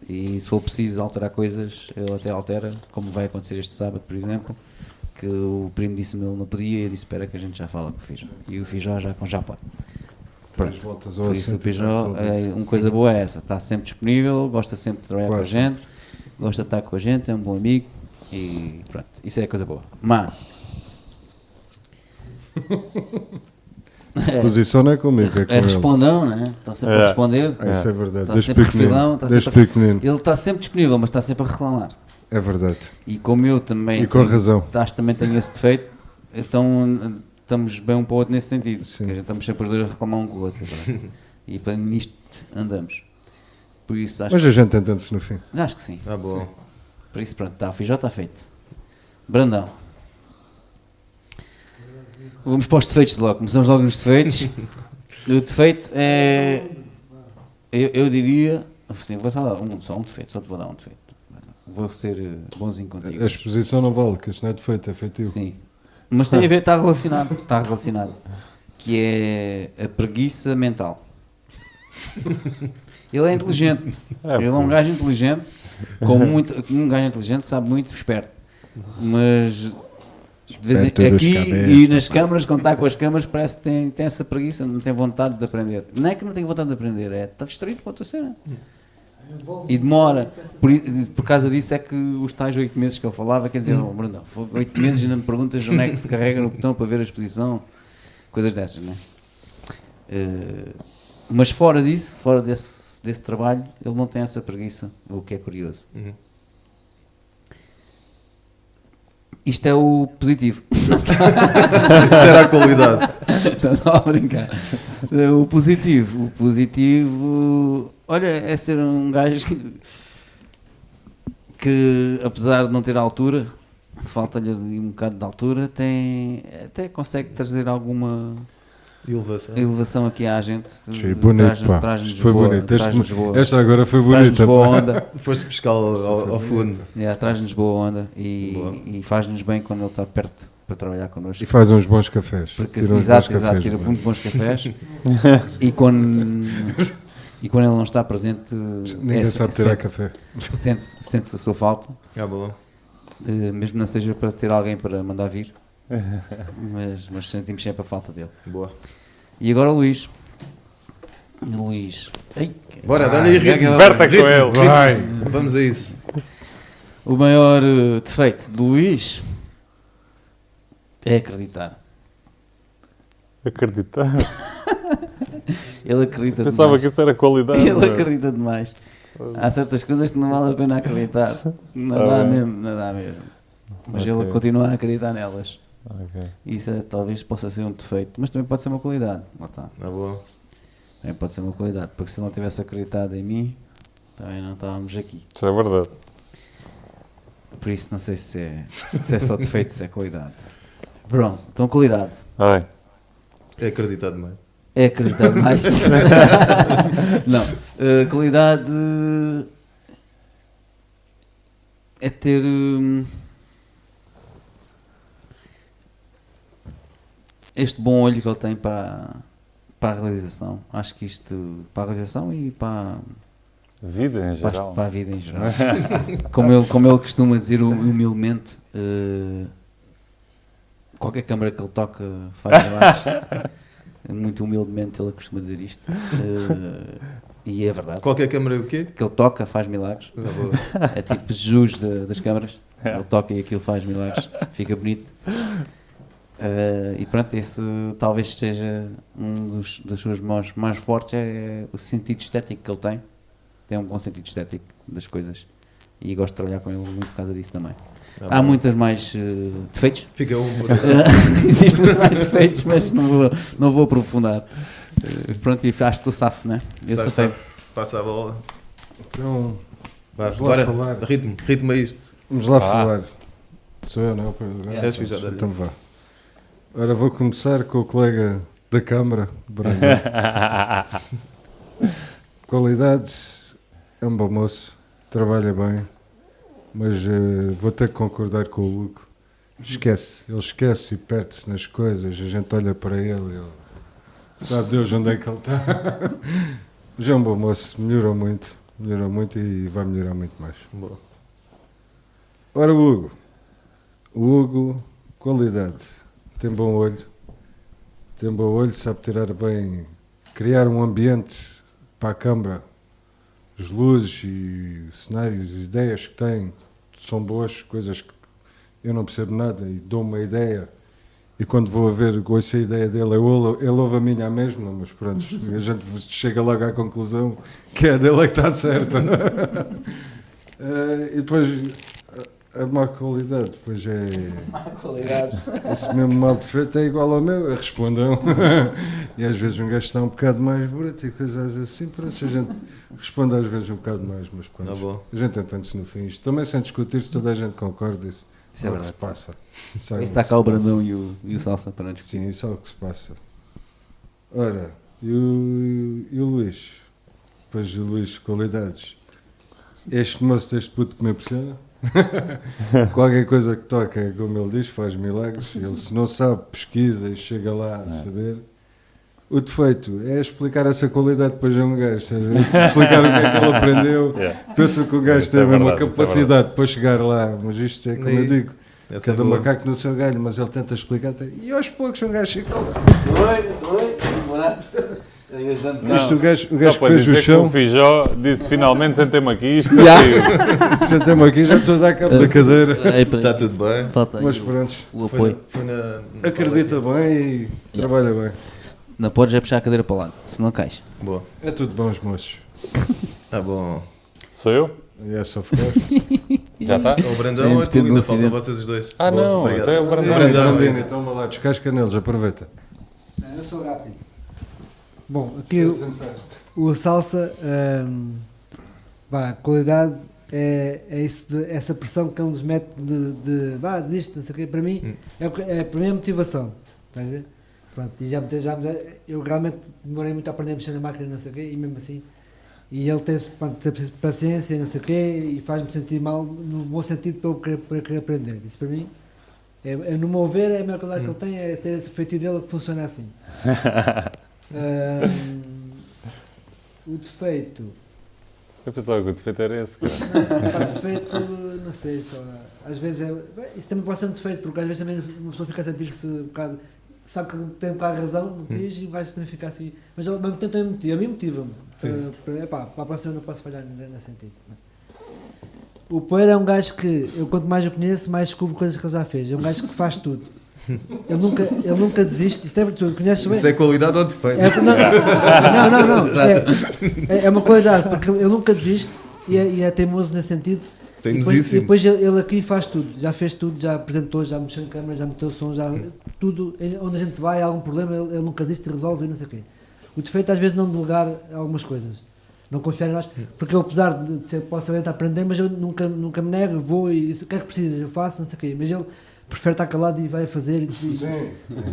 C: E se for preciso alterar coisas, ele até altera, como vai acontecer este sábado, por exemplo, que o primo disse-me ele não podia e eu disse: Espera, que a gente já fala com o Fijó. E o Fijó já, já pode.
F: Depois
C: Pronto.
F: voltas ao
C: Por isso o
F: assunto.
C: Pijó,
F: Absolutamente.
C: é, uma coisa boa é essa, está sempre disponível, gosta sempre de trabalhar
F: Gosta.
C: com a gente, gosta de estar com a gente, é um bom amigo e pronto, isso é coisa boa. Má.
F: A
C: É,
F: Posição não é comigo, é com
C: é
F: ele.
C: respondão, né? Está sempre
B: É.
C: a responder,
F: Ah, Isso é verdade.
C: está
F: Desde
C: sempre a refilão,
F: pequenino.
C: está
F: Desde
C: sempre a-
F: pequenino.
C: ele está sempre disponível, mas está sempre a reclamar.
F: É verdade.
C: E como eu também
F: E com
C: tenho-
F: razão.
C: Tás também tem esse defeito, então estamos bem um para o outro nesse sentido.
F: Sim.
C: Que a gente estamos sempre os dois a reclamar um com o outro. pá. e para nisto andamos. Por isso acho,
F: Mas é- a gente entende-se no fim.
C: que, acho que sim.
A: Ah, bom.
C: Por isso pronto, tá, o Fijó está feito. Brandão. Vamos para os defeitos logo. Começamos logo nos defeitos. o defeito é. Eu, eu diria. Sim, vou só dar um, só um defeito, só te vou dar um defeito. Vou ser eh, bonzinho contigo.
F: A exposição não vale, que isso não é defeito, é feitiço.
C: Sim. Mas tem a ver, está relacionado. Está relacionado. Que é a preguiça mental. Ele é inteligente.
B: É,
C: Ele é um
B: pô.
C: gajo inteligente. Com muito, um gajo inteligente sabe muito, esperto. Mas de vez em-
F: Esperto dos
C: aqui
F: cabeças,
C: e nas câmaras, quando está com as câmaras, parece que tem, tem essa preguiça, não tem vontade de aprender. Não é que não tem vontade de aprender, é está distraído com a tua cena. E demora. Por, i- por causa disso é que os tais oito meses que eu falava, quer dizer, oh, Brandão, foi oito meses ainda me perguntas onde é que se carrega no botão para ver a exposição, coisas dessas, né? Eh, mas fora disso, fora desse, desse trabalho, ele não tem essa preguiça, o que é curioso. Isto é o positivo.
A: Isso era a qualidade.
C: Estou a brincar. Eh, O positivo, o positivo, olha, é ser um gajo que, que, apesar de não ter altura, falta-lhe ali um bocado de altura, tem, até consegue trazer alguma
A: Elevação.
C: elevação aqui à gente.
F: Achei bonito,
C: Traz-nos-
F: pá.
C: traz-nos
F: Isto foi
C: boa-
F: bonito. Este-
C: traz-nos boa-
F: Esta agora foi
C: traz-nos
F: bonita.
C: boa
F: pá.
C: onda.
A: Foste pescar ao, ao- ao fundo.
C: Yeah, traz-nos boa onda e,
A: Boa.
C: e faz-nos bem quando ele está perto para trabalhar connosco.
F: E faz uns bons cafés.
C: Porque
F: Tira
C: assim,
F: uns
C: exato,
F: bons
C: exato,
F: cafés, é?
C: tira
F: pá.
C: muito bons cafés e quando e quando ele não está presente
F: Ninguém
C: é-
F: sabe tirar
C: sente-se-
F: café.
C: Sente-se sente-se a sua falta,
A: Ah, bom.
C: eh, mesmo não seja para ter alguém para mandar vir, mas, mas sentimos sempre a falta dele.
A: Boa.
C: E agora o Luís. Luís. Ei,
A: Bora,
C: ah,
A: dá-lhe aí
C: como é que
A: ritmo.
C: eu-
B: Berta com ele.
A: Ritmo. Vamos a isso.
C: O maior eh, defeito de Luís é acreditar.
B: Acreditar.
C: Ele acredita
B: Pensava
C: demais.
B: que isso era qualidade.
C: Ele
B: mano.
C: acredita demais. Há certas coisas que não vale a pena acreditar. Não
B: Ah,
C: dá
B: bem.
C: mesmo, não dá mesmo. Mas ele
B: Ok.
C: continua a acreditar nelas.
B: Ok.
C: Isso é- talvez possa ser um defeito, mas também pode ser uma qualidade. Lá está.
A: Na boa.
C: Também pode ser uma qualidade, porque se ele não tivesse acreditado em mim, também não estávamos aqui.
B: Isso é verdade.
C: Por isso não sei se é, se é só defeito, se é qualidade. Pronto, então qualidade.
B: Ai,
A: É acreditar demais.
C: É acreditar mais. não. eh, qualidade é ter. hum, este bom olho que ele tem para, para a realização. Acho que isto. Para a realização e para,
B: vida em
C: para,
B: geral.
C: as- para a vida em geral. como, ele, como ele costuma dizer hum- humildemente, eh, qualquer câmara que ele toca faz abaixo. Muito humildemente ele costuma dizer isto. eh, e é verdade.
A: Qualquer câmara o quê? Ah,
C: Que ele toca faz milagres.
A: Na boa.
C: É tipo Jesus da- das câmaras. Ele toca e aquilo faz milagres. Fica bonito. Eh, e pronto, esse talvez seja um dos, das suas mãos mais fortes é o sentido estético que ele tem. Tem um bom sentido estético das coisas. E gosto de trabalhar com ele muito por causa disso também.
A: Na
C: Há
A: boa.
C: muitas mais eh, defeitos.
A: Ah, Fica um. por-
C: Eh, Existem muito mais defeitos, mas não vou, não vou aprofundar. Eh, pronto, e acho que estou safo, né? Eu
A: Sabe,
C: sou safo.
A: sabe. Passa a bola.
F: Então,
A: Vá,
F: Vamos lá
A: bora.
F: falar.
A: Ritmo, ritmo a isto.
F: vamos lá
B: Ah.
F: falar. Sou eu, não?
A: É,
F: Agora,
A: sou eu.
F: então vá. Ora, vou começar com o colega da Câmara, Brandão. Qualidades, é um bom moço, trabalha bem, mas eh, vou ter que concordar com o Luco. Esquece, ele esquece e perde-se nas coisas, a gente olha para ele e ele sabe Deus onde é que ele está. Mas é um bom moço, melhorou muito, melhorou muito e vai melhorar muito mais.
A: Boa.
F: Ora, o Hugo. O Hugo, qualidade. Tem bom olho. Tem bom olho, sabe tirar bem. Criar um ambiente para a câmara. As luzes e os cenários, as ideias que tem são boas, coisas que eu não percebo nada e dou uma ideia. E quando vou a ver, ouço a ideia dele, eu oulo- ele ouve a minha à mesma, mas pronto, a gente chega logo à conclusão que é a dele é que está certa. Eh, e depois a má qualidade, pois é. Esse mesmo mal defeito é igual ao meu, é respondão. e às vezes um gajo está um bocado mais bruto e coisas assim, pronto, a gente responde às vezes um bocado mais, mas
A: Na
F: pronto.
A: boa.
F: A gente entende-se no fim. Isto também sem discutir, se toda a gente concorda, isso,
C: Isso é
F: é o que se
C: verdade.
F: passa. Isso é
C: Aí
F: o
C: está
F: que
C: cá
F: se
C: o
F: passa.
C: Brandão e o, e o Salsa para nós.
F: Sim, isso é o que se passa. Ora, e o, e o Luís? Pois o Luís, qualidades. Este moço deste puto que me impressiona. Qualquer coisa que toca, como ele diz, faz milagres. Ele se não sabe, pesquisa e chega lá
C: é?
F: a saber. O defeito é explicar essa qualidade depois a um gajo, sabe? explicar o que é que ele aprendeu.
B: Yeah.
F: Penso que o gajo
B: Isso
F: tem
B: é
F: a mesma
B: verdade, isso é
F: capacidade para chegar lá, mas isto é como eu
A: Daí-
F: digo.
A: Essa é
F: Cada
A: boa.
F: macaco no seu galho, mas ele tenta explicar. até- E aos poucos um gajo chega. lá. Isto o gajo, o gajo
B: Só
F: que
B: para
F: fez o
B: dizer que o
F: chão,
B: Fijó disse finalmente sentei-me aqui isto.
C: Já.
B: aqui."
F: sentei-me aqui já estou a dar
A: É.
F: cabo da cadeira.
A: Está Tá tudo bem.
C: Falta aí
F: Mas
C: o,
F: pronto,
C: o
A: Foi,
C: apoio.
A: na- foi na. na
F: acredita bem e trabalha bem.
C: Não podes é puxar a cadeira para o lado, senão cais.
A: paleta. Boa.
F: É tudo bom, os moços.
A: Tá bom.
B: Sou eu?
F: E é só ficar.
B: Já está?
A: Ou o
C: É,
A: Brandão ou tu?
C: teve um
A: Ainda faltam
C: acidente.
A: vocês os dois.
B: Ah, não, então é o Brandão.
A: Brandão.
F: Brandini, então vá lá, descasca neles, aproveita.
E: Eu sou rápido. Bom, aqui o, o salsa, ehm, vá, qualidade é, é isso de- essa pressão que é ele nos mete de, de vá, desiste, não sei o quê. Para mim,
A: Hum.
E: é, o que- é a primeira motivação. Estás a ver? Pronto, e já, me- já me- eu realmente demorei muito a aprender a mexer na máquina, não sei o quê, e mesmo assim. E ele tem, pronto, tem paciência, não sei o quê, e faz-me sentir mal, no bom sentido, para eu querer, para eu querer aprender. Isso para mim, é, é, no meu ver, é a melhor qualidade que ele tem, é ter esse feitiço dele que funciona assim. Hum, Ahm, o defeito.
B: Eu pensava que o defeito era esse, cara.
E: Pá, defeito, não sei, só. Às vezes é. bem, Isso também pode ser um defeito, porque às vezes também uma pessoa fica a sentir-se um bocado. Sabe que tem um bocado de razão,
A: Hum.
E: não diz e vais também ficar assim. Mas ao mesmo tempo também motiva, a mim motiva-me. Eh,
A: Sim.
E: Para, para, epá, para a próxima não posso falhar nesse sentido. é? O Poeira é um gajo que, eu quanto mais o conheço, mais descubro coisas que ele já fez. É um gajo que faz tudo. Ele nunca, ele nunca desiste. Isto é virtude. Conheces bem?
A: Isso é qualidade ou defeito?
E: É, não, não, não, não. É, é- é uma qualidade, porque ele nunca desiste e é, e é teimoso nesse sentido. E depois, e
A: Teimosíssimo.
E: depois ele ele aqui faz tudo, já fez tudo, já apresentou, já mexeu em câmera, já meteu som, já tudo. Ele- Onde a gente vai, há algum problema, ele, ele nunca desiste e resolve e não sei o quê. O defeito às vezes não delegar algumas coisas, não confiar em nós, porque eu apesar de ser, posso lento a aprender, mas eu nunca, nunca me nego, vou e o que é que precisas, eu faço, não sei o quê. Mas ele prefere estar calado e vai fazer e, e
F: Sim.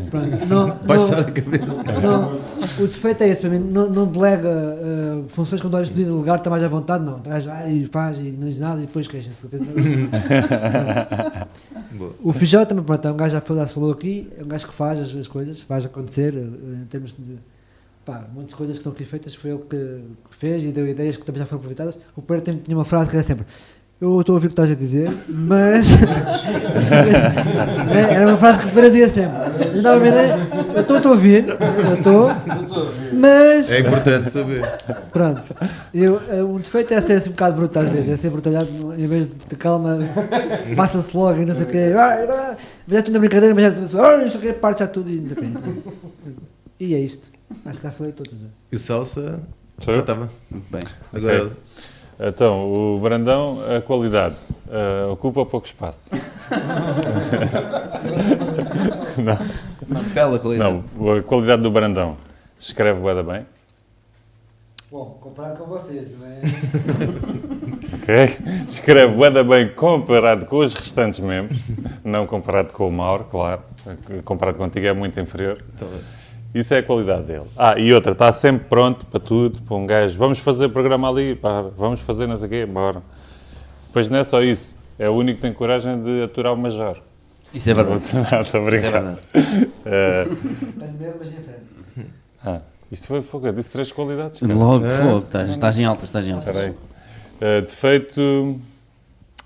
E: pronto. Não, não,
A: Baixar a cabeça.
E: não, o defeito é esse para mim, não, não delega eh, funções quando olhas pedir delegar, está mais à vontade, não. O gajo vai e faz e não diz nada e depois queixa-se.
A: Boa.
E: o Fijó também, pronto, é um gajo já falou, já se falou aqui, é um gajo que faz as, as coisas, faz acontecer eh, em termos de. Pá, muitas coisas que estão aqui feitas foi ele que, que fez e deu ideias que também já foram aproveitadas. O Pereira tem- tinha uma frase que era sempre. Eu estou a ouvir o que estás a dizer, mas. Né? Era uma frase que fazia sempre. Eu dava uma ideia, eu estou a ouvir, eu estou, mas.
A: É importante saber.
E: Pronto. Eu, eh, um defeito é ser assim um bocado bruto às vezes, é ser brutalhado no- em vez de, de calma, passa-se logo e não sei o quê. Vai, vai. Mas é tudo na brincadeira, mas é tudo. Ah, não sei o quê, parte já tudo e não sei o quê. E é isto. Acho que já foi tudo.
A: E o Salsa
B: Sou
A: já
B: eu?
A: estava.
C: Muito bem.
A: Agora,
B: Ok. Então, o Brandão, a qualidade. Ah, ocupa pouco espaço.
C: Uma bela qualidade.
B: Não, a qualidade do Brandão. Escreve bué da bem.
E: Bom, comparado com vocês, não é?
B: ok? Escreve bué da bem comparado com os restantes membros. Não comparado com o Mauro, claro. Comparado contigo é muito inferior. Isso é a qualidade dele. Ah, e outra, está sempre pronto para tudo, para um gajo. Vamos fazer programa ali, pá, vamos fazer não sei o quê, bora. Pois não é só isso. É o único que tem coragem de aturar o Major.
C: Isso é verdade.
B: Não, Estou a
C: Isso é
B: brincar.
C: verdade.
B: Eh,
E: Tenho medo, mas em frente.
B: ah, isto foi fogo, eu disse três qualidades. cara.
C: Logo, fogo, estás, estás em alta, estás em alta.
B: Espera aí. Eh, defeito.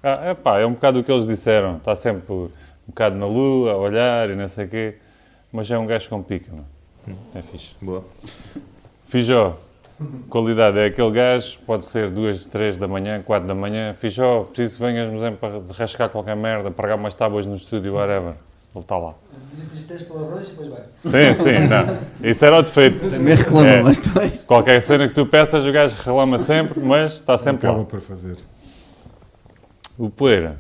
B: Ah, é pá, é um bocado o que eles disseram. Está sempre um bocado na lua, a olhar e não sei o quê. Mas é um gajo com pica, mano. É fixe.
A: boa.
B: Fijó, qualidade é aquele gajo, pode ser duas, três da manhã, quatro da manhã. Fijó, preciso que venhas, mas é para rascar qualquer merda, pregar umas tábuas no estúdio, whatever. Ele está lá.
E: Diz três palavrões e depois vai.
B: Sim, sim, não. Isso era o defeito.
C: Primeiro reclamou,
B: É.
C: mas depois.
B: Qualquer cena que tu peças, o gajo reclama sempre, mas está sempre lá.
F: Acaba por fazer.
B: O Poeira.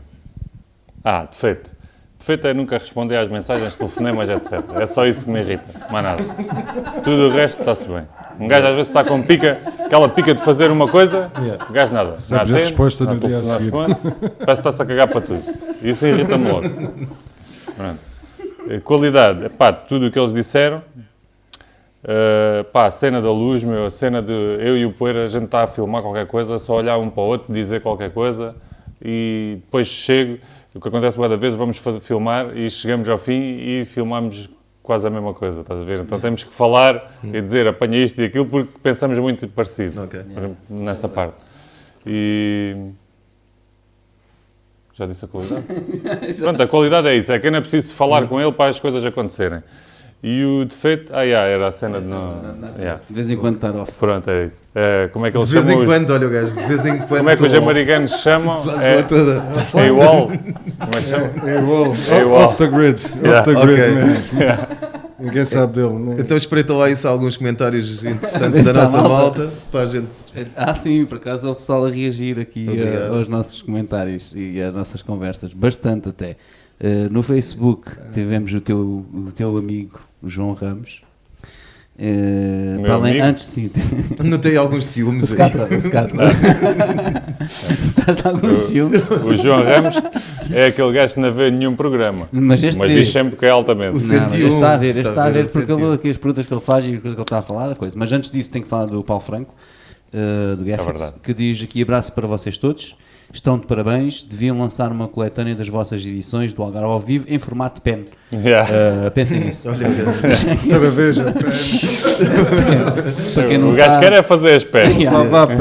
B: Ah, defeito. Defeito é nunca responder às mensagens, telefonemas, etc. É só isso que me irrita, mais nada. Tudo o resto está-se bem. Um gajo às vezes está com pica, aquela pica de fazer uma coisa, o gajo nada. Não
F: Sabes a resposta no dia a
B: telefona,
F: seguir.
B: telefona, Parece que está-se a cagar para tudo. Isso irrita-me logo. Pronto. Eh, Qualidade, pá, tudo o que eles disseram. Eh, pá, a cena da luz, meu, a cena de eu e o Poeira, a gente está a filmar qualquer coisa, só olhar um para o outro, dizer qualquer coisa e depois chego. O que acontece cada vez, vamos fazer, filmar e chegamos ao fim e filmamos quase a mesma coisa, estás a ver? Então temos que falar e dizer apanha isto e aquilo porque pensamos muito parecido
A: Ok.
B: por exemplo, nessa parte. E. Já disse a qualidade? Pronto, a qualidade é isso, é que eu não é preciso falar com ele para as coisas acontecerem. E o defeito, ah, yeah, era a cena
C: É,
B: de não. yeah.
C: De vez em quando estar off.
B: Pronto, é isso. Eh, como é que
A: De
B: eles
A: vez
B: chamam?
A: em
B: os-
A: quando, um- olha o gajo, de vez em quando.
B: Como é que os
A: estou-
B: americanos chamam?
A: Sabes lá
B: É,
A: toda.
B: é wall. Como é que chama?
F: É igual.
B: igual.
F: Off the grid.
B: Yeah.
F: Off the grid
A: Ok.
F: mesmo. Ninguém sabe dele, né?
A: Então espreita lá isso alguns comentários interessantes da
C: Dessa
A: nossa
C: malta.
A: malta para a gente.
C: Ah, sim, por acaso é o pessoal a reagir aqui
A: Obrigado.
C: eh, aos nossos comentários e às nossas conversas, bastante até. Eh, no Facebook tivemos o teu, o teu amigo, o João Ramos. Eh,
B: Meu
C: para além-
B: amigo?
C: antes, sim,
A: Notei alguns
C: o
A: ciúmes aí.
C: Scatra, o Scatra. Estás de alguns ciúmes,
B: O João Ramos é aquele gajo que não vê nenhum programa.
C: mas este
B: Mas
C: vê.
B: diz sempre que é altamente.
A: O
C: Não, mas este
A: 101,
C: está a ver, este
A: está
C: está a
A: a ver
C: ver,
A: o
C: porque
A: 101.
C: ele, aqui as perguntas que ele faz e as coisas que ele está a falar, a coisa. Mas antes disso, tenho que falar do Paulo Franco, eh, do Gaffix,
B: verdade.
C: que diz aqui abraço para vocês todos. Estão de parabéns, deviam lançar uma coletânea das vossas edições do Algarve ao vivo em formato de pen.
B: Yeah.
C: Eh, pensem nisso.
A: Olha o gajo.
F: Outra vez, a pé.
C: Para quem não
B: O gajo
C: sabe,
B: quer é fazer as pernas.
C: Yeah,
F: Lá vá a pé.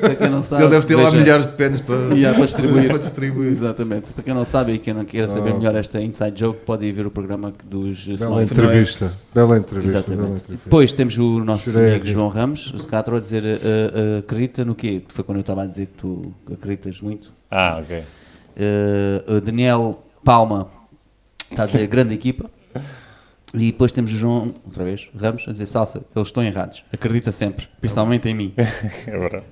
C: para quem não sabe,
A: Ele deve ter lá
C: veja-
A: milhares de pens para,
C: Yeah, para distribuir.
A: para distribuir.
C: Exatamente. Para quem não sabe e quem não queira saber melhor esta Inside Joke, pode ir ver o programa dos eh,
F: Bela
C: Small
F: entrevista. Bela entrevista. Bela
C: é? Exatamente.
F: entrevista.
C: Depois temos o nosso
F: Chorei a
C: amigo
F: rir.
C: "Ah, João Ramos, o Scatro, a dizer eh, eh, acredita no quê? Foi quando eu estava a dizer que tu acreditas mas muito.
B: Ah, ok.
C: Eh, o Daniel Palma está a dizer grande equipa. E depois temos o João, outra vez, Ramos, a dizer salsa, eles estão errados. Acredita sempre, principalmente em mim.
B: É verdade.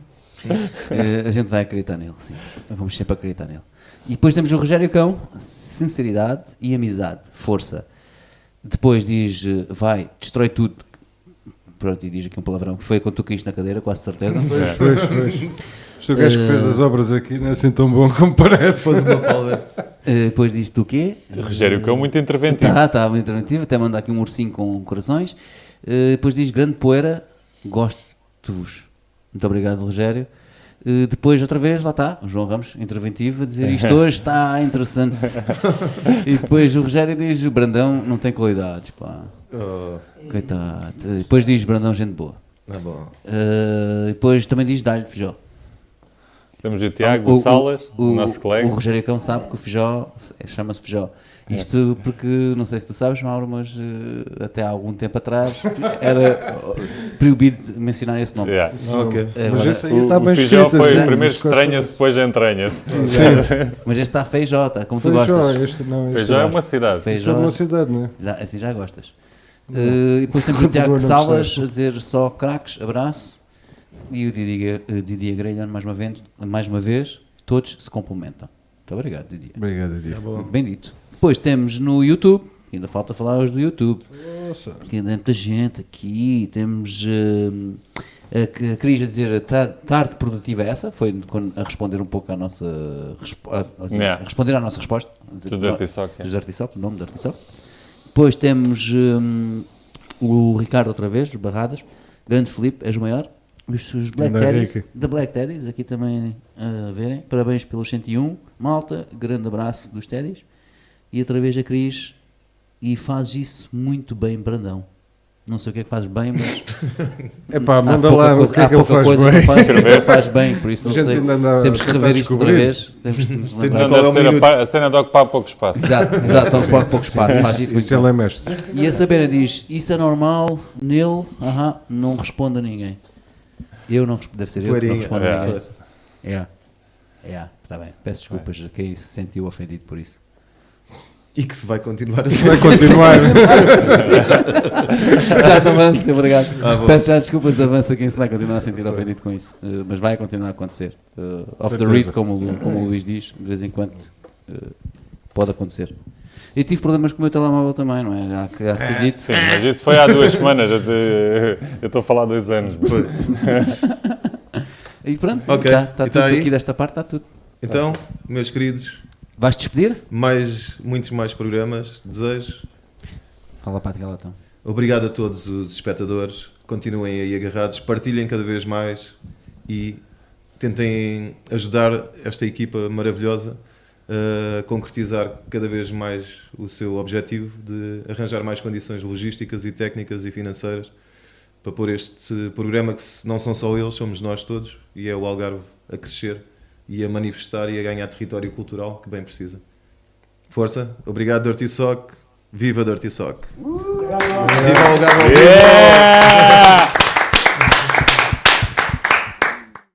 C: Eh, a gente vai acreditar nele, sim. Vamos sempre acreditar nele. E depois temos o Rogério Cão, sinceridade e amizade, força. Depois diz, eh, vai, destrói tudo. Pronto, e diz aqui um palavrão, que foi quando tu caíste na cadeira, quase certeza.
F: Pois, pois. É. Este gajo que
C: Eh,
F: fez as obras aqui não é assim tão bom como parece.
A: Pôs uma paleta.
C: Eh, depois diz tu o quê?
B: Rogério Cão, muito interventivo.
C: Está, está Ah, tá, muito alternativo, até manda aqui um ursinho com corações. Eh, depois diz grande poeira, gosto-vos. Muito obrigado, Rogério. Eh, depois, outra vez, lá está, o João Ramos, interventivo, a dizer isto hoje está interessante. e depois o Rogério diz: o Brandão não tem qualidades, pá.
A: Oh,
C: Coitado. Eh, Depois diz: Brandão, gente boa.
A: tá bom.
C: Eh, depois também diz: dá-lhe feijó.
B: Temos o Tiago o Salas, o, nosso colega.
C: O Rogério Cão sabe que o Feijó se- chama-se Feijó.
F: É.
C: Isto porque, não sei se tu sabes, Mauro, mas eh, até há algum tempo atrás era oh, proibido mencionar esse nome.
B: Yeah.
A: Ah, Ok.
C: é,
F: Mas esse aí
B: O,
F: está
B: o
F: bem
B: Fijó
F: escrito.
B: foi
F: assim,
B: primeiro
F: as coisas-
B: estranha-se, depois entranha-se.
C: Mas este está Feijó, está como
F: Foi
C: tu
F: Jó,
C: gostas.
F: este não, este
B: Feijó é uma cidade.
F: Isto é
C: Feijó,
F: uma cidade, não é?
C: já, assim já gostas. Eh, e depois temos o
F: Continua a
C: Tiago
F: não
C: Salas
F: gostar.
C: a dizer só craques, abraço. E o Didier, eh, Didier Grelhan, mais uma, vez, mais uma vez, todos se complementam. Muito obrigado, Didier.
F: Obrigado, Diego.
C: Bem dito. Depois temos no YouTube, ainda falta falar os do YouTube.
F: Nossa.
C: Que ainda é muita gente aqui. Temos hum, a, que- a Cris a dizer "Ta- tarde produtiva é essa, foi quando- a responder um pouco à nossa respo- a- assim,
B: Yeah.
C: a responder à nossa resposta. a dizer
B: Do
C: que nó-
B: Dirty Sock, é.
C: Dos Artisop, o nome do Artisop. Depois temos hum, o Ricardo outra vez, dos Barradas. Grande Felipe, és o maior. Os, os Black
F: Grande
C: Teddies,
F: Ricky.
C: da Black Teddies, aqui também uh, a verem. Parabéns pelos 101. Malta, grande abraço dos Teddies. E outra vez a Cris. E fazes isso muito bem, Brandão. Não sei o que é que fazes bem, mas.
F: Epá,
C: há
F: manda
C: pouca
F: lá
C: coisa-
F: o que
C: há
F: é que ele
C: pouca
F: faz
C: coisa
F: bem.
C: Que faz, que ele faz bem, por isso
F: A
C: não
F: gente
C: sei.
F: ainda anda
C: Temos que
F: a tentar
C: rever isto outra
F: descobrir.
C: vez. Temos que nos
A: Não,
C: lembrar.
B: Então
A: qual é
B: deve
A: o
B: ser a,
A: minuto?
B: pa- a cena de ocupar pouco espaço.
C: Exato, exato, ocupa pouco espaço. Faz isso muito
F: Isso
C: bem.
F: ele é mestre.
C: E a Sabena diz: Isso é normal, nele, aham, não responde a ninguém. Eu não respondo, deve ser eu que não
A: Poeirinha.
C: respondo a
B: É.
C: ninguém. É, é, está bem. Peço desculpas a quem se sentiu ofendido por isso.
A: E que se vai continuar assim. a ser.
F: Vai continuar.
C: já de avanço, obrigado.
A: bom.
C: Peço já desculpas de avanço a quem se vai continuar a sentir ofendido com isso. Eh, mas vai continuar a acontecer. Eh, off the
F: Certeza.
C: read, como, o Lu- como o Luís diz, de vez em quando eh, pode acontecer. E tive problemas com o meu telemóvel também, não é? Há que há que ser dito.
B: Sim, mas isso foi há duas semanas. Eu te- eu estou a falar há dois anos.
A: Pois.
C: E pronto, está
A: Ok,
C: tá
A: e
C: tudo
A: tá aí?
C: aqui desta parte, está tudo.
A: Então, meus queridos,
C: Vais despedir?
A: mais, muitos mais programas, desejos.
C: Fala para aquela então.
A: Obrigado a todos os espectadores. Continuem aí agarrados, partilhem cada vez mais e tentem ajudar esta equipa maravilhosa a concretizar cada vez mais o seu objetivo de arranjar mais condições logísticas e técnicas e financeiras para pôr este programa que se- não são só eles, somos nós todos e é o Algarve a crescer e a manifestar e a ganhar território cultural que bem precisa. Força, obrigado Dirty Sock, viva Dirty Sock! Viva o Algarve ao vivo!
B: Yeah!